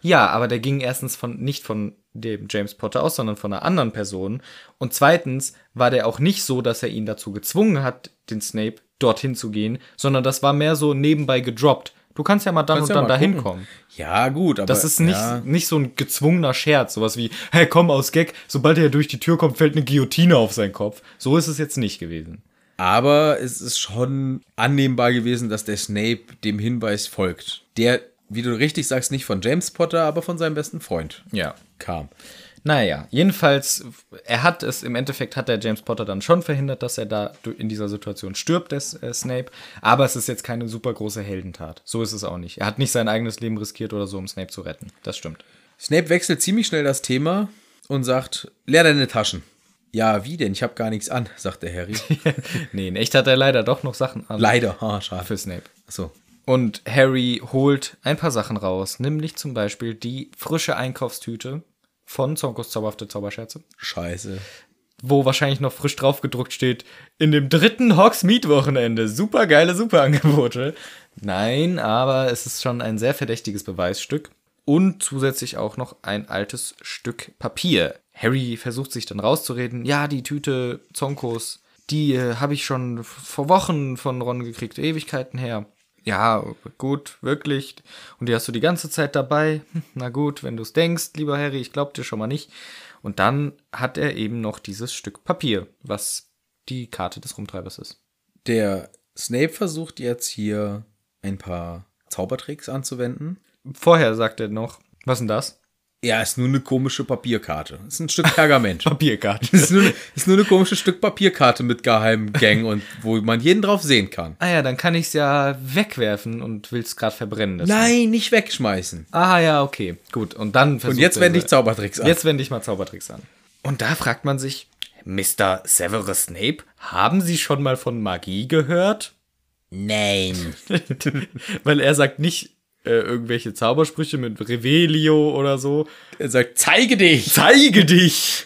S1: Ja, aber der ging erstens von nicht von dem James Potter aus, sondern von einer anderen Person. Und zweitens war der auch nicht so, dass er ihn dazu gezwungen hat, den Snape dorthin zu gehen, sondern das war mehr so nebenbei gedroppt. Du kannst ja mal dann
S3: Kannst
S1: und
S3: ja
S1: dann
S3: mal
S1: dahin
S3: gucken.
S1: kommen.
S3: Ja, gut, aber.
S1: Das ist nicht,
S3: Ja,
S1: nicht so ein gezwungener Scherz, sowas wie, hey, komm aus Gag, sobald er durch die Tür kommt, fällt eine Guillotine auf seinen Kopf. So ist es jetzt nicht gewesen.
S3: aber es ist schon annehmbar gewesen, dass der Snape dem Hinweis folgt. Der, wie du richtig sagst, nicht von James Potter, aber von seinem besten Freund
S1: Ja.
S3: kam.
S1: Naja, jedenfalls, er hat es, im Endeffekt hat der James Potter dann schon verhindert, dass er da du- in dieser Situation stirbt, der S- äh, Snape. Aber es ist jetzt keine super große Heldentat. So ist es auch nicht. Er hat nicht sein eigenes Leben riskiert oder so, um Snape zu retten. Das stimmt.
S3: Snape wechselt ziemlich schnell das Thema und sagt: Leer deine Taschen. Ja, wie denn? Ich habe gar nichts an, sagt der Harry.
S1: nee, in echt hat er leider doch noch Sachen an.
S3: Leider, ha, schade.
S1: für Snape.
S3: So.
S1: Und Harry holt ein paar Sachen raus, nämlich zum Beispiel die frische Einkaufstüte von Zonkos zauberhafte Zauberscherze,
S3: Scheiße.
S1: wo wahrscheinlich noch frisch draufgedruckt steht, in dem dritten Hogsmeade-Wochenende, super geile Superangebote. Nein, aber es ist schon ein sehr verdächtiges Beweisstück und zusätzlich auch noch ein altes Stück Papier. Harry versucht sich dann rauszureden, ja, die Tüte Zonkos, die äh, habe ich schon f- vor Wochen von Ron gekriegt, Ewigkeiten her. Ja, gut, wirklich. Und die hast du die ganze Zeit dabei. Hm, Na gut, wenn du es denkst, lieber Harry, ich glaub dir schon mal nicht. Und dann hat er eben noch dieses Stück Papier, was die Karte des Rumtreibers ist.
S3: Der Snape versucht jetzt hier ein paar Zaubertricks anzuwenden.
S1: Vorher sagt er noch, was denn das?
S3: Ja, ist nur eine komische Papierkarte. Ist ein Stück Pergament.
S1: Papierkarte.
S3: ist, nur, ist nur eine komische Stück Papierkarte mit geheimen Gang und wo man jeden drauf sehen kann.
S1: Ah ja, dann kann ich's ja wegwerfen und will's gerade verbrennen. deswegen.
S3: Nein, nicht wegschmeißen.
S1: Ah ja, okay, gut. Und dann
S3: Und jetzt wende ich Zaubertricks an.
S1: Jetzt wende ich mal Zaubertricks an. Und da fragt man sich, Mr. Severus Snape, haben Sie schon mal von Magie gehört?
S2: Nein.
S1: Weil er sagt nicht äh, irgendwelche Zaubersprüche mit Revelio oder so.
S3: Er sagt, zeige dich!
S1: Zeige dich!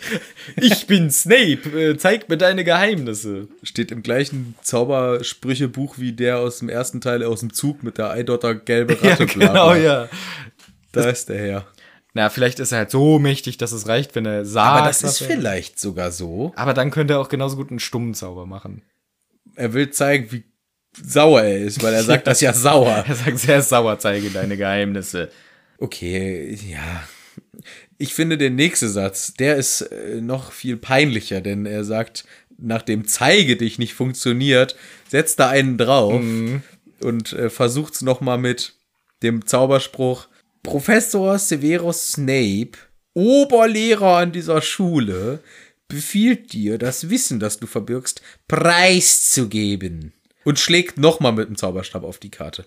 S1: Ich bin Snape, äh, zeig mir deine Geheimnisse.
S3: Steht im gleichen Zaubersprüchebuch wie der aus dem ersten Teil aus dem Zug mit der Eidotter gelbe Ratte.
S1: genau, ja.
S3: Da ist der Herr.
S1: Na, vielleicht ist er halt so mächtig, dass es reicht, wenn er sagt.
S3: Aber das
S1: dass
S3: ist
S1: er-
S3: vielleicht sogar so.
S1: Aber dann könnte er auch genauso gut einen stummen Zauber machen.
S3: Er will zeigen, wie sauer er ist, weil er sagt, das ist ja sauer.
S1: Er sagt, sehr sauer, zeige deine Geheimnisse.
S3: Okay, ja. Ich finde den nächsten Satz, der ist äh, noch viel peinlicher, denn er sagt, nachdem zeige dich nicht funktioniert, setzt da einen drauf und äh, versucht's noch mal mit dem Zauberspruch Professor Severus Snape, Oberlehrer an dieser Schule, befiehlt dir, das Wissen, das du verbirgst, preiszugeben. Und schlägt nochmal mit dem Zauberstab auf die Karte.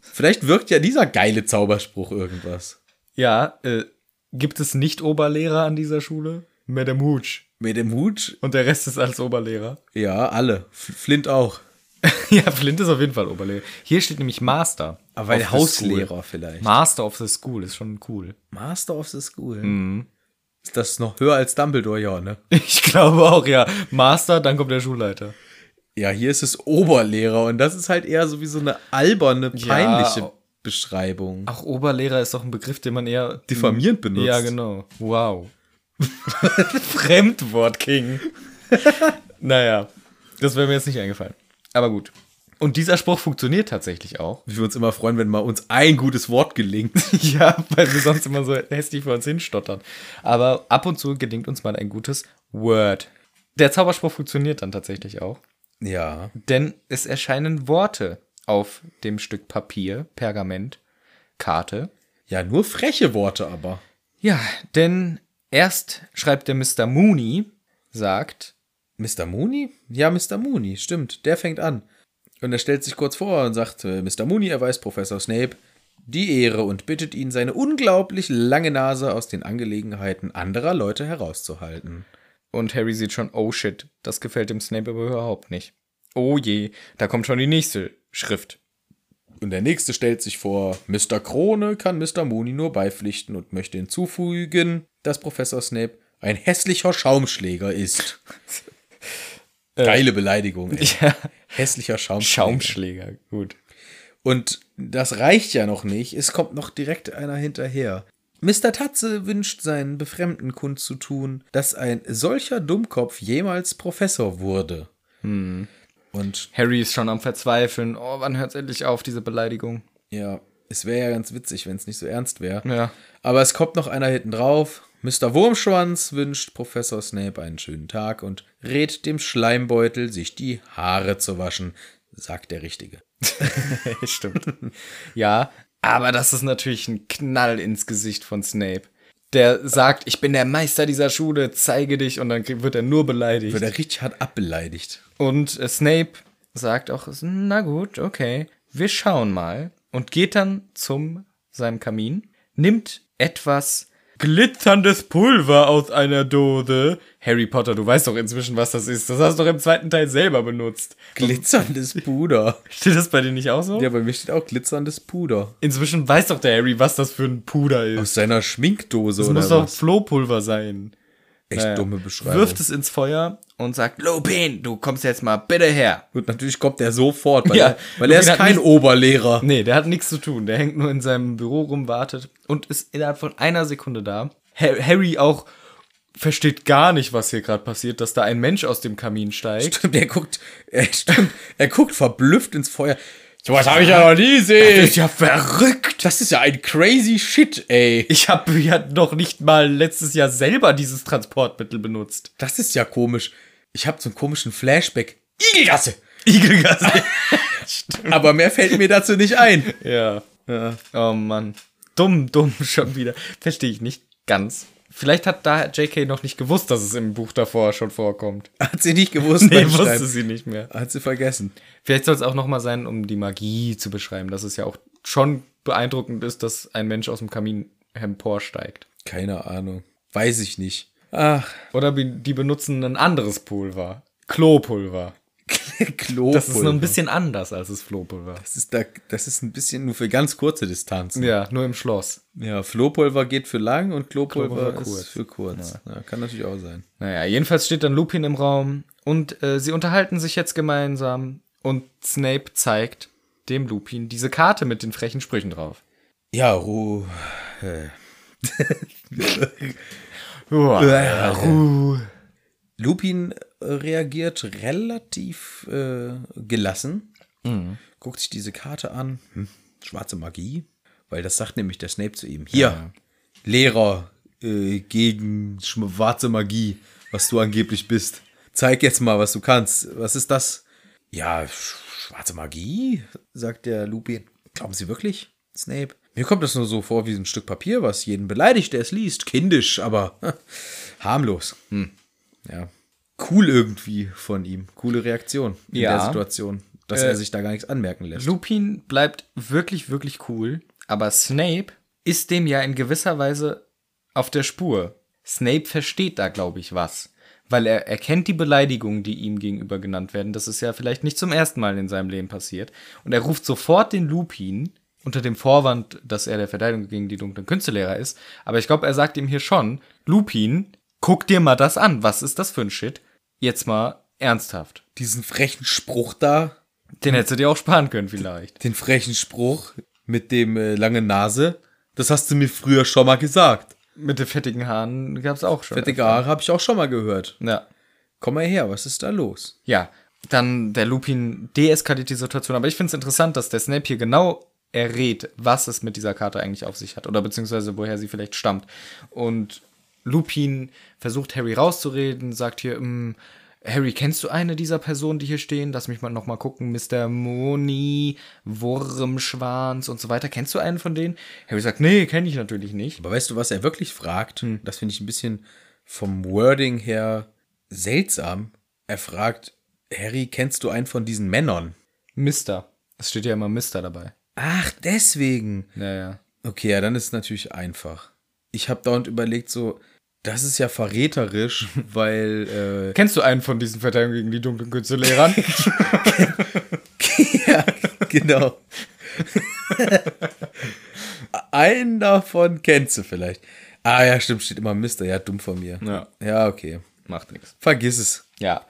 S3: Vielleicht wirkt ja dieser geile Zauberspruch irgendwas.
S1: Ja, äh, gibt es nicht Oberlehrer an dieser Schule? Madame Hooch.
S3: Mit dem Hut?
S1: Und der Rest ist als Oberlehrer.
S3: Ja, alle. F Flint auch.
S1: ja, Flint ist auf jeden Fall Oberlehrer. Hier steht nämlich Master.
S3: Aber weil
S1: of the
S3: Hauslehrer
S1: School.
S3: vielleicht.
S1: Master of the School ist schon cool.
S3: Master of the School. Ist das noch höher als Dumbledore, ja, ne?
S1: Ich glaube auch, ja. Master, dann kommt der Schulleiter.
S3: Ja, hier ist es Oberlehrer und das ist halt eher so wie so eine alberne, peinliche
S1: au-
S3: Beschreibung.
S1: Auch Oberlehrer ist doch ein Begriff, den man eher
S3: Diffamierend benutzt.
S1: Ja, genau. Wow. Fremdwort King. naja, das wäre mir jetzt nicht eingefallen. Aber gut. Und dieser Spruch funktioniert tatsächlich auch.
S3: Wir würden uns immer freuen, wenn mal uns ein gutes Wort gelingt.
S1: ja, weil wir sonst immer so hässlich vor uns hinstottern. Aber ab und zu gelingt uns mal ein gutes Word. Der Zauberspruch funktioniert dann tatsächlich auch.
S3: Ja.
S1: Denn es erscheinen Worte auf dem Stück Papier, Pergament, Karte.
S3: Ja, nur freche Worte aber.
S1: Ja, denn erst schreibt der Mr. Mooney, sagt,
S3: Mr. Mooney? Ja, Mr. Mooney, stimmt. Der fängt an. Und er stellt sich kurz vor und sagt, äh, Mr. Mooney erweist Professor Snape die Ehre und bittet ihn, seine unglaublich lange Nase aus den Angelegenheiten anderer Leute herauszuhalten.
S1: und Harry sieht schon, oh shit, das gefällt dem Snape aber überhaupt nicht. Oh je, da kommt schon die nächste Schrift.
S3: Und der nächste stellt sich vor, Mr. Krone kann Mr. Mooney nur beipflichten und möchte hinzufügen, dass Professor Snape ein hässlicher Schaumschläger ist. Geile Beleidigung. Ey. Hässlicher Schaumschläger.
S1: Schaumschläger, gut.
S3: Und das reicht ja noch nicht, es kommt noch direkt einer hinterher. Mr. Tatze wünscht seinen Befremden kundzutun, dass ein solcher Dummkopf jemals Professor wurde. Und
S1: Harry ist schon am Verzweifeln. Oh, wann hört's endlich auf, diese Beleidigung?
S3: ja, es wäre ja ganz witzig, wenn es nicht so ernst wäre.
S1: Ja.
S3: Aber es kommt noch einer hinten drauf. Mr. Wurmschwanz wünscht Professor Snape einen schönen Tag und rät dem Schleimbeutel, sich die Haare zu waschen, sagt der Richtige.
S1: Stimmt. ja, aber das ist natürlich ein Knall ins Gesicht von Snape. Der sagt, ich bin der Meister dieser Schule, zeige dich, und dann krieg- wird er nur beleidigt.
S3: Wird er richtig hart abbeleidigt.
S1: Und äh, Snape sagt auch, na gut, okay, wir schauen mal. Und geht dann zum seinem Kamin, nimmt etwas glitzerndes Pulver aus einer Dose. Harry Potter, du weißt doch inzwischen, was das ist. Das hast du doch im zweiten Teil selber benutzt.
S3: Glitzerndes Puder.
S1: Steht das bei dir nicht auch so?
S3: Ja, bei mir steht auch glitzerndes Puder.
S1: Inzwischen weiß doch der Harry, was das für ein Puder ist.
S3: Aus seiner Schminkdose
S1: Das
S3: oder
S1: muss doch
S3: was?
S1: Flohpulver sein.
S3: Echt
S1: Naja.
S3: dumme Beschreibung.
S1: Wirft es ins Feuer und sagt, Lupin, du kommst jetzt mal bitte her.
S3: Gut, natürlich kommt er sofort, weil,
S1: Ja,
S3: er, weil
S1: Lupin
S3: er ist
S1: hat
S3: kein
S1: nicht-
S3: Oberlehrer.
S1: Nee, der hat nichts zu tun. Der hängt nur in seinem Büro rum, wartet und ist innerhalb von einer Sekunde da. Ha- Harry auch versteht gar nicht, was hier gerade passiert, dass da ein Mensch aus dem Kamin steigt.
S3: Stimmt, er guckt, er, stimmt, er guckt verblüfft ins Feuer.
S2: Sowas habe ich ja noch nie gesehen.
S1: ja verrückt.
S3: Das ist ja ein crazy shit, ey.
S1: Ich habe ja noch nicht mal letztes Jahr selber dieses Transportmittel benutzt.
S3: Das ist ja komisch. Ich habe so einen komischen Flashback. Igelgasse.
S1: Igelgas.
S3: Aber mehr fällt mir dazu nicht ein.
S1: ja. ja. Oh Mann. Dumm, dumm schon wieder. Verstehe ich nicht ganz. Vielleicht hat da JK noch nicht gewusst, dass es im Buch davor schon vorkommt.
S3: Hat sie nicht gewusst
S1: Nee,
S3: beim
S1: wusste
S3: Schreiben.
S1: sie nicht mehr.
S3: Hat sie vergessen.
S1: Vielleicht soll es auch nochmal sein, um die Magie zu beschreiben, dass es ja auch schon beeindruckend ist, dass ein Mensch aus dem Kamin emporsteigt.
S3: Keine Ahnung. Weiß ich nicht. Ach,
S1: Oder be- die benutzen ein anderes Pulver. Klopulver.
S3: Klo.
S1: Das ist nur ein bisschen anders als das Flohpulver.
S3: Das ist, da, das ist ein bisschen nur für ganz kurze Distanzen.
S1: Ja, nur im Schloss.
S3: Ja, Flohpulver geht für lang und Klopulver
S1: Klopulver
S3: ist
S1: kurz.
S3: für kurz. Ja, kann natürlich auch sein.
S1: Naja, jedenfalls steht dann Lupin im Raum und äh, sie unterhalten sich jetzt gemeinsam und Snape zeigt dem Lupin diese Karte mit den frechen Sprüchen drauf.
S3: Ja, Ruhe.
S1: Uah.
S3: Lupin äh, reagiert relativ äh, gelassen, guckt sich diese Karte an. Hm, schwarze Magie, weil das sagt nämlich der Snape zu ihm. Hier, Lehrer äh, gegen schwarze Magie, was du angeblich bist. Zeig jetzt mal, was du kannst. Was ist das? Ja, sch- schwarze Magie, sagt der Lupin. Glauben Sie wirklich, Snape? Mir kommt das nur so vor wie so ein Stück Papier, was jeden beleidigt, der es liest. Kindisch, aber harmlos. Hm. Ja. Cool irgendwie von ihm. Coole Reaktion in
S1: Ja.
S3: der Situation, dass er sich da gar nichts anmerken lässt.
S1: Lupin bleibt wirklich, wirklich cool, aber Snape ist dem ja in gewisser Weise auf der Spur. Snape versteht da, glaube ich, was. Weil er erkennt die Beleidigungen, die ihm gegenüber genannt werden. Das ist ja vielleicht nicht zum ersten Mal in seinem Leben passiert. Und er ruft sofort den Lupin unter dem Vorwand, dass er der Verteidigung gegen die dunklen Künstelehrer ist. Aber ich glaube, er sagt ihm hier schon, Lupin, guck dir mal das an. Was ist das für ein Shit? Jetzt mal ernsthaft.
S3: Diesen frechen Spruch da,
S1: Den hättest du dir auch sparen können vielleicht.
S3: den frechen Spruch mit dem äh, langen Nase, das hast du mir früher schon mal gesagt.
S1: Mit den fettigen Haaren gab's auch schon.
S3: Fettige Haare habe ich auch schon mal gehört.
S1: Ja.
S3: Komm mal her, was ist da los?
S1: ja, dann der Lupin deeskaliert die Situation. Aber ich finde es interessant, dass der Snape hier genau errät, was es mit dieser Karte eigentlich auf sich hat. Oder beziehungsweise woher sie vielleicht stammt. Und Lupin versucht Harry rauszureden, sagt hier, "Mm, Harry, kennst du eine dieser Personen, die hier stehen? Lass mich mal nochmal gucken. Mr. Moni, Wurmschwanz und so weiter. Kennst du einen von denen? Harry sagt, nee, kenne ich natürlich nicht.
S3: Aber weißt du, was er wirklich fragt? Das finde ich ein bisschen vom Wording her seltsam. Er fragt, Harry, kennst du einen von diesen Männern?
S1: Mister. Es steht ja immer Mister dabei.
S3: Ach, deswegen.
S1: Naja.
S3: Okay, ja, dann ist es natürlich einfach. Ich habe dauernd überlegt, so, das ist ja verräterisch, weil. Äh,
S1: Kennst du einen von diesen Verteidigungen gegen die dunklen Künstlerlehrern?
S3: ja, genau. Einen davon kennst du vielleicht. Ah, ja, stimmt, steht immer Mister. Ja, dumm von mir.
S1: Ja.
S3: Ja, okay.
S1: Macht nichts.
S3: Vergiss es.
S1: Ja.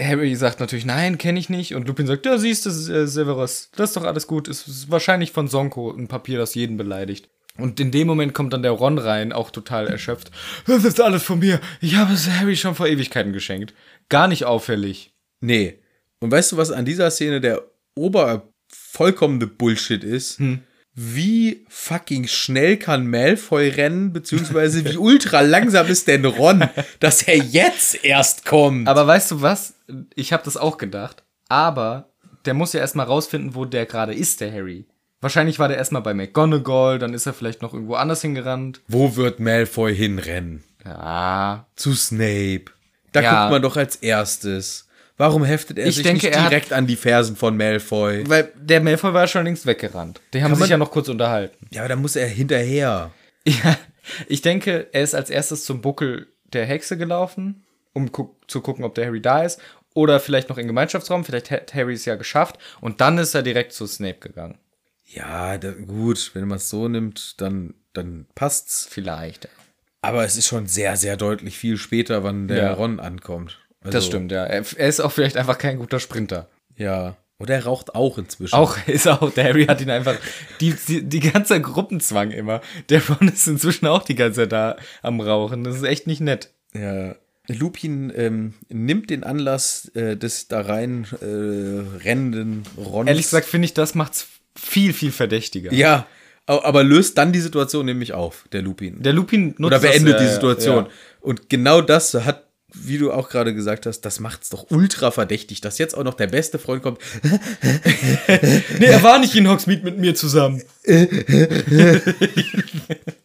S1: Harry sagt natürlich, nein, kenne ich nicht. Und Lupin sagt, ja, siehst du, äh, Severus, das ist doch alles gut. Es ist wahrscheinlich von Sonko ein Papier, das jeden beleidigt. Und in dem Moment kommt dann der Ron rein, auch total erschöpft. Das ist alles von mir. Ich habe es Harry schon vor Ewigkeiten geschenkt. Gar nicht auffällig.
S3: Nee. Und weißt du, was an dieser Szene der obervollkommene Bullshit ist?
S1: Hm.
S3: Wie fucking schnell kann Malfoy rennen, beziehungsweise wie ultra langsam ist denn Ron, dass er jetzt erst kommt?
S1: Aber weißt du was? Ich habe das auch gedacht. Aber der muss ja erstmal rausfinden, wo der gerade ist, der Harry. Wahrscheinlich war der erstmal bei McGonagall, dann ist er vielleicht noch irgendwo anders hingerannt.
S3: Wo wird Malfoy hinrennen?
S1: Ja,
S3: Zu Snape. Da
S1: Ja.
S3: guckt man doch als erstes. Warum heftet er
S1: Ich
S3: sich
S1: denke,
S3: nicht
S1: er hat-
S3: direkt an die Fersen von Malfoy?
S1: Weil der Malfoy war schon längst weggerannt. Die haben sich
S3: man-
S1: ja noch kurz unterhalten.
S3: Ja, aber da muss er hinterher.
S1: Ja, Ich denke, er ist als erstes zum Buckel der Hexe gelaufen, um gu zu gucken, ob der Harry da ist. Oder vielleicht noch in den Gemeinschaftsraum, vielleicht hat Harry es ja geschafft. Und dann ist er direkt zu Snape gegangen.
S3: Ja, da, gut, wenn man es so nimmt, dann, dann passt's.
S1: Vielleicht.
S3: Aber es ist schon sehr, sehr deutlich viel später, wann der
S1: Ja.
S3: Ron ankommt. Also,
S1: Das stimmt, ja. Er, er ist auch vielleicht einfach kein guter Sprinter.
S3: Ja. Oder er raucht auch inzwischen.
S1: Auch ist auch, der Harry hat ihn einfach, die, die, die ganze Gruppenzwang immer. Der Ron ist inzwischen auch die ganze Zeit da am Rauchen. Das ist echt nicht nett.
S3: Ja. Lupin ähm, nimmt den Anlass äh, des da rein äh, rennenden Rons.
S1: Ehrlich gesagt finde ich, das macht's viel, viel verdächtiger.
S3: Ja, au- aber löst dann die Situation nämlich auf, der Lupin.
S1: Der Lupin nutzt
S3: Oder beendet
S1: das, äh,
S3: die Situation.
S1: Ja.
S3: Und genau das hat, wie du auch gerade gesagt hast, das macht's doch ultra verdächtig, dass jetzt auch noch der beste Freund kommt.
S1: Nee, er war nicht in Hogsmeade mit mir zusammen.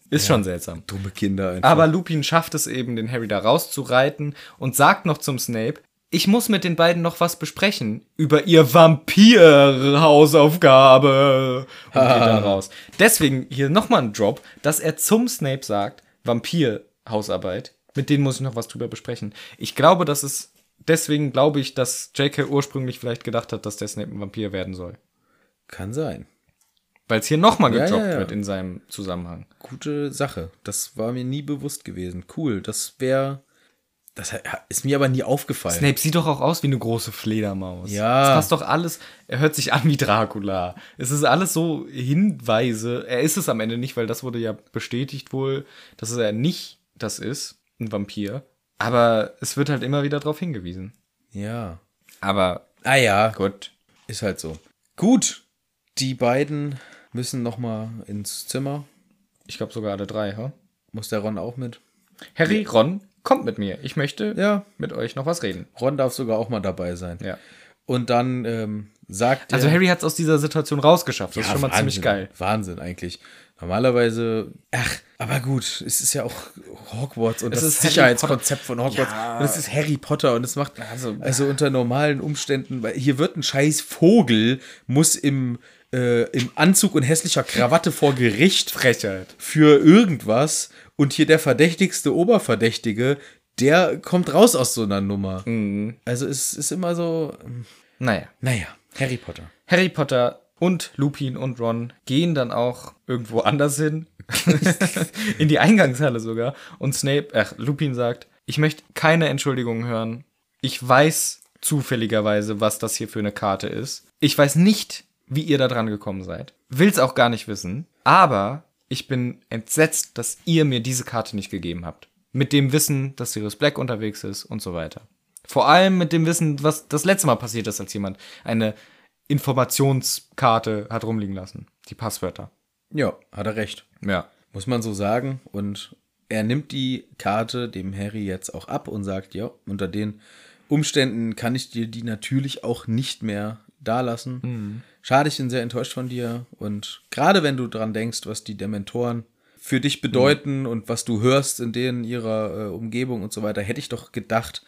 S1: ist schon seltsam.
S3: Dumme Kinder einfach.
S1: Aber Lupin schafft es eben, den Harry da rauszureiten und sagt noch zum Snape, ich muss mit den beiden noch was besprechen über ihr Vampir-Hausaufgabe. Und geht
S3: Ah.
S1: da raus. Deswegen hier nochmal ein Drop, dass er zum Snape sagt, Vampir-Hausarbeit, mit denen muss ich noch was drüber besprechen. Ich glaube, dass es, deswegen glaube ich, dass J.K. ursprünglich vielleicht gedacht hat, dass der Snape ein Vampir werden soll.
S3: Kann sein.
S1: Weil es hier nochmal
S3: Ja,
S1: gedroppt
S3: ja, ja.
S1: wird in seinem Zusammenhang.
S3: Gute Sache. Das war mir nie bewusst gewesen. Cool, das wäre. Das ha- ist mir aber nie aufgefallen.
S1: Snape sieht doch auch aus wie eine große Fledermaus. Es
S3: Ja.
S1: passt doch alles. Er hört sich an wie Dracula. Es ist alles so Hinweise. Er ist es am Ende nicht, weil das wurde ja bestätigt wohl, dass er nicht das ist, ein Vampir. Aber es wird halt immer wieder darauf hingewiesen.
S3: Ja.
S1: Aber
S3: Ah ja,
S1: gut.
S3: Ist halt so. Gut, die beiden müssen nochmal ins Zimmer.
S1: Ich glaube sogar alle drei, ha?
S3: Muss der Ron auch mit?
S1: Harry, Ron, kommt mit mir. Ich möchte
S3: Ja.
S1: mit euch noch was reden.
S3: Ron darf sogar auch mal dabei sein.
S1: Ja.
S3: Und dann ähm, sagt
S1: Also
S3: er,
S1: Harry hat es aus dieser Situation rausgeschafft. Das
S3: Ja,
S1: ist schon mal ziemlich geil.
S3: Wahnsinn eigentlich. Normalerweise, ach, aber gut, es ist ja auch Hogwarts und
S1: Es
S3: das
S1: ist Harry
S3: Sicherheitskonzept von Hogwarts.
S1: Ja.
S3: Und es ist Harry Potter und es macht, also,
S1: Also-
S3: unter normalen Umständen, weil hier wird ein scheiß Vogel, muss im, äh, im Anzug und hässlicher Krawatte vor Gericht
S1: Frechheit.
S3: für irgendwas und hier der verdächtigste Oberverdächtige, der kommt raus aus so einer Nummer.
S1: Mhm.
S3: Also es ist immer so,
S1: Naja.
S3: naja, Harry Potter.
S1: Harry Potter und Lupin und Ron gehen dann auch irgendwo anders hin, in die Eingangshalle sogar. Und Snape, ach, Lupin sagt, ich möchte keine Entschuldigungen hören. Ich weiß zufälligerweise, was das hier für eine Karte ist. Ich weiß nicht, wie ihr da dran gekommen seid. Will's auch gar nicht wissen. Aber ich bin entsetzt, dass ihr mir diese Karte nicht gegeben habt. Mit dem Wissen, dass Sirius Black unterwegs ist und so weiter. Vor allem mit dem Wissen, was das letzte Mal passiert ist, als jemand eine Informationskarte hat rumliegen lassen. Die Passwörter.
S3: Ja, hat er recht.
S1: Ja.
S3: Muss man so sagen. Und er nimmt die Karte dem Harry jetzt auch ab und sagt, ja, unter den Umständen kann ich dir die natürlich auch nicht mehr dalassen. Schade, ich bin sehr enttäuscht von dir. Und gerade wenn du dran denkst, was die Dementoren für dich bedeuten und was du hörst in denen ihrer äh, Umgebung und so weiter, hätte ich doch gedacht,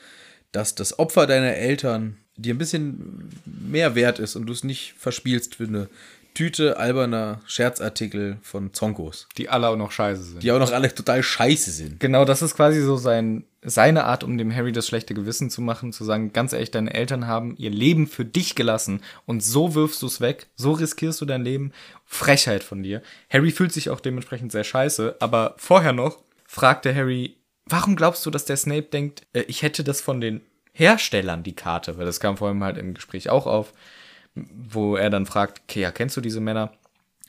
S3: dass das Opfer deiner Eltern dir ein bisschen mehr wert ist und du es nicht verspielst für eine Tüte alberner Scherzartikel von Zonkos
S1: Die alle auch noch scheiße sind.
S3: die auch noch alle total scheiße sind.
S1: Genau, das ist quasi so sein, seine Art, um dem Harry das schlechte Gewissen zu machen, zu sagen, ganz ehrlich, deine Eltern haben ihr Leben für dich gelassen und so wirfst du es weg, so riskierst du dein Leben. Frechheit von dir. Harry fühlt sich auch dementsprechend sehr scheiße, aber vorher noch fragte Harry, warum glaubst du, dass der Snape denkt, äh, ich hätte das von den Herstellern, die Karte, weil das kam vor allem halt im Gespräch auch auf, wo er dann fragt, okay, ja, kennst du diese Männer?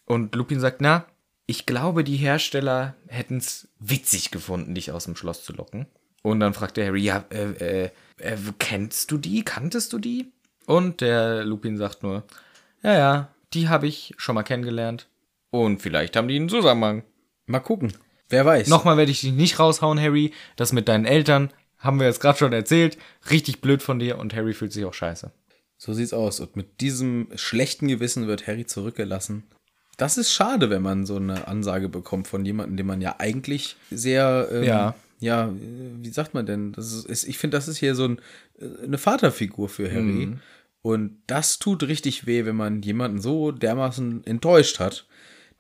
S1: Und Lupin sagt, na, ich glaube, die Hersteller hätten es witzig gefunden, dich aus dem Schloss zu locken. Und dann fragt der Harry, ja, äh, äh, äh, kennst du die? Kanntest du die? Und der Lupin sagt nur, ja, ja, die habe ich schon mal kennengelernt. Und vielleicht haben die einen Zusammenhang.
S3: Mal gucken. Wer weiß.
S1: Nochmal werde ich dich nicht raushauen, Harry. Das mit deinen Eltern haben wir jetzt gerade schon erzählt. Richtig blöd von dir und Harry fühlt sich auch scheiße.
S3: So sieht's aus. Und mit diesem schlechten Gewissen wird Harry zurückgelassen. Das ist schade, wenn man so eine Ansage bekommt von jemandem, den man ja eigentlich sehr. Ähm,
S1: Ja.
S3: Ja, äh, wie sagt man denn? Das ist- ist, ich finde, das ist hier so ein, äh, eine Vaterfigur für Harry. Und das tut richtig weh, wenn man jemanden so dermaßen enttäuscht hat,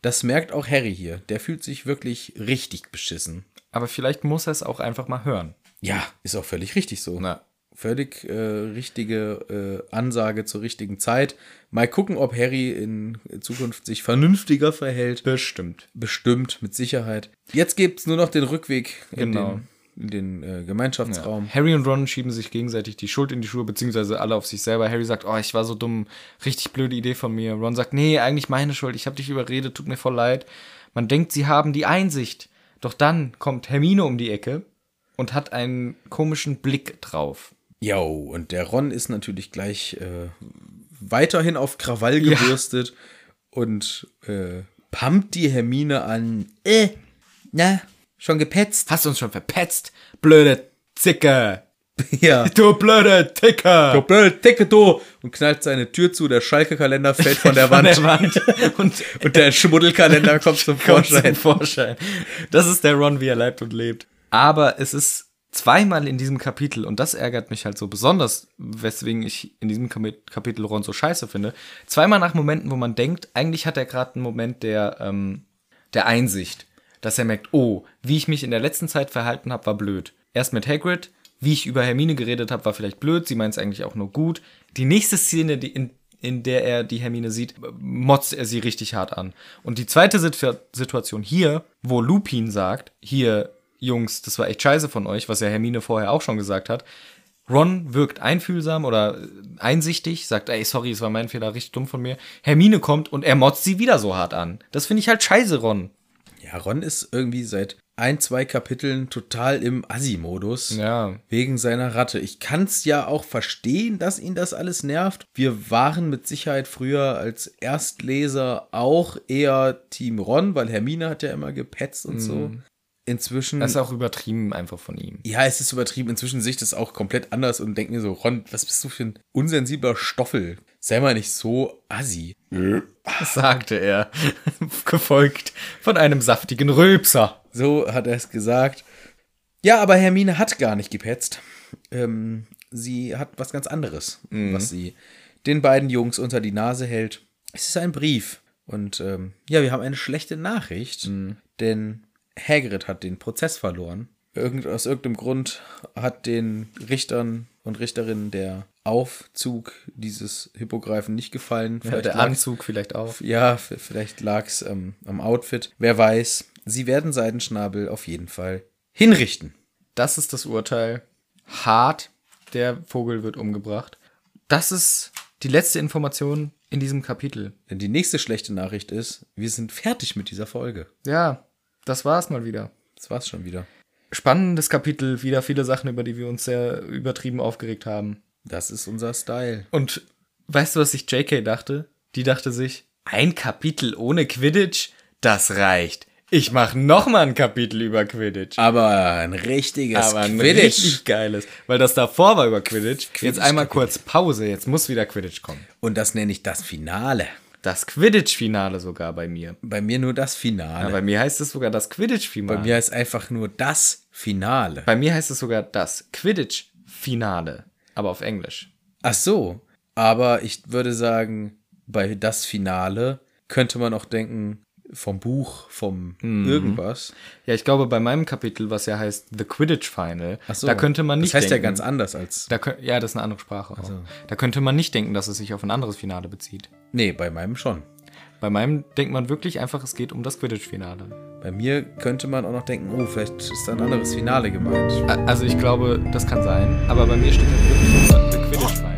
S3: Das merkt auch Harry hier. Der fühlt sich wirklich richtig beschissen.
S1: Aber vielleicht muss er es auch einfach mal hören.
S3: Ja, ist auch völlig richtig so.
S1: Na.
S3: Völlig äh, richtige äh, Ansage zur richtigen Zeit. Mal gucken, ob Harry in Zukunft sich vernünftiger verhält.
S1: Bestimmt.
S3: Bestimmt, mit Sicherheit. Jetzt gibt's nur noch den Rückweg
S1: Genau.
S3: in den, in den äh, Gemeinschaftsraum.
S1: Harry und Ron schieben sich gegenseitig die Schuld in die Schuhe, beziehungsweise alle auf sich selber. Harry sagt, oh, ich war so dumm, richtig blöde Idee von mir. Ron sagt, nee, eigentlich meine Schuld, ich habe dich überredet, tut mir voll leid. Man denkt, sie haben die Einsicht. Doch dann kommt Hermine um die Ecke und hat einen komischen Blick drauf.
S3: Jo, und der Ron ist natürlich gleich äh, weiterhin auf Krawall gebürstet und äh, pumpt die Hermine an. Äh, na, schon gepetzt?
S1: Hast du uns schon verpetzt, blöde Zicke.
S3: Ja.
S1: Du blöde Ticker.
S3: Du blöde Dicke, du! Und knallt seine Tür zu, der Schalke-Kalender fällt von der Wand.
S1: Wand. Und
S3: Und der Schmuddelkalender kommt zum
S1: kommt zum
S3: Vorschein.
S1: Vorschein. Das ist der Ron, wie er lebt und lebt. Aber es ist zweimal in diesem Kapitel, und das ärgert mich halt so besonders, weswegen ich in diesem Kami- Kapitel Ron so scheiße finde, zweimal nach Momenten, wo man denkt, eigentlich hat er gerade einen Moment der, ähm, der Einsicht, dass er merkt, oh, wie ich mich in der letzten Zeit verhalten habe, war blöd. Erst mit Hagrid, wie ich über Hermine geredet habe, war vielleicht blöd, sie meint es eigentlich auch nur gut. Die nächste Szene, die in, in der er die Hermine sieht, motzt er sie richtig hart an. Und die zweite Sit Situation hier, wo Lupin sagt, hier, Jungs, das war echt scheiße von euch, was ja Hermine vorher auch schon gesagt hat, Ron wirkt einfühlsam oder äh, einsichtig, sagt, ey, sorry, es war mein Fehler, richtig dumm von mir. Hermine kommt und er motzt sie wieder so hart an. Das finde ich halt scheiße, Ron.
S3: Ja, Ron ist irgendwie seit ein, zwei Kapiteln total im Assi-Modus.
S1: Ja.
S3: Wegen seiner Ratte. Ich kann's ja auch verstehen, dass ihn das alles nervt. Wir waren mit Sicherheit früher als Erstleser auch eher Team Ron, weil Hermine hat ja immer gepetzt und so.
S1: Mhm.
S3: Inzwischen.
S1: Das ist auch übertrieben einfach von ihm.
S3: Ja, es ist übertrieben. Inzwischen sehe ich das auch komplett anders und denke mir so, Ron, was bist du für ein unsensibler Stoffel? Sei mal nicht so assi.
S1: Das sagte er, gefolgt von einem saftigen Rülpser.
S3: So hat er es gesagt. Ja, aber Hermine hat gar nicht gepetzt. Ähm, sie hat was ganz anderes, was sie den beiden Jungs unter die Nase hält. Es ist ein Brief. Und ähm, ja, wir haben eine schlechte Nachricht, denn Hagrid hat den Prozess verloren. Irgend, aus irgendeinem Grund hat den Richtern und Richterinnen der Aufzug dieses Hippogreifen nicht gefallen. Vielleicht
S1: der
S3: lag's-
S1: Anzug vielleicht auch.
S3: ja, f- vielleicht lag's ähm, am Outfit. Wer weiß. Sie werden Seidenschnabel auf jeden Fall hinrichten.
S1: Das ist das Urteil. Hart, der Vogel wird umgebracht. Das ist die letzte Information in diesem Kapitel.
S3: Denn die nächste schlechte Nachricht ist, wir sind fertig mit dieser Folge.
S1: Ja, das war's mal wieder.
S3: Das war's schon wieder.
S1: Spannendes Kapitel, wieder viele Sachen, über die wir uns sehr übertrieben aufgeregt haben.
S3: Das ist unser Style.
S1: Und weißt du, was sich JK dachte? Die dachte sich, ein Kapitel ohne Quidditch, das reicht. Ich mache mal ein Kapitel über Quidditch.
S3: Aber ein richtiges
S1: Aber ein
S3: Ah, Quidditch.
S1: richtig geiles. Weil das davor war über Quidditch.
S3: Quidditch-
S1: Jetzt einmal kurz Pause, jetzt muss wieder Quidditch kommen.
S3: Und das nenne ich das Finale.
S1: Das Quidditch-Finale sogar bei mir.
S3: Bei mir nur das Finale.
S1: Ja, bei mir heißt es sogar das Quidditch-Finale.
S3: ne. bei mir ist einfach nur das Finale.
S1: bei mir heißt es sogar das Quidditch-Finale. Aber auf Englisch.
S3: Ach so. Aber ich würde sagen, bei das Finale könnte man auch denken, vom Buch, vom
S1: Mhm.
S3: irgendwas.
S1: Ja, ich glaube, bei meinem Kapitel, was ja heißt The Quidditch Final,
S3: Ach so.
S1: da könnte man nicht
S3: Das heißt
S1: denken,
S3: ja ganz anders als.
S1: Da kö- ja, das ist eine andere Sprache auch. Da könnte man nicht denken, dass es sich auf ein anderes Finale bezieht.
S3: Nee, bei meinem schon.
S1: Bei meinem denkt man wirklich einfach, es geht um das Quidditch-Finale.
S3: Bei mir könnte man auch noch denken, oh, vielleicht ist da ein anderes Finale gemeint.
S1: A- Also ich glaube, das kann sein, aber bei mir steht halt wirklich nur The Quidditch Final.